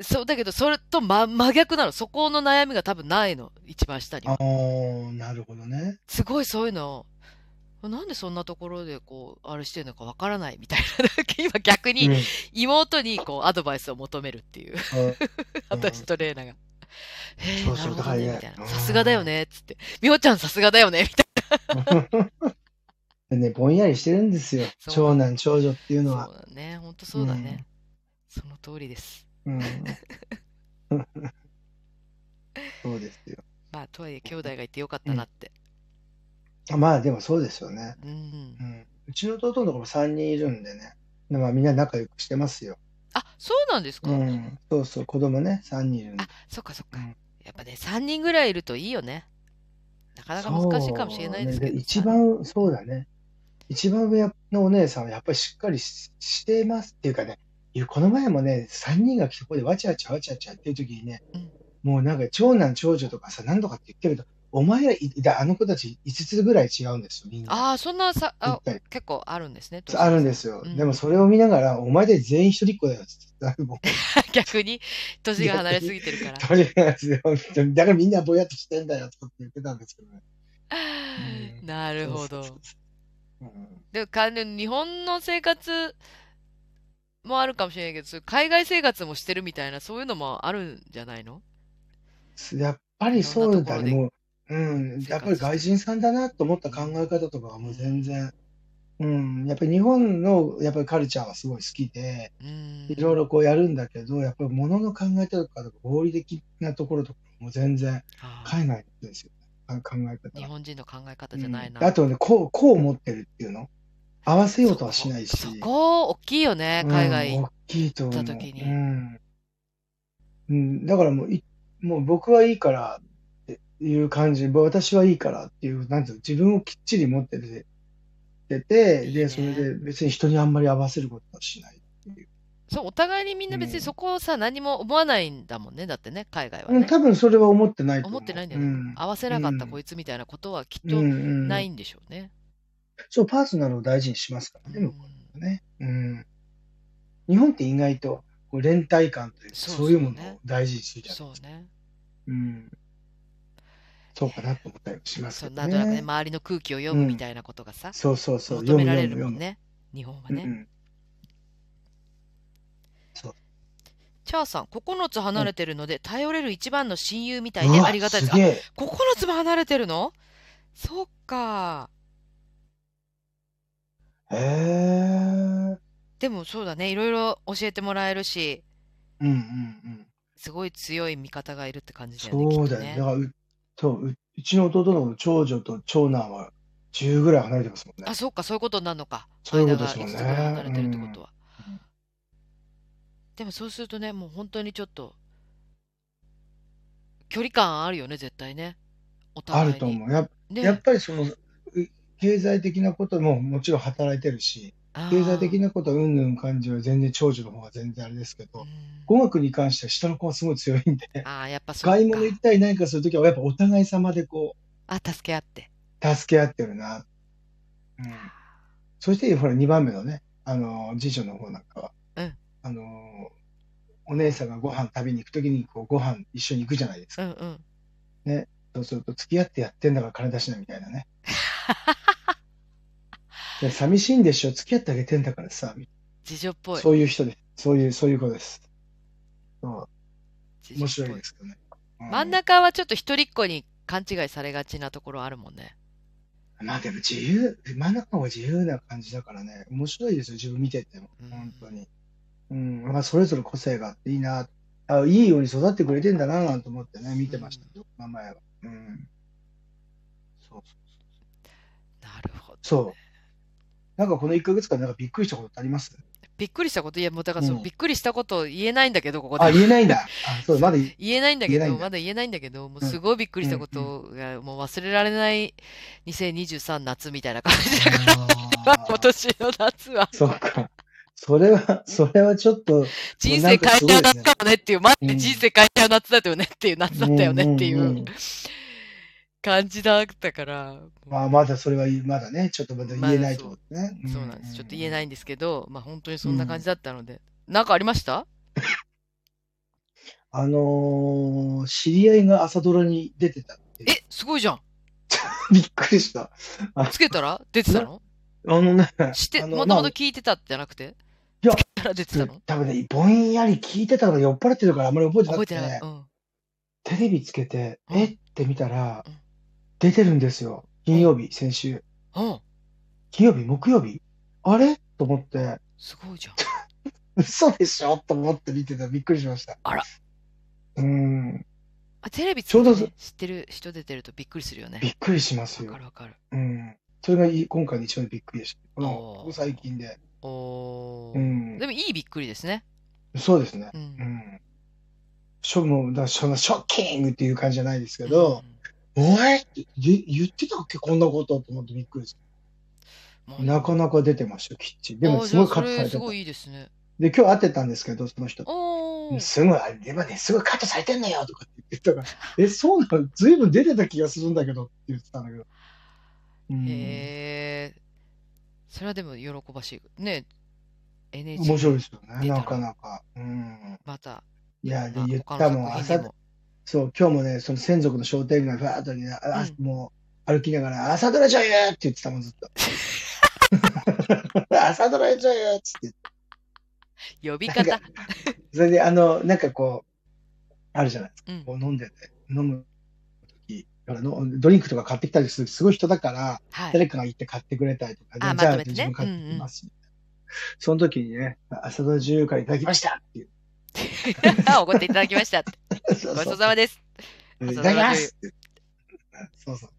そう、だけど、それと真真逆なの。そこの悩みが多分ないの。一番下に
あ
は。
あ、なるほどね。
すごいそういうのを、なんでそんなところでこう、あれしてるのかわからないみたいな。なんか今逆
う ん
に妹にこう、アドバイスを求めるっていう。
うん
私とレイナが。へえ、
そう
な
そ
る
う
ほどね、
だ
み
か
た
ら
い
ね
な。さすがだよね、つって。みおちゃんさすがだよね、みたい
ね、ぼんやりしてるんですよ。
そう
長男、長女っていうの
な。
は
そ。うだね、ほんとそうだね。その通りです。
うん。 うんそうですよ。
まあ、とはいえ、兄弟がいてよかったなって。
あまあ、でもそうですよね。
うん
う。ん。うちの弟のところ3人いるんでね。でまあ、みんな仲良くしてますよ。
あ、そうなんですか
うん。そうそう、子供ね、3人いるんで
あ。、そっかそっか
うん。
やっぱね、3人ぐらいいるといいよね。なかなか難しいかもしれないですけ
そう
ど。
ね一番、そうだね。一番上のお姉さんはやっぱりしっかりししてますっていうかね、いうこの前もね、3人が来てここでわちゃわちゃわちゃわちゃやってる時にね、
うん
もうなんか長男長女とかさ、何とかって言ってるけど、お前らいだ、あの子たち5つぐらい違うんですよ、みんな。
ああ、そんなさ、あ
一、回
結構あるんですね。
あるんですよ。
うん
でもそれを見ながら、お前で全員一人っ子だよって言ってたもう
逆に、年が離れすぎてるから。
とりあえず、本当にだからみんなぼやっとしてんだよとかって言ってたんですけどね。うん
なるほ
そうそう
ど。
そううん
で、関連、日本の生活もあるかもしれないけど、そういう海外生活もしてるみたいな、そういうのもあるんじゃないの
やっぱりそうだね。
いろ
もう、うん、
生活して
やっぱり外人さんだなと思った考え方とかはもう全然うん、やっぱり日本のやっぱりカルチャーはすごい好きで、
うん
いろいろこうやるんだけど、やっぱり物の考え方とか合理的なところとかも全然
あー
海外ですよね。あの考え方
日
は。
本人の考え方じゃないな、
うんあとね、こう、こう思ってるっていうの合わせようとはしないし。
そこそこ大きいよね海外、
うん、大きいと思
行
う
った時に
うんうん、だからもういもう僕はいいからっていう感じ私はいいからっていうなんていうの自分をきっちり持ってててて
いいね
でそれで別に人にあんまり合わせることはしない。
そうお互いにみんな別にそこをさ、何も思わないんだもんねだってね海外は
うん、
ね、
多分それは思ってないと思う。
思ってないんだよね、
うん
合わせなかった
うん
こいつみたいなことはきっ
う
と
んうん
ないんでしょうね、
そう、パーソナルを大事にしますからね、向こうはね。うん。日本って意外とこう連帯感というか、
そう
そういうも
そう
の
ね
を大事にするじゃん。
そうね
うんそうかなと思ったりもします
そ
け
う
ど
なんとなくね
ね。
周りの空気を読むみたいなことがさ、
そうそうそう。
求められる
読
もん
む
ね日本は
読む
ね、
読むうんうん
チャーさん9つ離れてるので、頼れる一番の親友みたいうで
わ
ありがたいです
げえ。
あ9つも離れてるのそっか
へえ。
でもそうだねいろいろ教えてもらえるし
うんうんうん。
すごい強い味方がいるって感じだよね
そうだよ
きっ
ね。
と
だ
ね
からう、そう、ううちの弟の長女と長男は10ぐらい離れてますもんね
あ。そっかそういうことになるのか
そういうことですも
間
ん
が5つぐらい離
ね
れてるってことは、
うん
でもそうするとねもう本当にちょっと距離感あるよね絶対ねお
あ
互いに
ると思う。やっ
うね
やっぱりその、う経済的なことももちろん働いてるし、
あー
経済的なことはうんぬん感じは全然長女の方が全然あれですけ
う
ど、
ん
語学に関しては下の子はすごい強いんで。
ああ、やっぱそうか。
買い物行ったり何かするときは、やっぱお互い様でこ
あ、助け合って。
う、助け合ってるな。うん。そして、ほら、2番目のね、あの、次女の方なんかは、
うん
あの、お姉さんがご飯食べに行くときに、こう、ご飯一緒に行くじゃないです
う
か。
んうん。
そうすると、付き合ってやってんだから金出しな、みたい なね。で寂しいんでしょ、付き合ってあげてんだからさ、みたい
自助っぽ。
ないそういう人です。そういう、そういう子です。そう
自
面
助っ
白い
ぽ
ですけどね。うん
真ん中はちょっと一人っ子に勘違いされがちなところあるもんね。
まあでも自由、真ん中は自由な感じだからね、面白いですよ、自分見てても
うん、
本当に。うん、まあそれぞれ個性があっていいな、あいいように育ってくれてんだな、なんて思ってね、見てましたよ、名前は。うん。そう
なるほど。
そう。そう。なんかこの1ヶ月間、なんかびっくりしたことってあります
びっくりしたこと、いやもうだからそう、
うん
びっくりしたこと言えないんだけど、ここ
あ、
で。
言えないんだ。あ、そう、まだい、
言えないんだけ
言えない
ど、
んだ
まだ言えないんだけど、もううんすごいびっくりしたことが、もう忘れられない2023夏みたいな感じだから、今年の夏は。
そうか。それは、それはちょっと、
人生変えちゃう夏だよねっていう、待って、
うん
人生変えちゃう夏だったよねっていう、夏だったよねってい
うんうんう
うん感じだったから、
まあまだそれは、まだね、ちょっとまだ言えないと思ってね。。
そうなんです。ちょっと言えないいんですけど、まあ本当にそんな感じだったので。なんかありました
あのー知り合いが朝ドラに出てたっていう
え、すごいじゃん。
びっくりした。
つけたら出てたの
あのね、
知って、
あの
もともと聞いてたじゃなくて
いや
つけたら出てたの
多分ね、ぼんやり聞いてたのが酔っ払ってるからあんまり覚えてな
覚え
く
て
て、
ない。うん。
テレビつけて、
うん
えって見たら
うん、
出てるんですよ。金曜日、先週。
うん。
金曜日、木曜日あれと思って、
すごいじゃん。
嘘でしょと思って見てた。びっくりしました。
あら。
うん、
あ、テレビつ
ちょうど
けてね知ってる人出てるとびっくりするよね
び。っくりします
わか
よ。
るわかる。
うん。それがい今回の一番びっくりでした。この
おー
ここ最近で。
お
う
ー。
ん
で。もいいびっくりですね。
そうですね。
う。
うんん。しょもうだそのショッキングっていう感じじゃないですけど、
うん
おいって言言ってたっけこんなことと思ってびっくりした。
もう
なかなか出てましたよ、きっちり。でも
あ
すごい
じゃ
カ
あ
ット
そ
さ
れ
れて
す
た。
ごいいいですね。
で、今日会ってたんですけど、その人。
おー。
すごい、あれでもね、すごいカットされてんのよとかって言ってたから、え、そうなのずいぶん出てた気がするんだけどって言ってたんだけど。うん、
へえ、それはでも喜ばしい。ね、
面
NHK
白いですよ
出
ね、
たら
なかなか。うん。
また、
いや、で
まあ
言っ
他
た
の
もん、
作品
朝
に、も
そう、今日もね、その専属の商店街、ふわーっとね、あ
う
もう歩きながら、朝ドラ女優って言ってたもん、ずっ と。朝ドラ女優っつって。
呼び方
な。それで、あの、なんかこう、あるじゃないですか。
うん
こう飲んでて、飲む時、ほらのドリンクとか買ってきたりするすごい人だから、
はい。
誰かが行って買ってくれたりとか、
あ
じゃあ
まとめてね
自分買ってきます、その時にね、浅田自由からいただきましたっていう。
おごっていただきました。
そう
ごち
そ
そう
う
さまです。
い
ごちそうさま
ただきますってそうそう。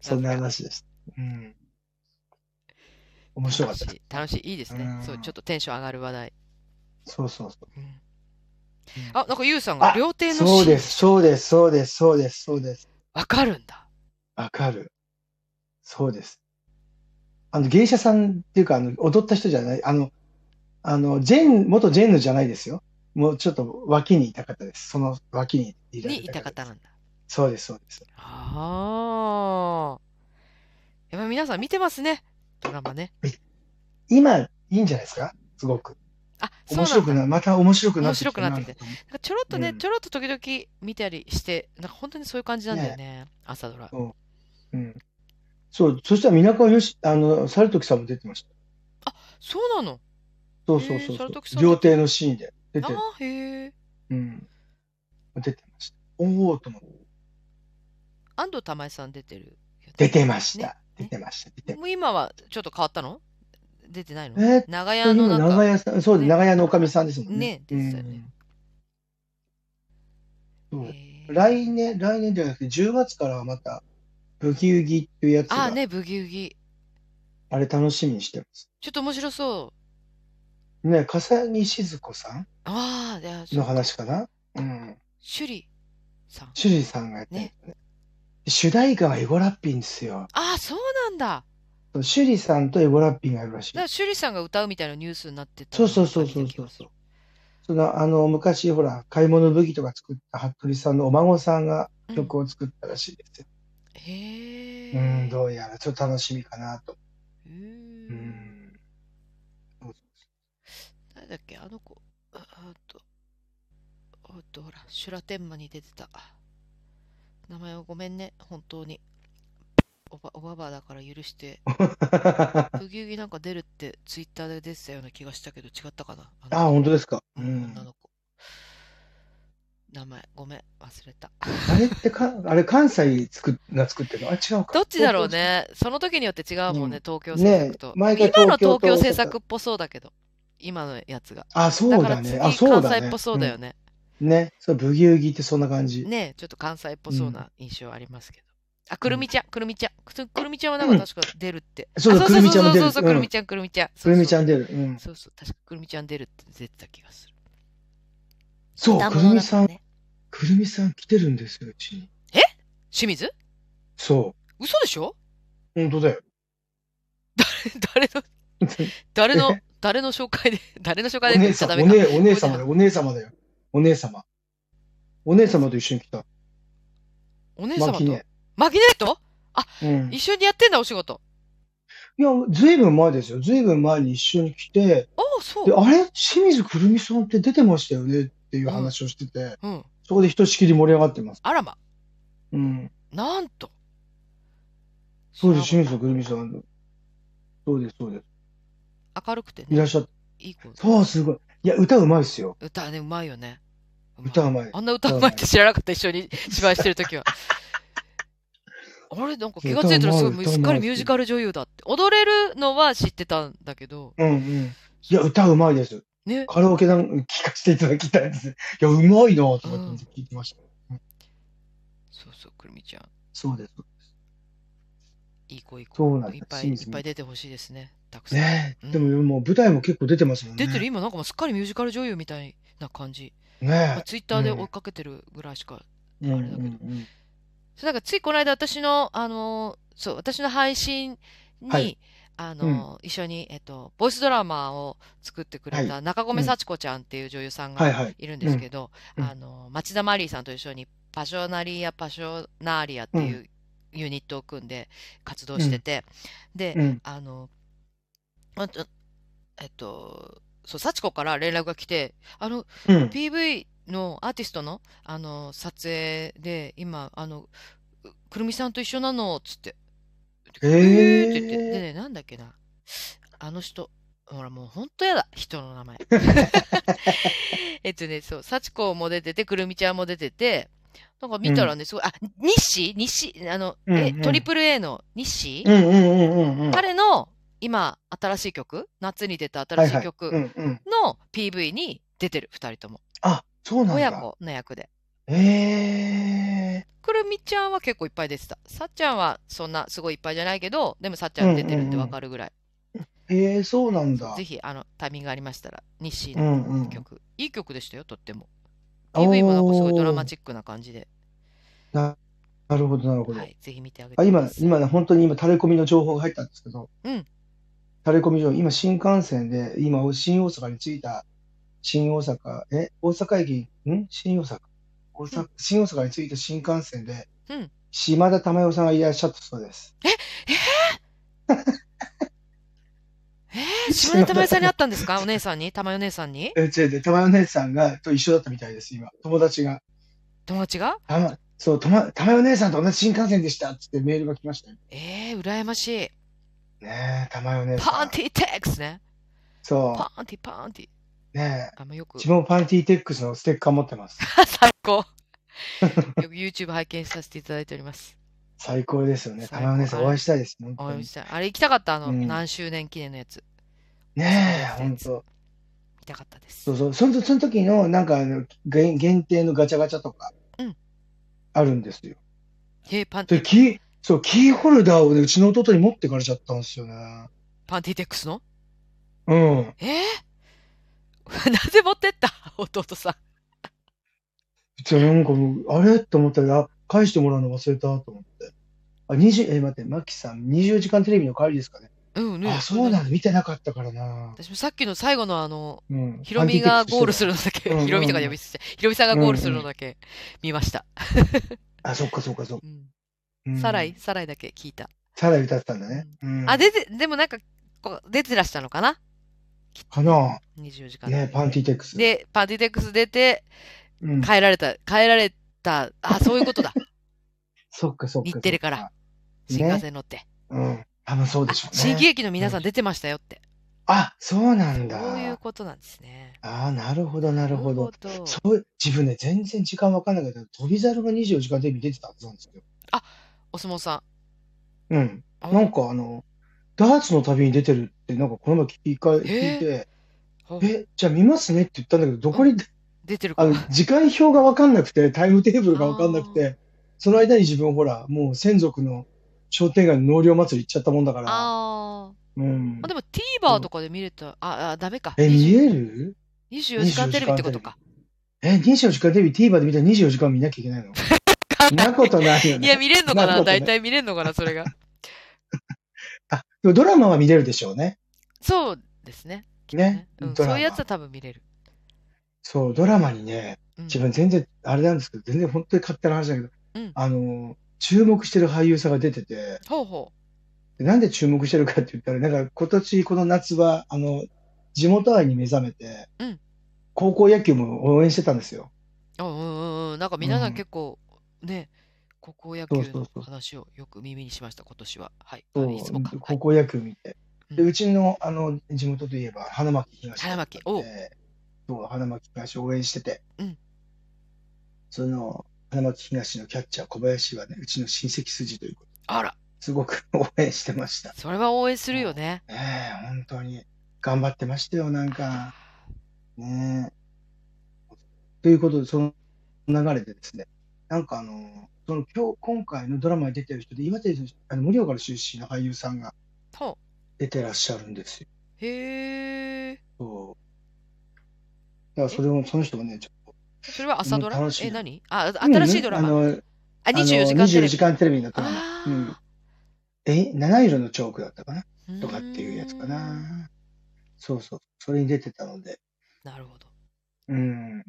そんな話でした。うん。面白かった。
楽しい。楽しい。いいですね
う。ん
そう、ちょっとテンション上がる話題。
そうそうそう。
うん
うん
あ、なんかゆうさんが
あ
料亭のシーン
そうです、そうです、そうです、そうです、そうです。
わかるんだ。
わかる。そうです。あの、芸者さんっていうか、あの、踊った人じゃない、あの、あの、ジェン、元ジェンヌじゃないですよ。もうちょっと脇にいた方です。その脇にいられ
にいた
方
方
です
なんだ。
そうです、そうです。
ああ。やっぱり皆さん見てますね。ドラマね。
今、いいんじゃないですかすごく。
あ、そう
面白く
なんだ。
な、また面白くなって
面白くなってきて
てる
なんかちょろっとね、
うん
ちょろっと時々見たりして、なんか本当にそういう感じなんだよね。朝ドラ。
うん。そう、そしたら、皆川よし、あの、猿時さんも出てました。
そうなの。
そうそうそう
へー
そ
猿
う
時さ。ん
料亭のシーンで出
あ
てる
あ、へえ。
うん。出てました。おおと思って。
安藤玉恵さん出てるよね。
出てました。出
ね
てました。出てまし
もう今はちょっと変わったの出てないの
えっと
長
た。
屋の
今、
なん
長
か、
屋さん、そうで
ね
す、長屋のおかみさんですもんね
ね。ですよね
うんそう
へー
来年、来年じゃなくて、10月からはまた、ブギウギっていうやつ
ああ
が、
ね、ブギウギ。
あれ楽しみにしてます。
ちょっと面白そう。
ね、笠木静子さん
ああ、で、あ
の話かなうん。
趣里さん。
趣里さんがやってるんですよね。主題歌がエゴラッピンですよ。
ああ、そうなんだ。
趣里さんとエゴラッピンがいるらしい
だから。趣里さんが歌うみたいなニュースになってた
そ
の
うそうそうそう
なんか
そ
見
う
た気
そ
が
う。そのあの昔ほら買い物武器とか作った服部さんのお孫さんが
する
曲を作ったらしいですよ。
うんへ
う
え
ん、どうやらちょっと楽しみかなと。
う
うんん。
誰だっけあの子ああとあとほら修羅天魔に出てた名前をごめんね本当におばおばばだから許 してブギウギなんか出るってツイッターで出てたような気がしたけど違ったかなあ
あ、
の
本当ですか。う
うん
ん
女。の子名前ごめん忘れた
あれってか、あれ関西作が作ってるのあ、違うか。
どっちだろう。ね。その時によって違うもんね、
うん
東京制作
ね
と。
え前が
今の
東京
東
と
京制作っぽそうだけど、今のやつが。
あ、そう
か
だ
ら
ね。
次、
あ、そう
関
だね。
西っぽそうだよね。
うん。ね。そう、ブギウギってそんな感じ。
ねえちょっと関西っぽそうな印象ありますけど。あ、くるみちゃん、くるみちゃん。くつくるみちゃんはなんか確か出るって。あ
そうだ
そう
くるみちゃんも出る
そうそうそう、
うん
くるみちゃん、くるみちゃん。
くるみちゃ
ん。
ん出る。うん。
そうそう、確かくるみちゃん出るって出てた気がする。
そう、
歌
く
物
るみ
だから
さん、
ね
くるみさん来てるんですよ、うちに。
清水
そ
嘘でしょ
う。本当だよ。
誰の、 誰の、誰の紹介で、誰の紹介
お
で言
姉
っちゃダ
さん、
メ
お
か。
姉、お姉様だよ、お姉様だよ。お姉様。お姉様と一緒に来た。
お姉
マ
様
キ
と
ネ。。
マキネット
うん。い
一緒にやってんだ、お仕事。
や、ずいぶん前ですよ。ずいぶん前に一緒に来て、
ああ、そう
で、。あれ清水くるみさんって出てましたよねっていう話をしてて、
うん。
そこでひとしきり盛り上がってます。
あらま、
うん。
なんと。
そうです、
知ら
清
なか
水
っ
くるみさん。そうです、そうです。
た明るくて
いら
ね、
っしゃって。
いい子。
そう、すごい。いや、歌うまいですよ。
歌ね、うまいよね。うまい
歌うまい。
あんな歌うまいって知らなかった、一緒に芝居してるとき は。あれ、なんか気がついたらすごい、
歌うまい
すっかり
歌うまい
ミュージカル女優だって。踊れるのは知ってたんだけど、
うんうん。いや、歌うまいです。
ね、
カラオケなん聞かせていただきたいです。いや、うまいなと思って聞いてました。
そうそう、くるみちゃん、
そうです。
いい子、いい子。
そうなんです
いっぱい
清
い
水
っぱい出てほしいですね、たくさん。
ね
うん
え、でももう舞台も結構出てますもんね。
出てる今なんかもうすっかりミュージカル女優みたいな感じ。まあ
ね
ツイッターで追いかけてるぐらいしか
え。うん
あれだけど
うん
そうなんかついこの間私の、あのーそう、私の配信に、
はい
あのー一緒に、えっと、ボイスドラマを作ってくれた中込幸子ちゃんっていう女優さん
はい
が
はい。
いるんですけど、
うんうん
あのー町田マリーさんと一緒にパショナリア・パショナーリアっていうユニットを組んで活動してて、で、
うん。
あの、あとえっと、そう、幸子から連絡が来て、あの、
うん。
PV のアーティストの、あの撮影で今あのうくるみさんと一緒なのっつって「え
へー
ーって言ってでねなんだっけなあの人ほらもうほんとやだ人の名 前えっとねそう幸子も出ててくるみちゃんも出ててなんか見たらね、すごい、あ、日誌日誌あの、え、
うんうん
トリプル A の日誌
うんうんうんうんうん。
彼の今、新しい曲、夏に出た
は
新
い
し
はいい。
曲
うんうん。
の PV に出てる、二人とも。
あ、そうなんだ。
親子の役で。
ええ
くるみちゃんは結構いっぱい出てた。さっちゃんはそんなすごいいっぱいじゃないけど、でもさっちゃん出てるってわかるぐらい。
ー、ええそうなんだ
ぜ。ひ、あの、タイミングありましたら、日誌
う
の
んうん。
曲、いい曲でしたよ、とっても。
おー
PV もなんかすごいドラマチックな感じで、
ななるほど、なるほど。
はい、ぜひ見てあげて
あ
く
今
だ、さい。
今ね、本当に今、タレコミの情報が入ったんですけど、
うん
タレコミ情報、今、新幹線で、今、新大阪に着いた、新大阪、え、大阪駅、ん新大阪大阪、新大阪に着いた新幹線で、
うん
島田珠代さんがいらっしゃったそうです。
えー島根玉代さんに会ったんですかお姉さんに玉代お姉さんに
え、違う違う、珠代姉さんが、と一緒だったみたいです、今。友達が。
友達が
たま、そう、たま、珠代姉さんと同じ新幹線でしたっつってメールが来ましたよ。
えー、羨ましい。
ねえ、珠代姉さん。
パンティテックスね。
そ
パンティパンティ。
う。ねえ。
あんまよく。
自分もパンティーテックスのステッカー持ってます。
最高。よく YouTube 拝見させていただいております。
最高ですよね。
最
た
高
まねさんお会いしたいです。 本
あ
当に
したいあれ行きたかった、あの、
うん
何周年記念のやつ。
ねえ、
そう
本
です
当。
見たかったです
そう。そう。そのその時の、なんかあの、限限定のガチャガチャとか
うん、
あるんですよ。
えー、パンテ
で、
ィ、
キー、そう、キーホルダーをね、うちの弟に持ってかれちゃったんですよね。
パンティテックスの
うん。
え ー、なぜ持ってった 弟さん。
じゃあなんかもう、あれと思ったら、あ返してもらうの忘れたと思って。あ、20、え、待って、マキさん、24時間テレビの帰りですかね。
うん、ね
あ、そうなんだ。見てなかったからな。
私もさっきの最後のあの、
うん。
ヒロミがゴールす
る。
るのだけ、
うんうんうん
ヒロミとか呼び捨て、ヒロミさんがゴールするのだけ見ました。
あ、そっかそっかそっ
う
か。
ん
うん
サライ、。サライだけ聞いた。
サライ歌ってたんだね。うん
あ、出て、でもなんか、こう出てらしたのかな
かな
?24 時間。
ねパンティテックス。
で、パーティーテックス出て、
うん、
帰られた、帰られた、あ、そういうこと だ。
そっかそっか。
日テレから
ね
新幹線乗って。
うん。多分そう
あ
でしょうね。
新喜劇の皆さん出てましたよって。
あ、そうなんだ。
そういうことなんですね。
ああ、なるほど、なるほど。
なるほど
そう、自分ね、全然時間わかんなかったけど、飛び猿が24時間テレビ出てたはずなんですよ。
お相撲さん。
うん。
あ
なんかあの、ダーツの旅に出てるって、なんかこの前聞きか
え
聞いて、
ほ
え、じゃあ見ますねって言ったんだけど、どこに、
出てる
あ
か
の、時間表がわかんなくて、タイムテーブルがわかんなくて、その間に自分ほら、もう専属の商店街の納涼祭り行っちゃったもんだから、
あ
う
ー。
ん
あ。でも TVer とかで見れた、あ、あ、ダメか。
え、見える
24時間テレビってことか。
え、24時間テレビ TVer で見たら24時間見なきゃい けないのそんなことないよ
いや、
ね。
見れんのか
な
な
るほどね
大体見れんのかなそれ が。
あ、でもドラマは見れるでしょうね。
そうですね。きっと
ね
うん
ドラ
そ
マ
ういうやつは多分見れる。
そう、ドラマにね、
うん
自分全然、あれなんですけど、全然本当に勝手な話だけど、
うん
あの、注目してる俳優さんが出てて、
ほうほ
でなんで注目してるかって言ったら、なんか今年この夏は、あの、地元愛に目覚めて、
うん
高校野球も応援してたんですよ。
う。うんうんうん。なんか皆さ
うんん
結構、ね、高校野
そう
球
そうそ
の
う
話をよく耳にしました、今年は。はい。あ
そう
いつもか。は
高
い。
校野球見て。で、
うん
うちの、あの、地元といえば、花巻東だったんで。
花巻おう
そう、花巻東応援してて。
うん
その、花巻東のキャッチャー小林はね、うちの親戚筋ということで
あら、
すごく 応援してました。
それは応援するよね。
ねえ、本当に。頑張ってましたよ、なんか。ねえ。ということで、その流れでですね、なんかあの、その今日、今回のドラマに出てる人で、岩手の、あの、盛岡の出身の俳優さんが
ほ
出てらっしゃるんですよ
う。へえ。
そう。だからそれも、その人もね、ちょっ
それは朝ドラ
うん楽しみ
え、何あ、
と。
新しいドラ
う
マ。
んあの、
あ、
あの
24時間テレ
24
ビ
時。間テレビのドラマ。
あ
うん
あ。
え、七色のチョークだったかな
うーん
とかっていうやつか。な。そうそう。それに出てたので、
なるほど。
うん。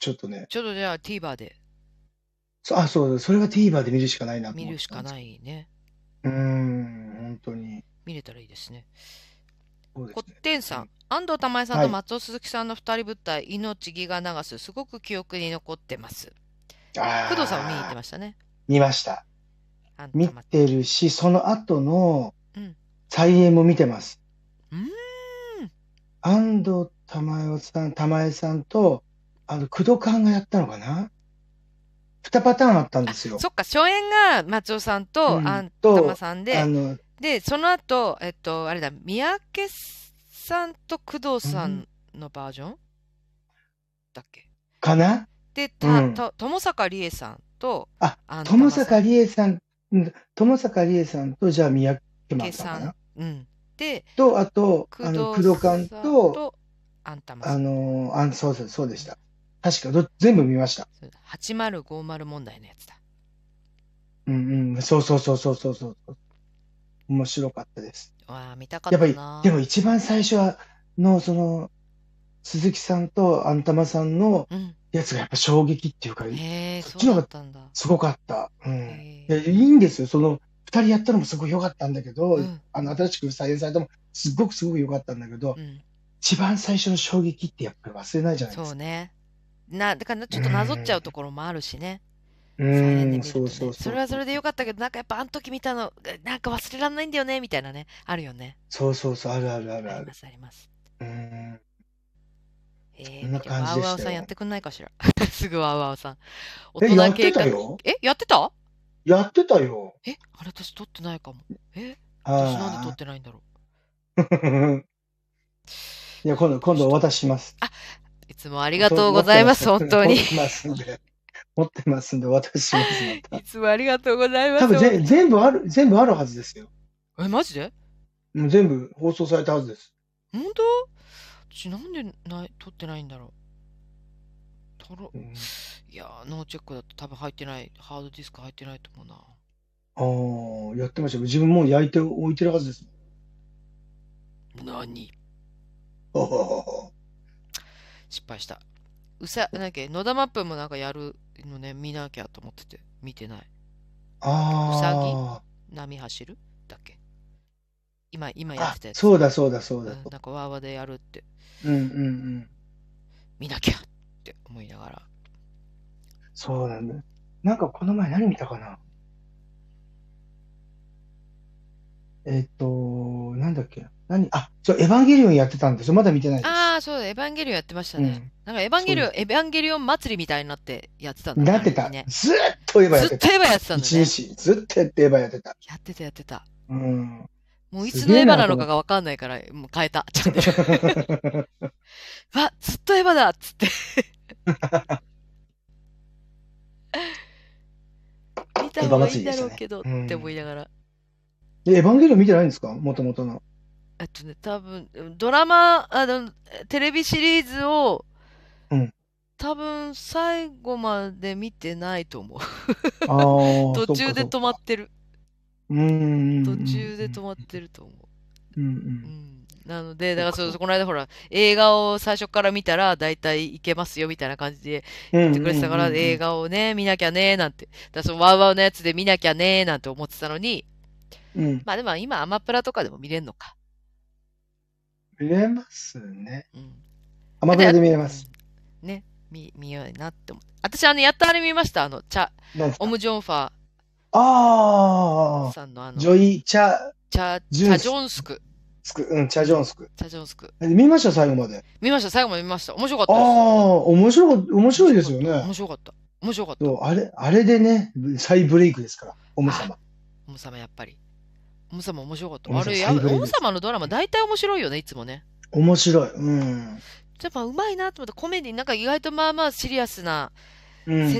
ちょっとね、
ちょっとじゃあ TVer で
そあ、そう、それは TVer で見るしかないなと
見
思っ
る
て
したか
んです
ないね。
けど。うん、本当に。
見れたらいいですね。
そうで
こ
す
っ
ね。
てんさ、
うん
安藤玉恵さん
は
と
い
松尾鈴木さんの二人舞台、命ギガ流す、すごく記憶に残ってます。
あ
工藤さんも見に行って
ま
ましたね。
見ました。
安藤
見
玉恵
てるし、その後の
うん
再演も見てます。
うーん
安藤玉代さん、玉江さんと、あの、工藤勘がやったのかな2パターンあったんですよ。
そっか、初演が松尾さんと、
うん
あん
と
たまさんで
あ、の、
で、その後、えっと、あれだ、三宅さんと工藤さんのバージョンだっけ
かな
で、た、
うん
と、友坂理恵さんと、
あ
あんた
友
まさん
坂理恵さん、うん友坂理恵さんと、じゃあ、三宅
理恵
真さん
さ、
かなん
うん。で、
と、あと、あ
工
の、工
藤
藤館
さん
と、
あんたま
あ
さん。
の、あそうそう、そうでした。確かど、全部見ました。
そうだ8050問題のやつだ。
うんうん、そうそうそうそうそうそう。面白かったです。
わあ、見たか
やっぱ
っ
り
たな、
でも一番最初は、の、その、鈴木さんとあんたまさんの
うん。
やつがやっぱ衝撃っていうか、
へえ、
そっ
そ
ちの
う
方
だ
が
ったんだ。
すごかった。うん。
へ
いや、
え
いいんですよ。その、二人やったのもすごい良かったんだけど、
うん
あの、新しく再演されたのも、すごくすごく良かったんだけど、
うん。
一番最初の衝撃ってやっぱり忘れないじゃないで
そう
すか。
ね。な、だからちょっとなぞっちゃうところもあるしね。
う
再演で
ん、
見ると
そう
ね。
そうそう。
それはそれでよかったけど、なんかやっぱあの時見たの、なんか忘れられないんだよね、みたいなね。あるよね。
そうそうそう、あるあるある
あ
あ
り
る
ま。す、あります。
うん。
ええ
そんな感じ
ワウ
でしたよ
ワウさんやってくんないかしら。 すぐワウワウさん。大
え、
人
やって
計画
た。よ。
え、やってた
やってたよ。
え、あれ私撮ってないかも。え、私なんで撮
あ
ってないんだろう。
あ。 いや、今度、今度お渡しします。
いつもあり
あ
がとうございます、本当に
持。ってますんで。 持ってますんで、お渡し します、ま
い
た。
つもありがとうございます。
多分ぜ、全部ある、全部あるはずですよ。
え、マジで
もう全部放送されたはずです。
本当私なんでない撮ってないんだろう。撮ろ
うん
いやー、ノーチェックだと多分入ってない、ハードディスク入ってないと思うな。
ああ、やってましたよ。自分もう焼いておいてるはずです。
何
ああ
失敗した。うさ、なんだっけ、野田マップもなんかやるのね、見なきゃと思ってて、見てない。
あ
波走るだっけ今、今
あ
やってたやつ。
そうだ、そうだ、そうだ。
うんなんかワーワーでやるって、
うん、うん、うん。
見なきゃって思いながら。
そうなんだ。なんかこの前何見たかなえっと、なんだっけ何あ、そう、エヴァンゲリオンやってたんですよ。まだ見てないです。
ああ、そうだ、エヴァンゲリオンやってました
う
ね。
ん
なんかエヴァンゲリオン
そ、
エヴァンゲリオン祭りみたいになってやってたんだね
なって
あ
た
の時ね。
ずーっとエヴァやっ
ず
て
っと
た。
エヴァやってたんだ
一
ね。
日、ずっとエヴァやってた。
やってたやってた。
うん。
もうい
す
つ
げ
の
え
エヴ
な
ァなのかがわかんないから、もう変えた。チャン ネルわ、ずっとエヴァだっつって。見た方がいいんだろうけど、
エヴァ祭りでしたねうん
って思いながら。
でエヴァンゲリオン見てないんですかもともとの。
えっとね、多分、ドラマ、あの、テレビシリーズを、
うん
多分、最後まで見てないと思う。
ああ、
途中で止ま
っ
ってる。
うん。
途中で止まってると思う。
うんう。
うんんなので、だから
そっか
そう、この間ほら、映画を最初から見たら大体いけますよみたいな感じで
言
言ってくれてたから、映画をね、見なきゃねーなんて、だからそのワウワウのやつで見なきゃねーなんて思ってたのに、
うん。
まあでも今アマプラとかでも見れるのか。
見れますね。
うん。
アマプラで見れます。
うん。ね、見、見ようなって思って。私、あの、やっとあれ見ました、あの、チャ、
何ですか
オム・ジョンファ
あ
さんのあ
あ、
の、
ジ
チャ、
ョイ・チャ・
チャ
ジュンス
ジョンスク、
スク、うん、チャ・ジョンスク。
チャジョンスク。
見ました、最後まで。
見ました、最後まで見ました。面白かっ
あ
た
あ
です。、
面白い、面白いですよね。
面白かった。面白かった。
そう、あれ、あれでね、再ブレイクですから、おム様。
おむさまやっぱり。おむさま面白かった。
おむ
あ
さま
れ、
最
や
高です
おむさまのドラマ大体面白いよね、いつもね。
面白い。うん。
やっぱうまいなと思って、コメディなんか意外とまあまあシリアスな、
うん、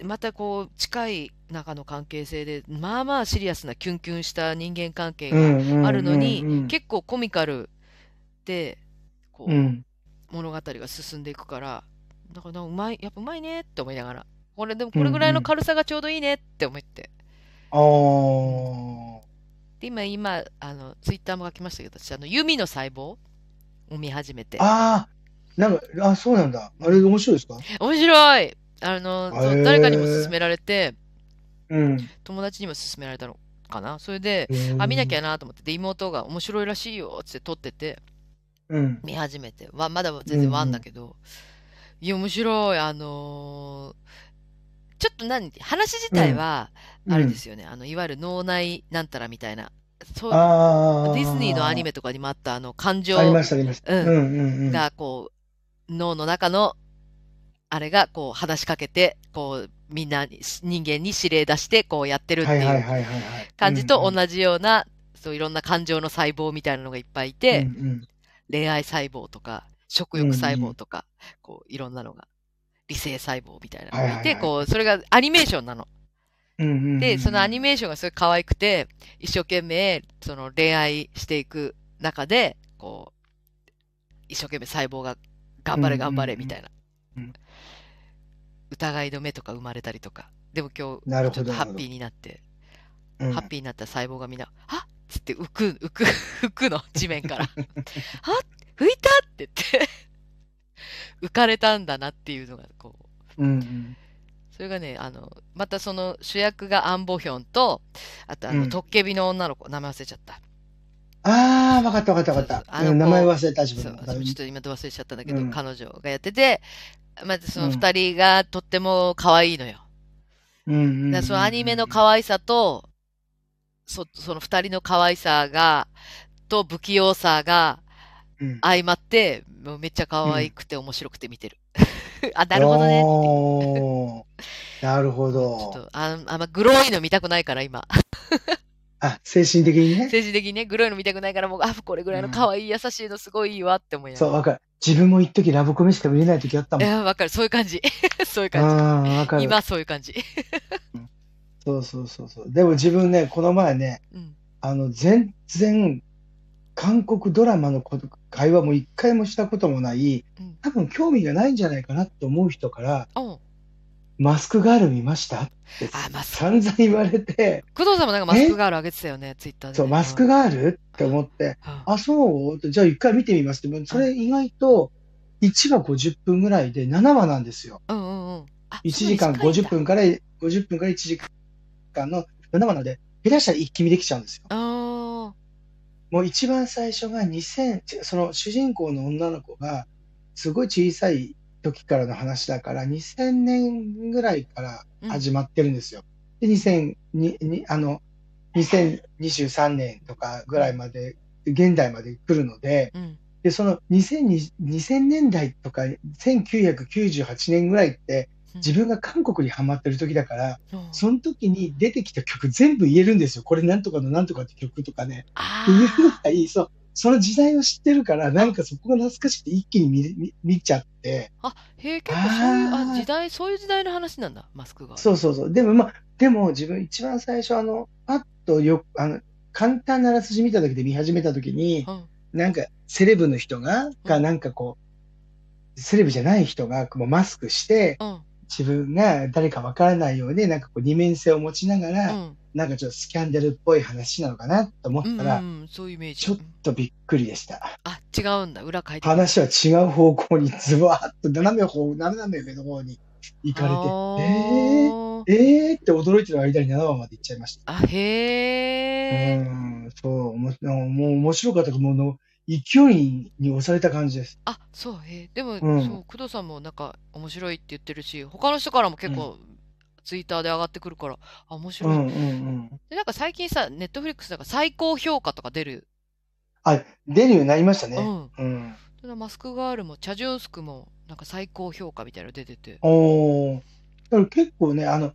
うん。
またこう近い中の関係性で、まあまあシリアスなキュンキュンした人間関係
う
が
んうん
あるのに、
うんうん
結構コミカルで、こう、
うん。
物語が進んでいくから、だからなんかうまい、やっぱうまいねって思いながら。これでもこれぐらいの軽さがちょうどいいねって思って。
ああ。
で今、今、あの、ツイッターも書きましたけど、私、あの、弓の細胞を見始めて。
ああ、なんか、あ、そうなんだ。あれ面白いですか
面白いあの、そう
へー
誰かにも勧められて、
うん。
友達にも勧められたのかなそれで、
うん
あ、見なきゃ。なと思って、で、妹が面白いらしいよっつって撮ってて、
うん。
見始めて、わ、まだ全然ワンだけど、いや、面白い、あのーちょっと何、話自体は、あれですよね、あの、いわゆる脳内なんたらみたいな、そう、
ああ。
ディズニーのアニメとかにもあった、あの、感情
ありました、ありました。
う
うんんうんうん。
がこう脳の中のあれがこう話しかけてこうみんなに人間に指令出してこうやってるって
はいはいいうはいはいはい。
感じと
じ
同じような、そういろんな感情の細胞みたいなのがいっぱいいて、恋愛細胞とか食欲細胞とか、こういろんなのが理性細胞みたいなのがいて、
はいはいはい
こうそれがアニメーションなの。で、そのアニ
メ
メーションがすごい可愛くて、一生懸命、その恋愛していく中で、こう、一生懸命細胞が頑張れ
うんうんうん
頑張れみたいな
うん。
疑いの目とか生まれたりとか。でも今
なる
日、ちょ
ほど
っとハッピーになって、
うん
ハッピーになった細胞がみんな、はっつって浮く、浮く、 浮くの、地面から。はっ浮いたって言って、浮かれたんだなっていうのが、こう、
うん
それがね、あの、またその主役がアンボヒョンと、あとあ
う
の、
ん
トッケビの女の子、名前忘れちゃった。
ああ、わかったわかった
そ
わかっ
うそうあ
た。
の
うん名前忘れた自
そう
分の、
ちょっと今忘れちゃったんだけど、
うん
彼女がやってて、まずその
うん
二人がとっても可愛いのよ。だからそのアニメの
わ
可愛さと、そその二人の可愛さが、と不器用さが相まって、もうめっちゃ可愛くて面白くて見てる。 あ、なるほどねっていう。
ね。なる
ちょ
ほ
っ
ど。
とああんまグロいの見たくないから今。
あ、精神的にね。
政治的にね、グロいの見たくないから、もう、あ、これぐらいの可愛い、優しいのすごいいいわって思いなが
そう、
ら。
わかる。自分も一時ラブコメしか見れない時あった
い
もん。
や、 わかる。そういう感じ。そういう感
ああ、わか
じ。
る。
今、そういう感じ。
そうそうそうそう。でも自分ね、この前ね、
うん。
あの、全然、韓国ドラマのこと会話も一回もしたこともない、
うん。
多分興味がないんじゃないかなって思う人から、
おう
マスクガール見ましたって
あマスク
散々言われて、
工藤さんもなんかマスクガールあげてたよね、ツイッターでね。
そう、マスクガールって思って、
うん
あ、そうじゃあ一回見てみますって、それ意外と1話50分ぐらいで7話なんですよ。
うんうんうん。あ
1時間50。分から、50分から1時間の7話なので、下手したら一気見できちゃうんですよ。
ああ
もう一番最初が2000、ちその主人公の女の子が、すごい小さい時からの話だから、2000年ぐらいから
ー。
始まってるんですよ。で、2000ににあの、2023年とかぐらいまで、現代まで来るので、
うん。うん。
で、その2020 2000年代とか1998年ぐらいって、自分が韓国にハマってる時だから、
分
その時に出てきた曲全部言えるんですよ。これなんとかのなんとかって曲とかね。
あ
言えるぐ
あ。
らい、そう、その時代を知ってるから、なんかそこが懐かしくて一気に見れ見見ちゃって。
あ、へえ、結構そういう、
あー
あ、時代、そういう時代の話なんだ、マスクガール。
そうそうそう。でもまあ、でも自分一番最初、あの、パッとよあの、簡単なあらすじ見た時で見始めた時に、
うん。
なんかセレブの人が、がなんかこう、セレブじゃない人がこうマスクして、
うん。
自分が誰かわからないように、なんかこう二面性を持ちなが
う
ら、
ん。
なんかちょっとスキャンダルっぽい話なのかなと思っ
う
た
ん
ら、
うん。そういうイメージ。
ちょっとびっくりでした。
あ、違うんだ。裏書いてる。
話は違う方向にズワーッと斜め方、斜めの方に行かれて、えー
あー
えーって驚いてる間に7話まで行っちゃいました。
あ、へえ。
うん、そう、もうもう面白かったけどもうの勢いに押された感じです。
あ、そう、へえ。でも、
うん
そう、工藤さんもなんか面白いって言ってるし、他の人からも結構ツイッターで上がってくるから、あ、面
う
白い。
んうんうん。
で、なんか最近さ、ネットフリックスなんか最高評価とか出る。
あ、出るようになりました
う
ね。
ん。
うん。
ただマスクガールもチャジュンスクもなんか最高評価みたいなの出てて。
おーだから結構ね、あの、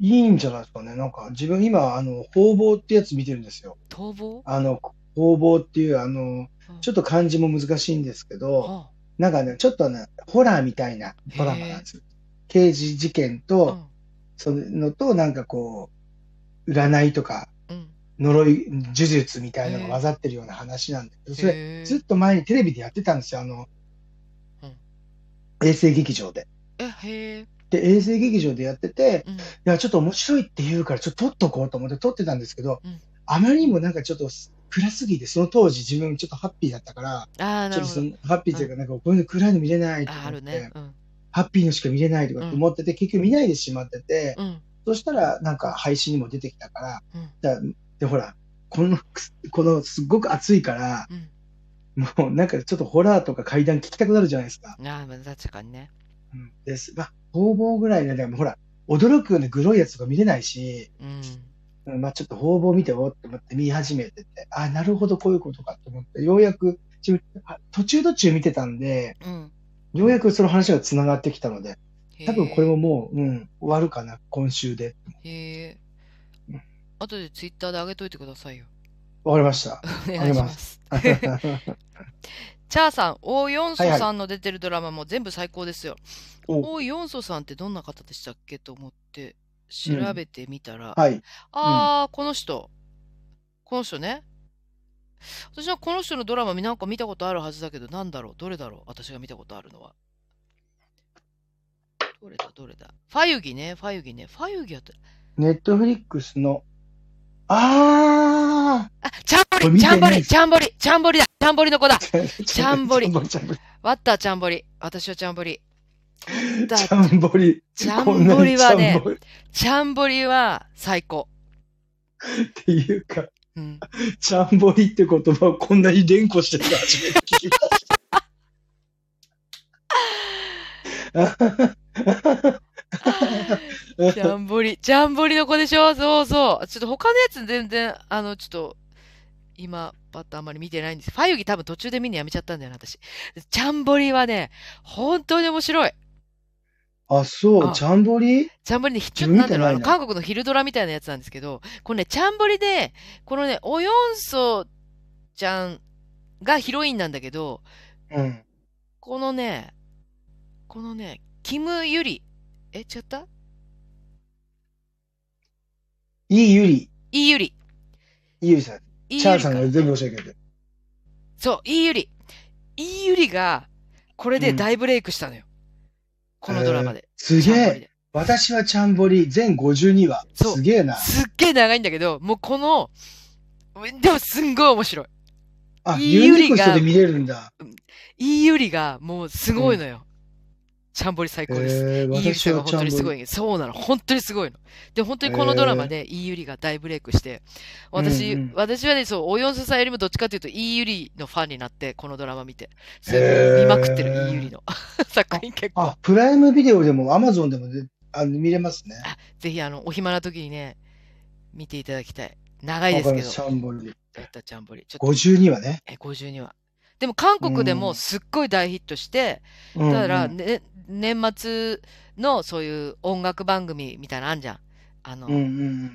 いいんじゃないですかね。なんか自分今、あの、方々ってやつ見てるんですよ。
逃亡
あの、方々っていう、あの、ちょっ
っ
と漢字も難しいんですけど、
と、
なんかね、ちょっとね、ホラーみたいなドラマなんですよ。刑事事件
う
と、
ん。
そのと、なんかこう、占いとか、
うん。
呪い、呪術みたいなのが混ざってるような話なんだけど、それ、
へえ。
ずっと前にテレビでやってたんですよ、あの
う、
衛星劇場で。
え、へえ。
で、衛星劇場でやってて、
うん。
いや、ちょっと面白いって言うから、ちょっと撮っとこうと思って撮ってたんですけど
うん、
あまりにもなんかちょっと暗すぎて、その当時自分ちょっとハッピーだったから、
ああ、な
ち
る
ょっと
ほ
そ
ど。
のハッピーというか、なんかこういうの暗いの見れないと
あ、
思
あ
っ
るね
て。、
うん。
ハッピーのしか見れないとかって思ってて、結局見ないでしまってて、
うん。
そしたらなんか配信にも出てきたから、
うん。
だで、ほら、この、このすっごく暑いから、
うん。
もうなんかちょっとホラーとか怪談聞きたくなるじゃないですか。
ああ、まあ確かにね。
うん、です。まあ、方々ぐらいで、でもほら、驚くようなグロいやつとか見れないし、
うん。
うんまあちょっと方々見ておうって思って見始めてて、あ、なるほどこういうことかと思って、ようやく、自分あ途中途中見てたんで、
うん。
ようやくその話が繋がってきたので、多分これももう、うん、終わるかな、今週で。
へえ
うん。
後でツイッターで上げといてくださいよ。
わかりま した。
お願
げ
いし
ま
ます。 チャーさん、オー・ヨンソさんの出てるドラマも全部最高ですよ。
お
オー・ヨンソさんってどんな方でしたっけと思って調
うん
べてみたら、
はい。
ああ、この人。この人ね。私はこの人のドラマなんか見たことあるはずだけど、なんだろうどれだろう私が見たことあるのは。どれだどれだファユギね、ファユギね。ファユギやった。
ネットフリックスの、あ
あ、チャンボ
これ
リ、
見
チ
て
ャンボ
ない
リ、チャンボリ、チャンボリだ、チャンボリの子だ。
ー
チャンボリ
チャンボリ、チャンボリ。
ワッターチャンボリ。私はチャンボリ。ワッター
チャンボリ。
チャンボリはね
こんなにチャンボリ
チャンボリは最高。
っていうか、
うん。
チャンボリって言葉をこんなに連呼してた初めて聞い た。
ジャンボリ、ジャンボリの子でしょそうそう。ちょっと他のやつ全然、あの、ちょっと、今、パッとあんまり見てないんです。ファユギ多分途中で見るのやめちゃったんだよな、私。ジャンボリはね、本当に面白い。
あ、そ
あ
う、チャンボリ
ジャンボリね、ちょっと
見
なん
てな
だ
い
ろう、
な
あの、韓国の昼ドラみたいなやつなんですけど、このね、ジャンボリで、このね、オヨンソちゃんがヒロインなんだけど、
うん。
このね、このね、キム・ユリ、え、違った
いいゆり。
イ・ユリ。
いいゆりさん。
イ・ユリ
チャーさん
か
が全部教えてくれて。
そう、イーユリ。イーユリが、これで大ブレイクしたのよ。このドラマで。
す
チ
げ
ャンボリ
え。
で
私はチャンボリ、全52話。
そう
すげえな。
すっげえ長いんだけど、もうこの、でもすんごい面白い。
あ、
いいゆ
ユ
りが
ニクストで見れるんだ。
イーユリがもうすごいのよ。チャンボリ最
え
高です。
ー、
イーユリ
私
さんが
はチ
本当に
ャ
す
ンボ
ご
リ。
い。そうなの。本当にすごいの。で、本当にこのドラマでイーユリが大ブレイクして、私、
うんうん
私はね、そう、オヨンスさんよりもどっちかというとイーユリのファンになって、このドラマ見て。すごい見まくってる、
へ
イ
ー
ーユ リの作品結構。
あ、プライムビデオでも、アマゾンでもね、あの見れますね。
あぜひあのお暇な時にね、見ていただきたい。長い
わ
で
か
す
り
け
ま
ど、
す、チ
ちょ
ャンボリ。
っとジャンボリ。ちょっと
52話ね。
え52話。でも韓国で
う
も
ん
すっごい大ヒットして、
うん
だから、
うん
ね、年末のそういう音楽番組みたいなのあんじゃん。あの、
うんう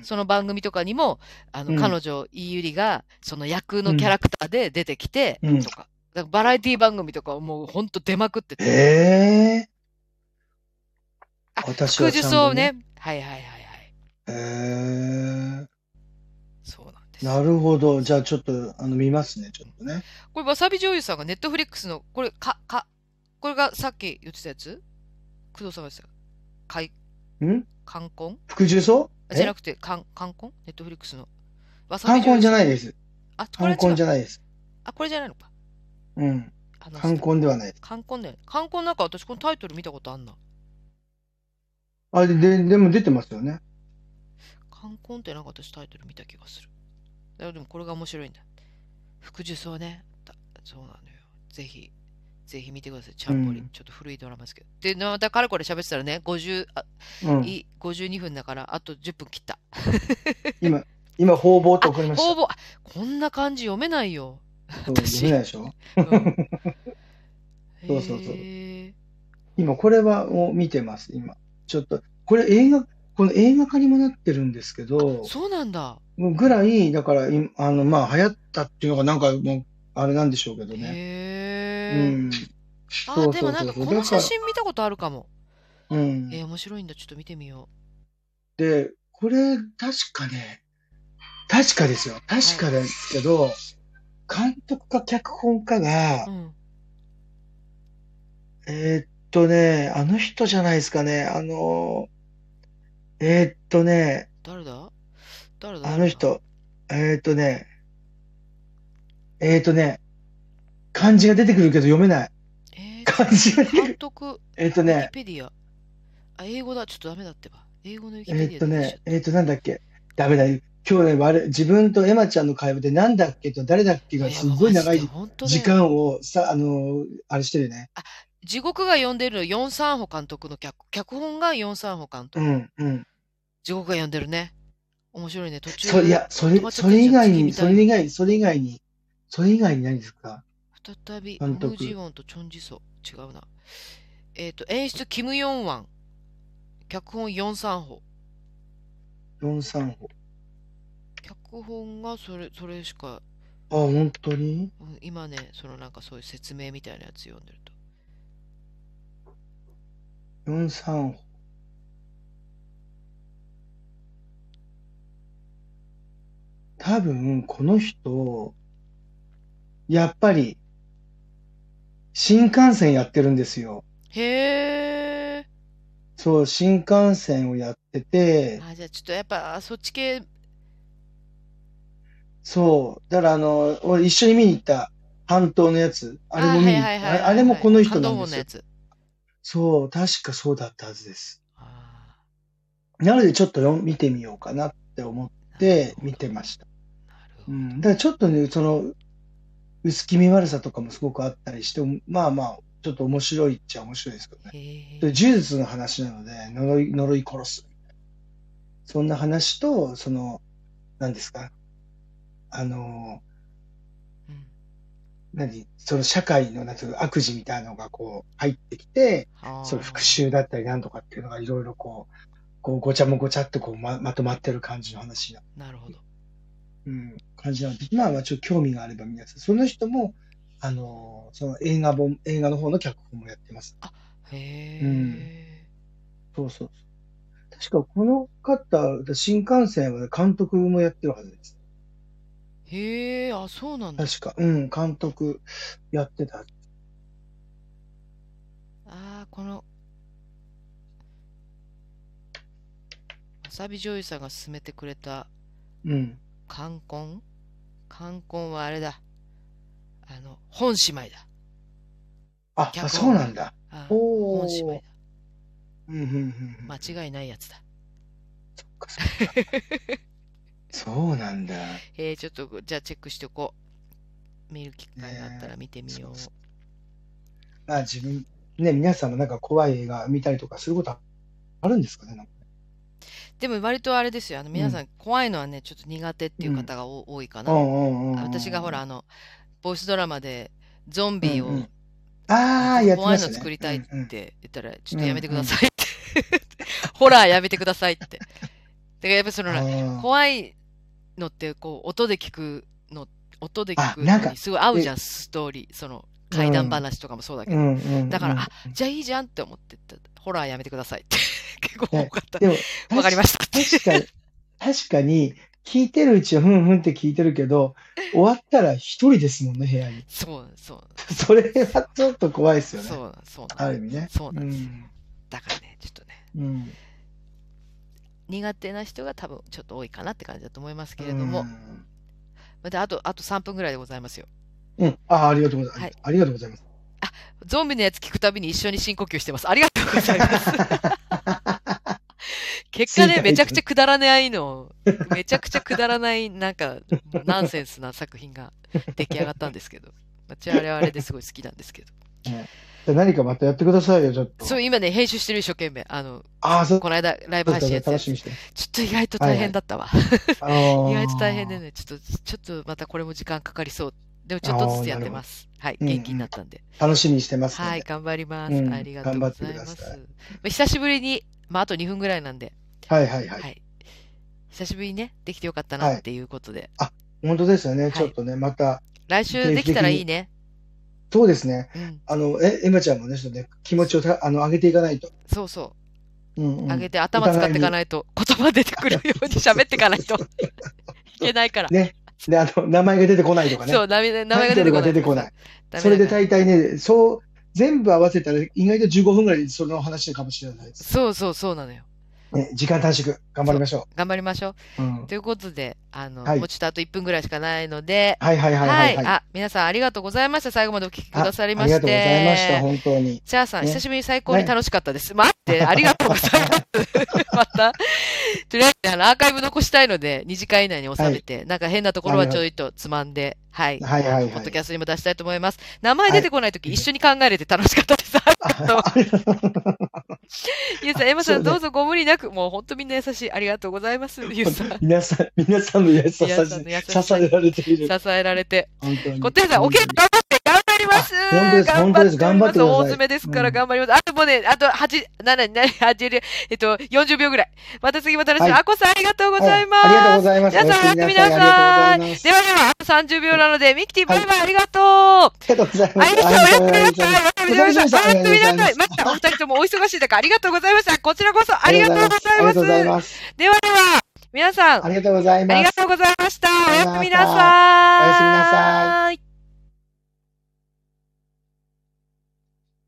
ん
その番組とかにも、あの、
うん
彼女、イユリが、その役のキャラクターで出てきて、
うん
とか。だからバラエティ番組とかもうほんと出まくって
う
て。
ん。ええ
あ
私
福
は
寿
ちゃん
草
と
ね
ね。
はいはいはいはい。
ええ
そうなんです。
なるほど。じゃあちょっと、あの、見ますね、ちょっとね。
これ、わさび女優さんがネットフリックスの、これ、か、か、これがさっき言ってたやつ工藤さんが言ってた。かい、
ん
冠婚
副重奏
あじゃな
え
くて、冠冠婚ネットフリックスの。わさ
ハンコンじゃ
ない。
ないです。
あ、こ
ハ
れ
ンコ
は違
ンじ
う。
ゃないです。
あ、これじゃないのか。
うん。
あの
ハンコンではないです。
冠婚だよね。冠婚なんか私、このタイトル見たことあんな。
あ、で、ででも出てますよね。
冠婚ってなんか私タイトル見た気がする。だからでもこれが面白いんだ。福寿草ね。だそうなのよ。ぜひ、ぜひ見てください。チャンボリ。
うん
ちょっと古いドラマですけど。で、またかれこれ喋ってたらね、50、あ
うん。
い52分だからあと10分切った。
今、今、方々と送りまし
応募あこんな感じ読めない よ。
た。そう読めないでしょ
うん
そうそうそう
へー
今、これは、を見てます、今。ちょっと、これ映画、この映画化にもなってるんですけど、
そうなんだ。
ぐらい、だから、いあの、まあ、流行ったっていうのが、なんかもう、あれなんでしょうけどね。う
へえ。
ん。
あ
そう
でもなん
そ
かこ
うそうそう
の写真見たことあるかも。
うん。
えー、面白いんだ。ちょっと見てみよ
で、これ、確かね、確かですよ。確かですけど、監督か脚本家が
う。う、ん。
えーっとね、あの人じゃないですかね、あの、えーっとね、
誰だ誰だ
あ
誰
の
だ。
人、えーっとね、えーっとね、漢字が出てくるけど読めない。
えー
漢字が出てく
監
る。
督、
えーっと
ウィキ
ね、
ペディア。あ、英語だ。ちょっとダメだってば。英語のウィキ
え
ペディア
ーっと
で
ね、えーっとなんだっけ。ダメだ。今日ね、我自分とエマちゃんの会話でなんだっけと誰だっけがすっごい長い
やばマジで
時。
本当だよ
間をさ、あの、あれしてるよね。
地獄が呼んでるのヨン・サンホ監督の脚脚本がヨン・サンホ監督。
うん、うん。
地獄が呼んでるね。面白いね。途中、
そ、いや、それ
止ま、っちゃった
そ
じゃん
れ以外に、
次
そ
見
れ以外に、それ以外に、それ以外に何ですか
再び、
監
ム
督
ージウォンとチョン・ジソ。違うな。えっ、と、演出、キム・ヨンワン。脚本43歩
4、3歩。
脚本がそれそれしか、
あ、本当に
うん今ねそのなんかそういう説明みたいなやつ読んでると
?4、3歩。多分、この人、やっぱり、新幹線やってるんですよ。
へ
そう、新幹線をやってて
え、あじゃあちょっとやっぱあそっち系
そう、だからあの、俺一緒に見に行った、半島のやつ、あれも見に行った、
はいはいはいはい
あれあれもこの人な
ハ
ん
ンドボン
です
の
よ
や。つ
そう、確かそうだったはずです。
あ
なのでちょっとよ見てみようかなって思
ー
って見てました。
なるほど
うん、だからちょっとね、その、薄気味悪さとかもすごくあったりして、まあまあ、ちょっと面白いっちゃ面白いですけどね。
へ
で
え
呪術の話なので、呪い、呪い殺す。そんな話と、その、何ですかあの、
うん
何その社会のなんていうの悪事みたいなのがこう入ってきて、
あー
その復讐だったりなんとかっていうのがいろいろこう、こうごちゃもごちゃっとこうままとまってる感じの話な、
なるほど
うん、感じなので、まあまあちょっと興味があれば皆さん、その人も、あの、その映画本、映画の方の脚本もやってます。
へえ、
そうそうそう。確かこの方、新幹線は監督もやってるはずです。
へえあそうなんだ
確か。うん、監督やってた。
あーこのわさび女優さんが勧めてくれた
うん。
冠婚冠婚はあれだあの本姉妹だ
あ、
脚本
あそうなんだ。
あー
お
本
お。
姉妹
うんうんうんうん。
だ間違いないやつだ
そっかそっか そうなんだ。
えー、ちょっとじゃあチェックしておこう見る機会があったら見てみよう、
ねえそうまあ自分、ね、皆さんもなんか怖い映画見たりとかすることあるんですかねなんか
でも割とあれですよあの皆さん怖いのはねちょっと苦手っていう方がお多いかな、
うんうんうんうん
あ私がほら、あのボイスドラマでゾンビを、
うんうんああ、やって
怖
ま
い
した
の
ね。
作りたいっ
うんうん
て言ったら、ちょっとやめてくださいって。 ホラーやめてくださいって。だからやっぱそのほら、
あー
怖いのって、こう、音で聞くの、音で聞く
あなん
の
か
にすごい合うじゃん、ストーリー。その、怪談話とかもそうだけ
う
ど。
んうんうん
だから、あ、じゃあいいじゃんって思ってた。ホラーやめてくださいっ て。結構多かった。
でも、
わかりましたって。
確かに、確かに、聞いてるうちはふんふんって聞いてるけ ど、終わったら一人ですもんね、部屋に。
そう、そう、
それはちょっと怖いですよ
そ
ね。
う、そうな
あ
の
る意味ね。
そう
う
なんです。
ん。
だからね、ちょっとね。
うん。
苦手な人が多分ちょっと多いかなって感じだと思いますけれども、
う
ま
ん。
あであとあと3分ぐらいでございますよ。
うん。ああ、ありがとうございま
は
す。ありがとうございます。
ゾンビのやつ聞くたびに一緒に深呼吸してます。ありがとうござい ます。結果
つい
ね、
たね
めちゃくちゃくだらないの、めちゃくちゃくだらない、なんか、ナンセンスな作品が出来上がったんですけど、まあ、あれはあれですごい好きなんですけど。
じゃあ何かまたやってくださいよ、ちょっと。
そう、今ね、編集してる一生懸命。あの、
ああ、そう
この間ライブ
だ
配
った
信
ら
やってた
楽
や
しみ
つ
にして。
ちょっと意外と大変だったわ。
あのー
意外と大変でね、ちょっと、ちょっとまたこれも時間かかりそう。でもちょっとずつやってます。はい、
うんうん
元気になったんで。
楽しみにしてますので。
はい、頑張ります。
うん
ありがとうございま
頑張ってくださ
す
い。
まあ久しぶりに、まああと2分ぐらいなんで、
はいはいはい。
はい。久しぶりにね、できてよかった
は
ないっていうことで、
本当ですよ
はい
ね。ちょっとね、また、
来週できたらいいね。
そうですね。
うん、
あの、え、エマちゃんもね、ちょっとね、気持ちをたあの上げていかないと。
そうそ
うんう
う。
ん
あげて頭使っていかないと、言葉出てくるように喋っていかない といけないから。
ねで、あの、名前が出てこないとかね。
そう、名前名前
タイトル
が
が
出て
出て
こ
こ
な
ないい。
ダメだから
それで大体ね、そう、全部合わせたら意外と15分ぐらいでその話かもしれないです。
そうそうそうなのよ。
ね、時間短縮、頑張りましょ
頑張りましょ
う。うん
う。。ということで、あの、
はい
もうちょっとあと1分ぐらいしかないので、
はいはいはいはいはい。
あ、皆さんありがとうございました。最後までお聞きくださり
あ
ま
り
して。
がとうございました、本当に。
チャーさん、
ね
久しぶりに最高に楽しかったです。待って、 ありがとうございます。 また、とりあえず、あの、アーカイブ残したいので、2時間以内に収めて、なんか変なところはちょいとつまんで、はい。
はいはいはい
ポッドキャストにも出したいと思います。名前出てこないとき、一緒に考えれて楽しかったです。 ありがとう。
ありがとうございます
ゆうさん、エマさん、
そうね
どうぞご無理なく、もう本当みんな優しい。ありがとうございます。ゆうさん、支
皆さん、皆さんの優しさ
皆さんの優しさ
支えられている。
えられて。
本当に。
こてんさん、おけ頑張って、頑張ります。です。
本当です
頑張っ
本当で
ております。
す頑張ってください
大詰めですから
うん
頑張ります。あともうね、あと8、7、7、80、えっと、40秒ぐらい。また次も楽しみ。
はい
あこさんありがとうございます。
ありがとうございます。
皆さん
おやすみな
おやすみなさい
さい。ありがとうございま
で
す。
はでは、あと30秒なので、ミキティバイバイありがとう。
ありがとうござい
ありがとうございま。
ますす。
おやすみなさい。おやすみなさい。またお二人ともお忙しい中、ありがとうございました。こちらこそありがとうござい
あり
ま
がとうござい
す。
ます。
ではでは、皆さん、
ありがとうござい
あ
ま
りが
す。
とうございました。おやすみなさ
おやすみな
ーい。